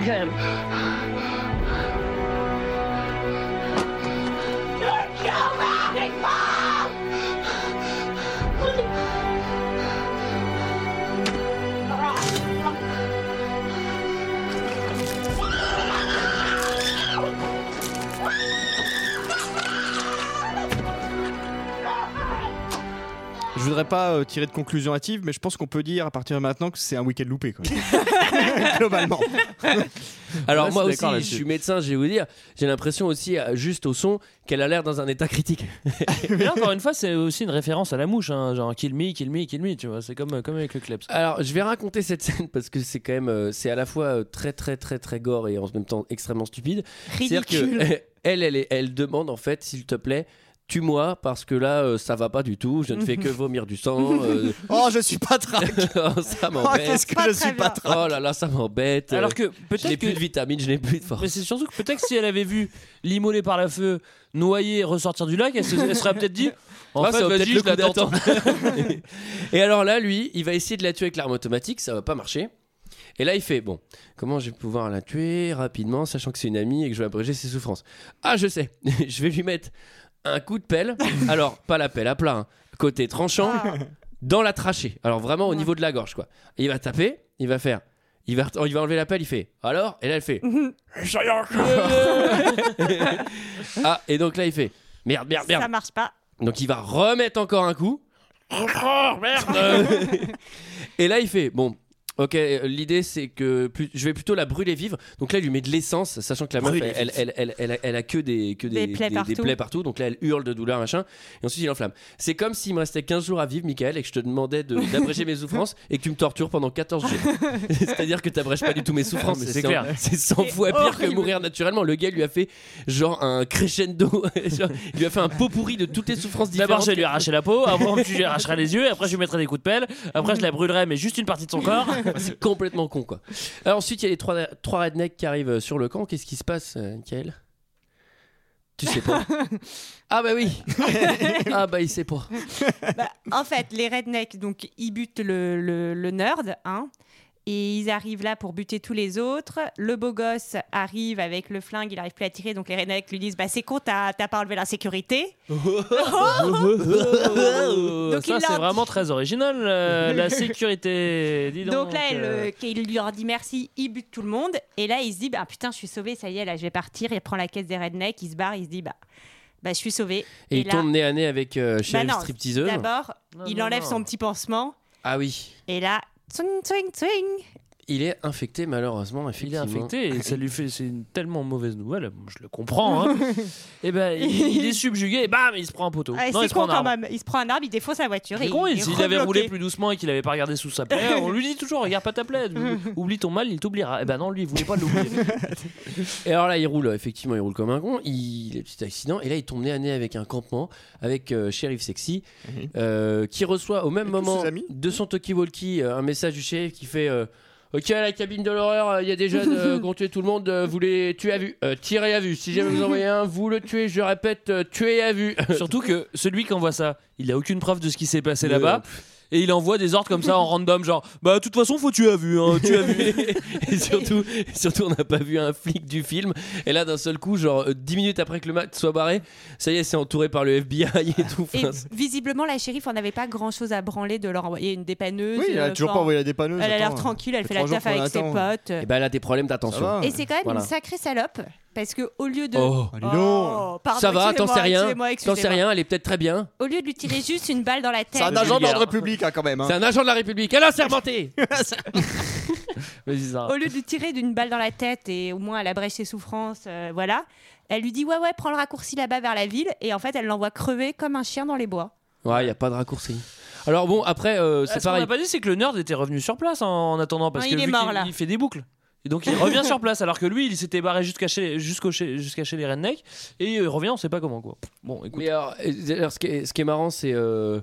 [SPEAKER 10] him.
[SPEAKER 7] Je voudrais pas euh, tirer de conclusion hâtive, mais je pense qu'on peut dire à partir de maintenant que c'est un week-end loupé. Quoi. Globalement.
[SPEAKER 2] Alors
[SPEAKER 7] Ouais,
[SPEAKER 2] moi
[SPEAKER 7] je suis
[SPEAKER 2] aussi,
[SPEAKER 7] d'accord
[SPEAKER 2] Ah, je
[SPEAKER 7] là-dessus.
[SPEAKER 2] suis médecin, je vais vous dire, j'ai l'impression aussi, euh, juste au son, qu'elle a l'air dans un état critique.
[SPEAKER 8] Mais là, encore une fois, c'est aussi une référence à la mouche, hein, genre kill me, kill me, kill me, tu vois. C'est comme, comme avec le Klebs.
[SPEAKER 2] Alors, je vais raconter cette scène parce que c'est quand même, euh, c'est à la fois euh, très très très très gore et en même temps extrêmement stupide. C'est-à-dire
[SPEAKER 6] Ridicule.
[SPEAKER 2] que euh, elle, elle, est- elle demande en fait, s'il te plaît, tue-moi parce que là, euh, ça va pas du tout. Je ne fais que
[SPEAKER 8] Mhm.
[SPEAKER 2] vomir du sang. euh,
[SPEAKER 7] Oh, je suis pas traque.
[SPEAKER 2] oh, ça
[SPEAKER 7] Oh, qu'est-ce
[SPEAKER 2] m'embête.
[SPEAKER 7] que
[SPEAKER 6] Pas
[SPEAKER 7] je
[SPEAKER 6] très
[SPEAKER 7] suis pas
[SPEAKER 6] bien.
[SPEAKER 7] traque.
[SPEAKER 2] Oh là là, ça m'embête.
[SPEAKER 8] Alors que
[SPEAKER 2] je n'ai
[SPEAKER 8] peut-être
[SPEAKER 2] plus de
[SPEAKER 8] que.
[SPEAKER 2] vitamines, je n'ai plus de force.
[SPEAKER 8] Mais c'est surtout que peut-être que si elle avait vu l'immoler par la feu, noyer, ressortir du lac, elle se elle serait peut-être dit En
[SPEAKER 2] Ouais,
[SPEAKER 8] fait,
[SPEAKER 2] ça vaut
[SPEAKER 8] vas-y,
[SPEAKER 2] peut-être le
[SPEAKER 8] je
[SPEAKER 2] coup
[SPEAKER 8] la tente.
[SPEAKER 2] d'attendre. et alors là, lui, il va essayer de la tuer avec l'arme automatique, ça va pas marcher. Et là, il fait bon, comment je vais pouvoir la tuer rapidement, sachant que c'est une amie et que je vais abréger ses souffrances. Ah, je sais, je vais lui mettre un coup de pelle. Alors, pas la pelle à plat, hein. côté tranchant, dans la trachée. Alors vraiment au niveau de la gorge, quoi. Et il va taper, il va faire. Il va, il va enlever la pelle, il fait alors, et là elle fait. Ça y est, encore. ah, et donc là il fait merde, merde, merde.
[SPEAKER 6] Ça marche pas.
[SPEAKER 2] Donc il va remettre encore un coup. Encore, merde Et là il fait, bon, ok, euh, l'idée c'est que plus- je vais plutôt la brûler vive. Donc là il lui met de l'essence, sachant que la meuf,
[SPEAKER 7] Brûler
[SPEAKER 2] elle, elle, elle, elle a- elle a que, des, que
[SPEAKER 6] Des plaies partout.
[SPEAKER 2] plaies partout. Donc là elle hurle de douleur, machin. Et ensuite il enflamme. C'est comme s'il me restait 15 jours à vivre, Michael, et que je te demandais de- d'abréger mes souffrances et que tu me tortures pendant 14 jours. C'est-à-dire que t'abrèges pas du tout mes souffrances.
[SPEAKER 8] mais
[SPEAKER 2] c'est
[SPEAKER 8] c'est
[SPEAKER 2] cent-
[SPEAKER 8] clair.
[SPEAKER 2] C'est 100
[SPEAKER 6] C'est
[SPEAKER 2] fois pire que
[SPEAKER 6] horrible.
[SPEAKER 2] mourir naturellement. Le gars lui a fait genre un crescendo. Genre, il lui a fait un pot pourri de toutes les souffrances différentes.
[SPEAKER 8] D'abord, je vais lui arracher la peau, avant, je lui arracherai les yeux, après, je lui mettrai des coups de pelle, après, je la brûlerai, mais juste une partie de son corps.
[SPEAKER 2] C'est complètement con quoi. Alors, ensuite, il y a les trois, trois rednecks qui arrivent euh, sur le camp. Qu'est-ce qui se passe, euh, Michael Tu sais pas. ah bah oui. ah bah il sait pas.
[SPEAKER 6] Bah, en fait, les rednecks, donc, ils butent le, le- le nerd, hein, et ils arrivent là pour buter tous les autres. Le beau gosse arrive avec le flingue, il arrive plus à tirer, donc les rednecks lui disent bah, C'est con, t'as t'as pas enlevé la sécurité. Donc,
[SPEAKER 8] ça,
[SPEAKER 6] il
[SPEAKER 8] c'est
[SPEAKER 6] leur-
[SPEAKER 8] vraiment très original, euh, la sécurité. Dis donc,
[SPEAKER 6] Donc là, elle,
[SPEAKER 8] euh,
[SPEAKER 6] euh, qu'il lui leur dit merci, il bute tout le monde. Et là, il se dit bah, Putain, je suis sauvé, ça y est, là, je vais partir. Il prend la caisse des rednecks, il se barre, il se dit Bah, bah je suis sauvé.
[SPEAKER 2] Et,
[SPEAKER 6] Et
[SPEAKER 2] il
[SPEAKER 6] là-
[SPEAKER 2] tombe nez à nez avec euh, Sheriff
[SPEAKER 6] Bah non,
[SPEAKER 2] Stripteaseuse.
[SPEAKER 6] D'abord,
[SPEAKER 8] Non,
[SPEAKER 6] il
[SPEAKER 8] non,
[SPEAKER 6] enlève
[SPEAKER 8] non.
[SPEAKER 6] son petit pansement,
[SPEAKER 2] Ah oui.
[SPEAKER 6] et là, twing, twing, twing.
[SPEAKER 2] Il est infecté malheureusement.
[SPEAKER 8] Il est
[SPEAKER 2] Effectivement.
[SPEAKER 8] infecté et ça lui fait c'est une tellement mauvaise nouvelle. Bon, je le comprends. hein. et ben il, il est subjugué et bam il se prend un poteau.
[SPEAKER 6] Ah,
[SPEAKER 8] non il
[SPEAKER 6] c'est
[SPEAKER 8] se prend
[SPEAKER 6] con
[SPEAKER 8] un
[SPEAKER 6] quand
[SPEAKER 8] arbre.
[SPEAKER 6] même. Il se prend un arbre, il défonce la voiture.
[SPEAKER 8] C'est
[SPEAKER 6] et
[SPEAKER 8] con,
[SPEAKER 6] il
[SPEAKER 8] et
[SPEAKER 6] est
[SPEAKER 8] s'il avait roulé
[SPEAKER 6] rebloqué.
[SPEAKER 8] plus doucement et qu'il avait pas regardé sous sa plaie, on lui dit toujours regarde pas ta plaie, oublie ton mal, il t'oubliera. Et ben non lui il voulait pas l'oublier.
[SPEAKER 2] Et alors là, il roule, euh, effectivement, il roule comme un con. Il a un petit accident. Et là, il tombe nez à nez avec un campement, avec euh, Sheriff Sexy,
[SPEAKER 7] Mhm.
[SPEAKER 2] euh, qui reçoit au même
[SPEAKER 7] Et tous
[SPEAKER 2] moment
[SPEAKER 7] ses amis.
[SPEAKER 2] de son talkie-walkie euh, un message du shérif qui fait euh, Ok, à la cabine de l'horreur, euh, il y a des jeunes euh, qui ont tué tout le monde. euh, vous les tuez à vue. Euh, tirez à vue. Si jamais vous en voyez un, vous le tuez. Je répète, euh, tuez à vue.
[SPEAKER 8] Surtout que celui qui envoie ça, il a aucune preuve de ce qui s'est passé
[SPEAKER 2] Le-
[SPEAKER 8] là-bas. Et il envoie des ordres comme ça en random, genre bah de toute façon faut tuer à vue, hein, tuer à vue.
[SPEAKER 2] et surtout, surtout on n'a pas vu un flic du film. Et là, d'un seul coup, genre euh, 10 minutes après que le match soit barré, ça y est, c'est entouré par le FBI et tout.
[SPEAKER 6] Et
[SPEAKER 2] Enfin,
[SPEAKER 6] visiblement, la shérif en avait pas grand chose à branler de leur envoyer une dépanneuse.
[SPEAKER 7] Oui, elle a
[SPEAKER 6] euh,
[SPEAKER 7] toujours
[SPEAKER 6] enfin,
[SPEAKER 7] pas envoyé la dépanneuse.
[SPEAKER 6] Elle a l'air
[SPEAKER 7] attends. hein.
[SPEAKER 6] tranquille, elle
[SPEAKER 7] fait
[SPEAKER 6] fait la
[SPEAKER 7] trois
[SPEAKER 6] taf
[SPEAKER 7] jours Eh qu'on
[SPEAKER 6] avec ses
[SPEAKER 7] attend.
[SPEAKER 6] potes.
[SPEAKER 2] Et ben là, des problèmes
[SPEAKER 7] Ça
[SPEAKER 2] d'attention.
[SPEAKER 7] va.
[SPEAKER 6] Et c'est quand même
[SPEAKER 2] Voilà.
[SPEAKER 6] une sacrée salope parce que au lieu de.
[SPEAKER 2] Oh.
[SPEAKER 7] Ah, ben, dis donc.
[SPEAKER 6] pardon,
[SPEAKER 2] Ça va, t'en
[SPEAKER 6] excusez-moi,
[SPEAKER 2] sais rien.
[SPEAKER 6] excusez-moi,
[SPEAKER 2] T'en sais
[SPEAKER 6] excusez-moi.
[SPEAKER 2] rien, elle est peut-être très bien.
[SPEAKER 6] Au lieu de lui tirer juste une balle dans la
[SPEAKER 7] C'est
[SPEAKER 6] tête.
[SPEAKER 7] un agent
[SPEAKER 8] vulgaire.
[SPEAKER 7] d'ordre public hein, quand même. hein.
[SPEAKER 2] C'est un agent de la République, elle a sermenté
[SPEAKER 8] Mais bizarre.
[SPEAKER 6] Au lieu de lui tirer d'une balle dans la tête et au moins elle abrège ses souffrances, euh, voilà. Elle lui dit ouais ouais prends le raccourci là-bas vers la ville et en fait elle l'envoie crever comme un chien dans les bois.
[SPEAKER 2] Ouais, y a pas de raccourci. Alors bon, après, euh,
[SPEAKER 8] Ah,
[SPEAKER 2] c'est
[SPEAKER 8] ce qu'on
[SPEAKER 2] pareil.
[SPEAKER 8] n'a pas dit, c'est que le nerd était revenu sur place hein, en, en attendant parce
[SPEAKER 6] Non,
[SPEAKER 8] que
[SPEAKER 6] il est
[SPEAKER 8] vu
[SPEAKER 6] mort,
[SPEAKER 8] qu'il-
[SPEAKER 6] là.
[SPEAKER 8] il fait des boucles. Et donc il revient sur place alors que lui il s'était barré jusqu'à chez, jusqu'au chez- jusqu'à chez les rednecks et il revient on sait pas comment quoi. Bon écoute.
[SPEAKER 2] Mais alors, euh, alors, ce, qui est, ce qui est marrant, c'est euh,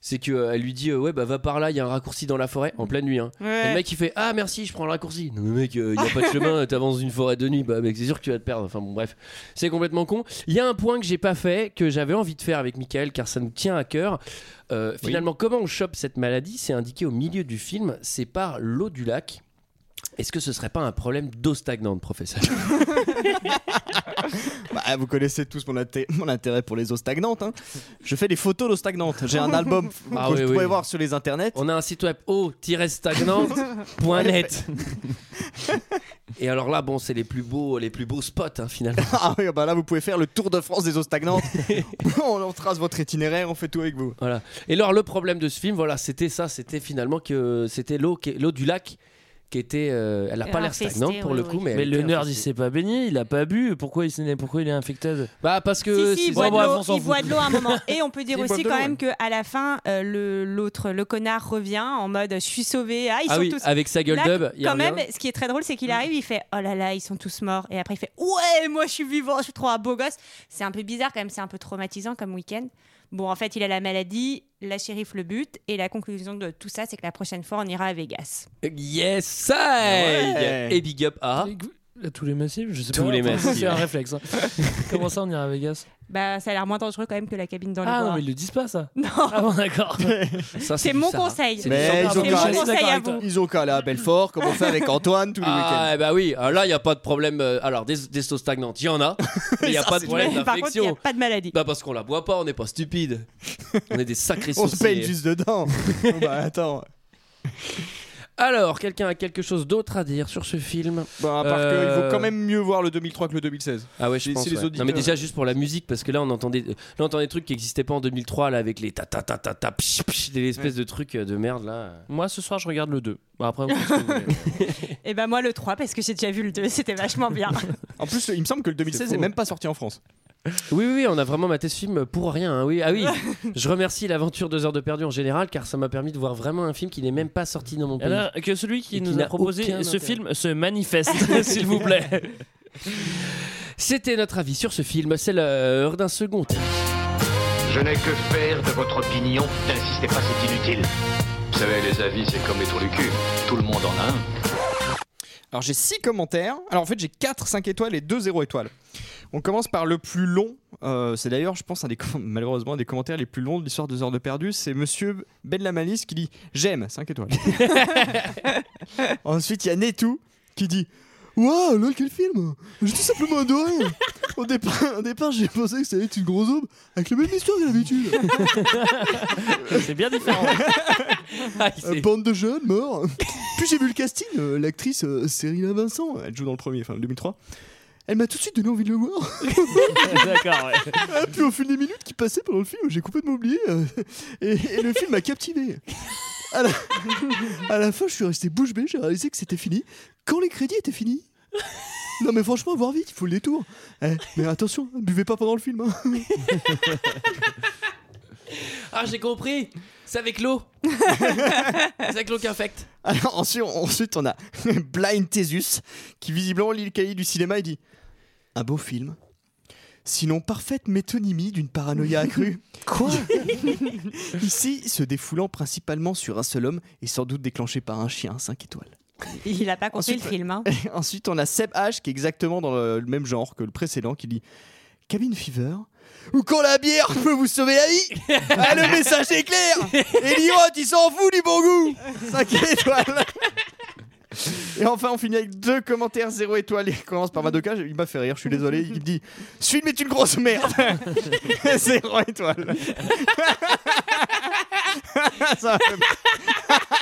[SPEAKER 2] c'est que euh, elle lui dit euh, ouais bah va par là, il y a un raccourci dans la forêt en pleine nuit. hein. Et le mec il fait ah merci, je prends le raccourci. Non mais mec, euh, y a pas de chemin, t'avances dans une forêt de nuit, bah mec c'est sûr que tu vas te perdre. Enfin bon bref, c'est complètement con. Il y a un point que j'ai pas fait que j'avais envie de faire avec Michael car ça nous tient à cœur. Euh, finalement, comment on chope cette maladie C'est indiqué au milieu du film, c'est par l'eau du lac. Est-ce que ce serait pas un problème d'eau stagnante, professeur
[SPEAKER 7] Bah, vous connaissez tous mon, athé- mon intérêt pour les eaux stagnantes. hein. Je fais des photos d'eau stagnante. J'ai un album f-
[SPEAKER 2] Ah
[SPEAKER 7] que
[SPEAKER 2] oui,
[SPEAKER 7] vous
[SPEAKER 2] oui.
[SPEAKER 7] pouvez voir sur les internets.
[SPEAKER 2] On a un site web eau-stagnante.net. Et alors là, bon, c'est les plus beaux, les plus beaux spots hein, finalement.
[SPEAKER 7] Ah oui, bah là, vous pouvez faire le tour de France des eaux stagnantes. on, on trace votre itinéraire, on fait tout avec vous.
[SPEAKER 2] Voilà. Et alors le problème de ce film, voilà, c'était ça, c'était finalement que c'était l'eau, qui- l'eau du lac qui était, euh, elle n'a pas l'air
[SPEAKER 6] Infestée,
[SPEAKER 2] stagnante pour
[SPEAKER 6] oui,
[SPEAKER 2] le
[SPEAKER 6] oui.
[SPEAKER 2] coup, mais,
[SPEAKER 8] Mais
[SPEAKER 2] elle
[SPEAKER 8] le
[SPEAKER 2] était
[SPEAKER 8] nerd, il
[SPEAKER 2] infestée.
[SPEAKER 8] s'est pas baigné, il a pas bu. Pourquoi il, s'est- pourquoi il est infecté
[SPEAKER 2] Bah parce que
[SPEAKER 6] Si, si, il
[SPEAKER 2] c'est-
[SPEAKER 6] boit
[SPEAKER 8] bon,
[SPEAKER 6] de
[SPEAKER 8] bref,
[SPEAKER 6] l'eau,
[SPEAKER 8] on s'en
[SPEAKER 6] il
[SPEAKER 8] fout.
[SPEAKER 6] boit de l'eau à un moment. Et on peut dire
[SPEAKER 2] Il boit
[SPEAKER 6] aussi
[SPEAKER 2] de
[SPEAKER 6] quand
[SPEAKER 2] l'eau, hein.
[SPEAKER 6] même qu'à la fin, euh, le- l'autre, le connard revient en mode je suis sauvé. Ah, ils
[SPEAKER 2] ah
[SPEAKER 6] sont
[SPEAKER 2] oui,
[SPEAKER 6] tous.
[SPEAKER 2] avec sa gueule
[SPEAKER 6] Là,
[SPEAKER 2] d'ub, il
[SPEAKER 6] quand
[SPEAKER 2] revient. Mm.
[SPEAKER 6] même, ce qui est très drôle, c'est qu'il arrive, il fait oh là là, ils sont tous morts. Et après, il fait ouais, moi je suis vivant, je suis trop un beau gosse. C'est un peu bizarre quand même, c'est un peu traumatisant comme week-end. Bon, en fait, il a la maladie, la shérif le bute, et la conclusion de tout ça, c'est que la prochaine fois, on ira à Vegas.
[SPEAKER 2] Yes, ça
[SPEAKER 7] Ouais.
[SPEAKER 2] Et big up à.
[SPEAKER 8] Ah. tous les massifs, je sais
[SPEAKER 2] Tous
[SPEAKER 8] pas.
[SPEAKER 2] les massifs.
[SPEAKER 8] C'est un réflexe. hein. Comment ça, on ira à Vegas
[SPEAKER 6] Bah, ça a l'air moins dangereux quand même que la cabine dans les
[SPEAKER 8] Ah
[SPEAKER 6] bois.
[SPEAKER 8] non, mais ils le disent pas ça.
[SPEAKER 6] Non,
[SPEAKER 8] Ah bon, d'accord.
[SPEAKER 2] Ça,
[SPEAKER 6] c'est
[SPEAKER 2] du
[SPEAKER 6] mon
[SPEAKER 2] Sahara.
[SPEAKER 6] conseil.
[SPEAKER 2] C'est du
[SPEAKER 7] Mais
[SPEAKER 2] Sahara.
[SPEAKER 7] ils ont
[SPEAKER 6] C'est
[SPEAKER 7] quand
[SPEAKER 6] mon
[SPEAKER 7] même-
[SPEAKER 6] conseil à vous.
[SPEAKER 7] Ils ont qu'à aller à Belfort, comme on fait avec Antoine tous les week-ends.
[SPEAKER 2] Ah, eh bah oui, Ah, là, il n'y a pas de problème. euh, Alors, des, des sauces stagnantes, il y en a. mais Il n'y a
[SPEAKER 7] Ça,
[SPEAKER 2] pas de
[SPEAKER 7] c'est
[SPEAKER 2] problème
[SPEAKER 6] Par contre, il n'y a
[SPEAKER 2] d'infection.
[SPEAKER 6] pas de maladie.
[SPEAKER 2] Bah, parce qu'on la boit pas, on n'est pas stupide. on est des sacrés
[SPEAKER 7] On se baigne
[SPEAKER 2] sauciers.
[SPEAKER 7] juste dedans. Bon, bah attends.
[SPEAKER 2] Alors, quelqu'un a quelque chose d'autre à dire sur ce film
[SPEAKER 7] Bon, à part
[SPEAKER 2] Euh,
[SPEAKER 7] qu'il faut quand même mieux voir le 2003 que le 2016.
[SPEAKER 2] Ah ouais, je
[SPEAKER 7] Si-
[SPEAKER 2] pense.
[SPEAKER 7] si les
[SPEAKER 2] ouais. Non,
[SPEAKER 7] auditeurs-
[SPEAKER 2] mais déjà, juste pour la musique, parce que là, on entendait, là, on entendait des trucs qui n'existaient pas en 2003, là, avec les ta ta ta ta ta, psh, psh, des espèces de trucs euh, de merde, là.
[SPEAKER 8] Moi, ce soir, je regarde le 2. Bah, après, vous faites ce que vous voulez.
[SPEAKER 6] Et ben moi le 3 parce que j'ai déjà vu le 2, c'était vachement bien.
[SPEAKER 7] En plus, il me semble que le 2016
[SPEAKER 2] fou.
[SPEAKER 7] est même pas sorti en France.
[SPEAKER 2] Oui, oui, oui, on a vraiment maté ce film pour rien. hein. Oui, ah oui, je remercie l'aventure 2 heures de perdu en général, car ça m'a permis de voir vraiment un film qui n'est même pas sorti dans mon pays.
[SPEAKER 8] Alors, que celui
[SPEAKER 2] Et
[SPEAKER 8] qui
[SPEAKER 2] qui
[SPEAKER 8] nous
[SPEAKER 2] n'a
[SPEAKER 8] a proposé
[SPEAKER 2] aucun
[SPEAKER 8] ce
[SPEAKER 2] intérêt.
[SPEAKER 8] film se manifeste, s'il vous plaît.
[SPEAKER 2] C'était notre avis sur ce film, c'est l'heure d'un second.
[SPEAKER 3] Je n'ai que faire de votre opinion. N'insistez pas, c'est inutile.
[SPEAKER 5] Vous savez, les avis, c'est comme les trous du cul.
[SPEAKER 3] Tout le monde en a un.
[SPEAKER 7] Alors j'ai 6 commentaires. Alors en fait j'ai 4 5 étoiles et 2 0 étoiles. On commence par le plus long. Euh, c'est d'ailleurs je pense un des com- malheureusement un des commentaires les plus longs de l'histoire de 2 heures de perdu. C'est monsieur Ben Lamalis qui dit j'aime 5 étoiles. Ensuite il y a Netou qui dit Waouh, lol, quel film J'ai tout simplement adoré Au départ, au départ j'ai pensé que ça allait être une grosse aube avec la même histoire que d'habitude
[SPEAKER 8] C'est bien différent.
[SPEAKER 2] Ah, il s'est-
[SPEAKER 7] Euh, bande de jeunes morts. Puis j'ai vu le casting, euh, l'actrice euh, Cyrilla Vincent, elle joue dans le premier, enfin le 2003. Elle m'a tout de suite donné envie de le voir.
[SPEAKER 8] D'accord, ouais.
[SPEAKER 7] Ah, Puis au fil des minutes qui passaient pendant le film, j'ai complètement oublié. euh, et, et le film m'a captivé. À la, à la fin, je suis resté bouche bée, j'ai réalisé que c'était fini. Quand les crédits étaient finis. Non mais franchement, voir vite, il faut le détour. Eh, mais attention, buvez pas pendant le film. hein.
[SPEAKER 2] Ah, j'ai compris, c'est avec l'eau. c'est avec l'eau qu'infecte.
[SPEAKER 7] Alors ensuite, on- ensuite, on a Blind Thesus qui visiblement lit le cahier du cinéma et dit un beau film. Sinon, parfaite métonymie d'une paranoïa accrue. Quoi Ici, se défoulant principalement sur un seul homme et sans doute déclenché par un chien 5 étoiles.
[SPEAKER 6] Il a pas compris
[SPEAKER 7] Ensuite,
[SPEAKER 6] le film. hein.
[SPEAKER 7] Et ensuite, on a Seb H qui est exactement dans le, le même genre que le précédent qui dit Cabine Fever ou quand la bière peut vous sauver la vie Ah, Le message est clair Et l'Irote, il s'en fout du bon goût 5 étoiles Et enfin, on finit avec deux commentaires 0 étoiles. Il commence par Madoka, il m'a fait rire, je suis désolé. Il me dit Ce film est une grosse merde 0 étoiles Ça m'a fait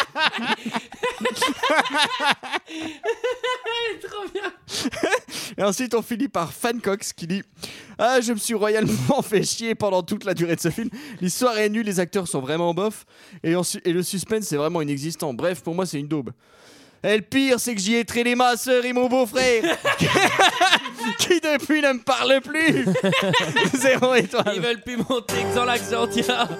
[SPEAKER 7] Et ensuite, on finit par Fancox qui dit Ah, je me suis royalement fait chier pendant toute la durée de ce film. L'histoire est nulle, les acteurs sont vraiment bof. Et, ensu- et le suspense, c'est vraiment inexistant. Bref, pour moi, c'est une daube. Et le pire, c'est que j'y ai traîné ma sœur et mon beau-frère, qui depuis ne me parle plus. Zéro
[SPEAKER 2] Ils
[SPEAKER 7] étoile.
[SPEAKER 2] veulent plus monter que dans l'Accentia.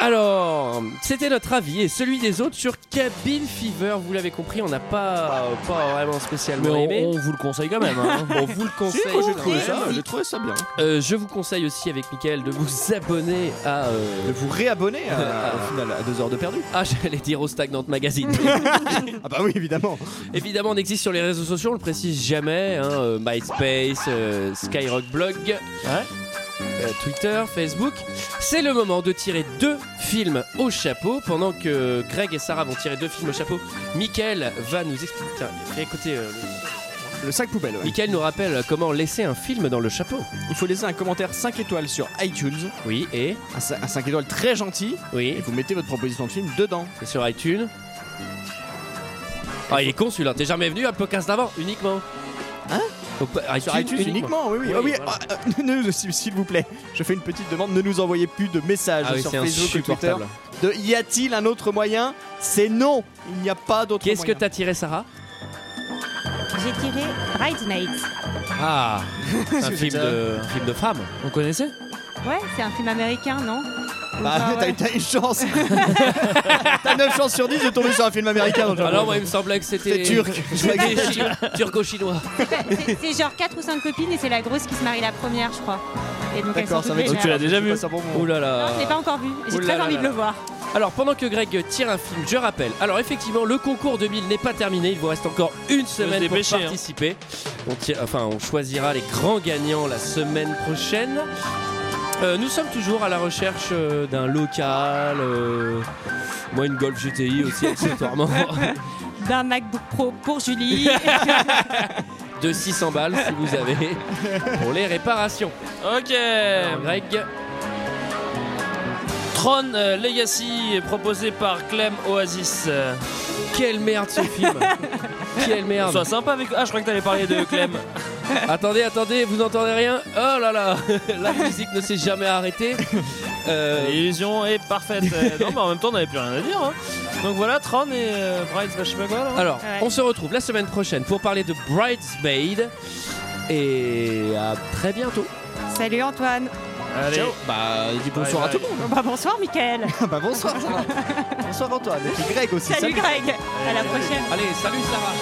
[SPEAKER 2] Alors, c'était notre avis et celui des autres sur Cabin Fever. Vous l'avez compris, on n'a pas, euh, pas vraiment
[SPEAKER 8] Mais
[SPEAKER 2] spécialement aimé.
[SPEAKER 8] on, on vous le conseille quand même. hein.
[SPEAKER 2] On vous le conseille.
[SPEAKER 6] j'ai trouvé ça-
[SPEAKER 7] j'ai trouvé ça bien.
[SPEAKER 2] Euh, je vous conseille aussi avec Mickaël de vous abonner à. euh,
[SPEAKER 7] De vous réabonner à, au final à deux heures de perdu.
[SPEAKER 2] Ah, j'allais dire au Stagnante Magazine.
[SPEAKER 7] Ah bah oui, évidemment.
[SPEAKER 2] Évidemment, on existe sur les réseaux sociaux, on le précise jamais. hein, euh, MySpace, euh, Skyrock Blog. euh, Twitter, Facebook. C'est le moment de tirer deux films au chapeau. Pendant que Greg et Sarah vont tirer deux films au chapeau, Michael va nous expliquer. Tiens, écoutez, euh, le-
[SPEAKER 7] Le sac poubelle, ouais.
[SPEAKER 2] Michael nous rappelle comment laisser un film dans le chapeau.
[SPEAKER 7] Il faut laisser un commentaire 5 étoiles sur iTunes.
[SPEAKER 2] Oui, et
[SPEAKER 7] Un, cin- un 5 étoiles très gentil. Et
[SPEAKER 2] oui,
[SPEAKER 7] vous mettez votre proposition de film dedans.
[SPEAKER 2] c'est sur iTunes. Ah, il est con celui-là. T'es jamais venu à podcast d'avant uniquement.
[SPEAKER 7] Hein
[SPEAKER 2] Au po-
[SPEAKER 7] Sur iTunes uniquement, oui, oui.
[SPEAKER 2] Oui,
[SPEAKER 7] Ah oui,
[SPEAKER 2] voilà.
[SPEAKER 7] ah, euh, ne- ne- s'il s'il vous plaît, je fais une petite demande. Ne nous envoyez plus de messages
[SPEAKER 2] Ah oui,
[SPEAKER 7] sur
[SPEAKER 2] c'est
[SPEAKER 7] Facebook ou Twitter.
[SPEAKER 2] insupportable.
[SPEAKER 7] De y a-t-il un autre moyen C'est non. Il n'y a pas d'autre moyen.
[SPEAKER 2] Qu'est-ce que t'as tiré, Sarah
[SPEAKER 6] J'ai tiré Bridesmaids.
[SPEAKER 2] Ah, un film de, un film de femme.
[SPEAKER 8] On connaissait
[SPEAKER 6] Ouais, c'est un film américain, non
[SPEAKER 7] Bah,
[SPEAKER 6] Ah,
[SPEAKER 7] t'as-
[SPEAKER 6] ouais.
[SPEAKER 7] T'as une chance. t'as 9 chances sur 10 de tomber sur un film américain. donc
[SPEAKER 2] Alors moi, il me semblait que c'était
[SPEAKER 7] C'est turc. Je crois que-
[SPEAKER 2] C'était chi- turco-chinois.
[SPEAKER 6] C'est c'est genre 4 ou 5 copines et c'est la grosse qui se marie la première, je crois. Et donc elles sont
[SPEAKER 7] D'accord, ça
[SPEAKER 6] toutes
[SPEAKER 7] va être
[SPEAKER 8] Donc
[SPEAKER 6] légères.
[SPEAKER 8] tu l'as déjà vu
[SPEAKER 7] Pas ça pour moi.
[SPEAKER 2] Oh là là.
[SPEAKER 6] Non, je l'ai pas encore vu. J'ai
[SPEAKER 2] Ouh là
[SPEAKER 6] très
[SPEAKER 2] là
[SPEAKER 6] envie
[SPEAKER 2] là
[SPEAKER 6] de le
[SPEAKER 2] là.
[SPEAKER 6] voir.
[SPEAKER 2] Alors pendant que Greg tire un film, je rappelle. Alors effectivement, le concours 2000 n'est pas terminé. Il vous reste encore une semaine pour
[SPEAKER 8] dépêcher, hein.
[SPEAKER 2] participer. On tire- enfin, on choisira les grands gagnants la semaine prochaine. Euh, nous sommes toujours à la recherche euh, d'un local. euh, moi, une Golf GTI aussi, accessoirement.
[SPEAKER 6] D'un MacBook Pro pour Julie.
[SPEAKER 2] de 600 balles si vous avez pour les réparations.
[SPEAKER 8] Ok
[SPEAKER 2] Alors, Greg,
[SPEAKER 8] Tron euh, Legacy proposé par Clem Oasis. Euh,
[SPEAKER 2] quelle merde ce film Quelle merde
[SPEAKER 8] Sois sympa avec. Ah, je crois que t'allais parler de Clem.
[SPEAKER 2] Attendez, attendez, vous n'entendez rien Oh là là La musique ne s'est jamais arrêtée. Euh,
[SPEAKER 8] L'illusion est parfaite. Euh, non, mais en même temps, on n'avait plus rien à dire. hein. Donc voilà, Tron et euh, Brides, je sais pas quoi. là.
[SPEAKER 2] alors,
[SPEAKER 6] Ouais.
[SPEAKER 2] on se retrouve la semaine prochaine pour parler de Bridesmaid. Et à très bientôt.
[SPEAKER 6] Salut Antoine.
[SPEAKER 8] Allez.
[SPEAKER 7] Ciao. Bah, dis bonsoir
[SPEAKER 8] Bye,
[SPEAKER 7] à tout
[SPEAKER 8] bye.
[SPEAKER 7] le monde.
[SPEAKER 6] Bah, bonsoir, Michael.
[SPEAKER 7] Bah, bonsoir. Sarah. bonsoir Antoine. Et puis Greg aussi.
[SPEAKER 2] Euh,
[SPEAKER 6] Salut Greg. À la prochaine.
[SPEAKER 2] Allez, salut Sarah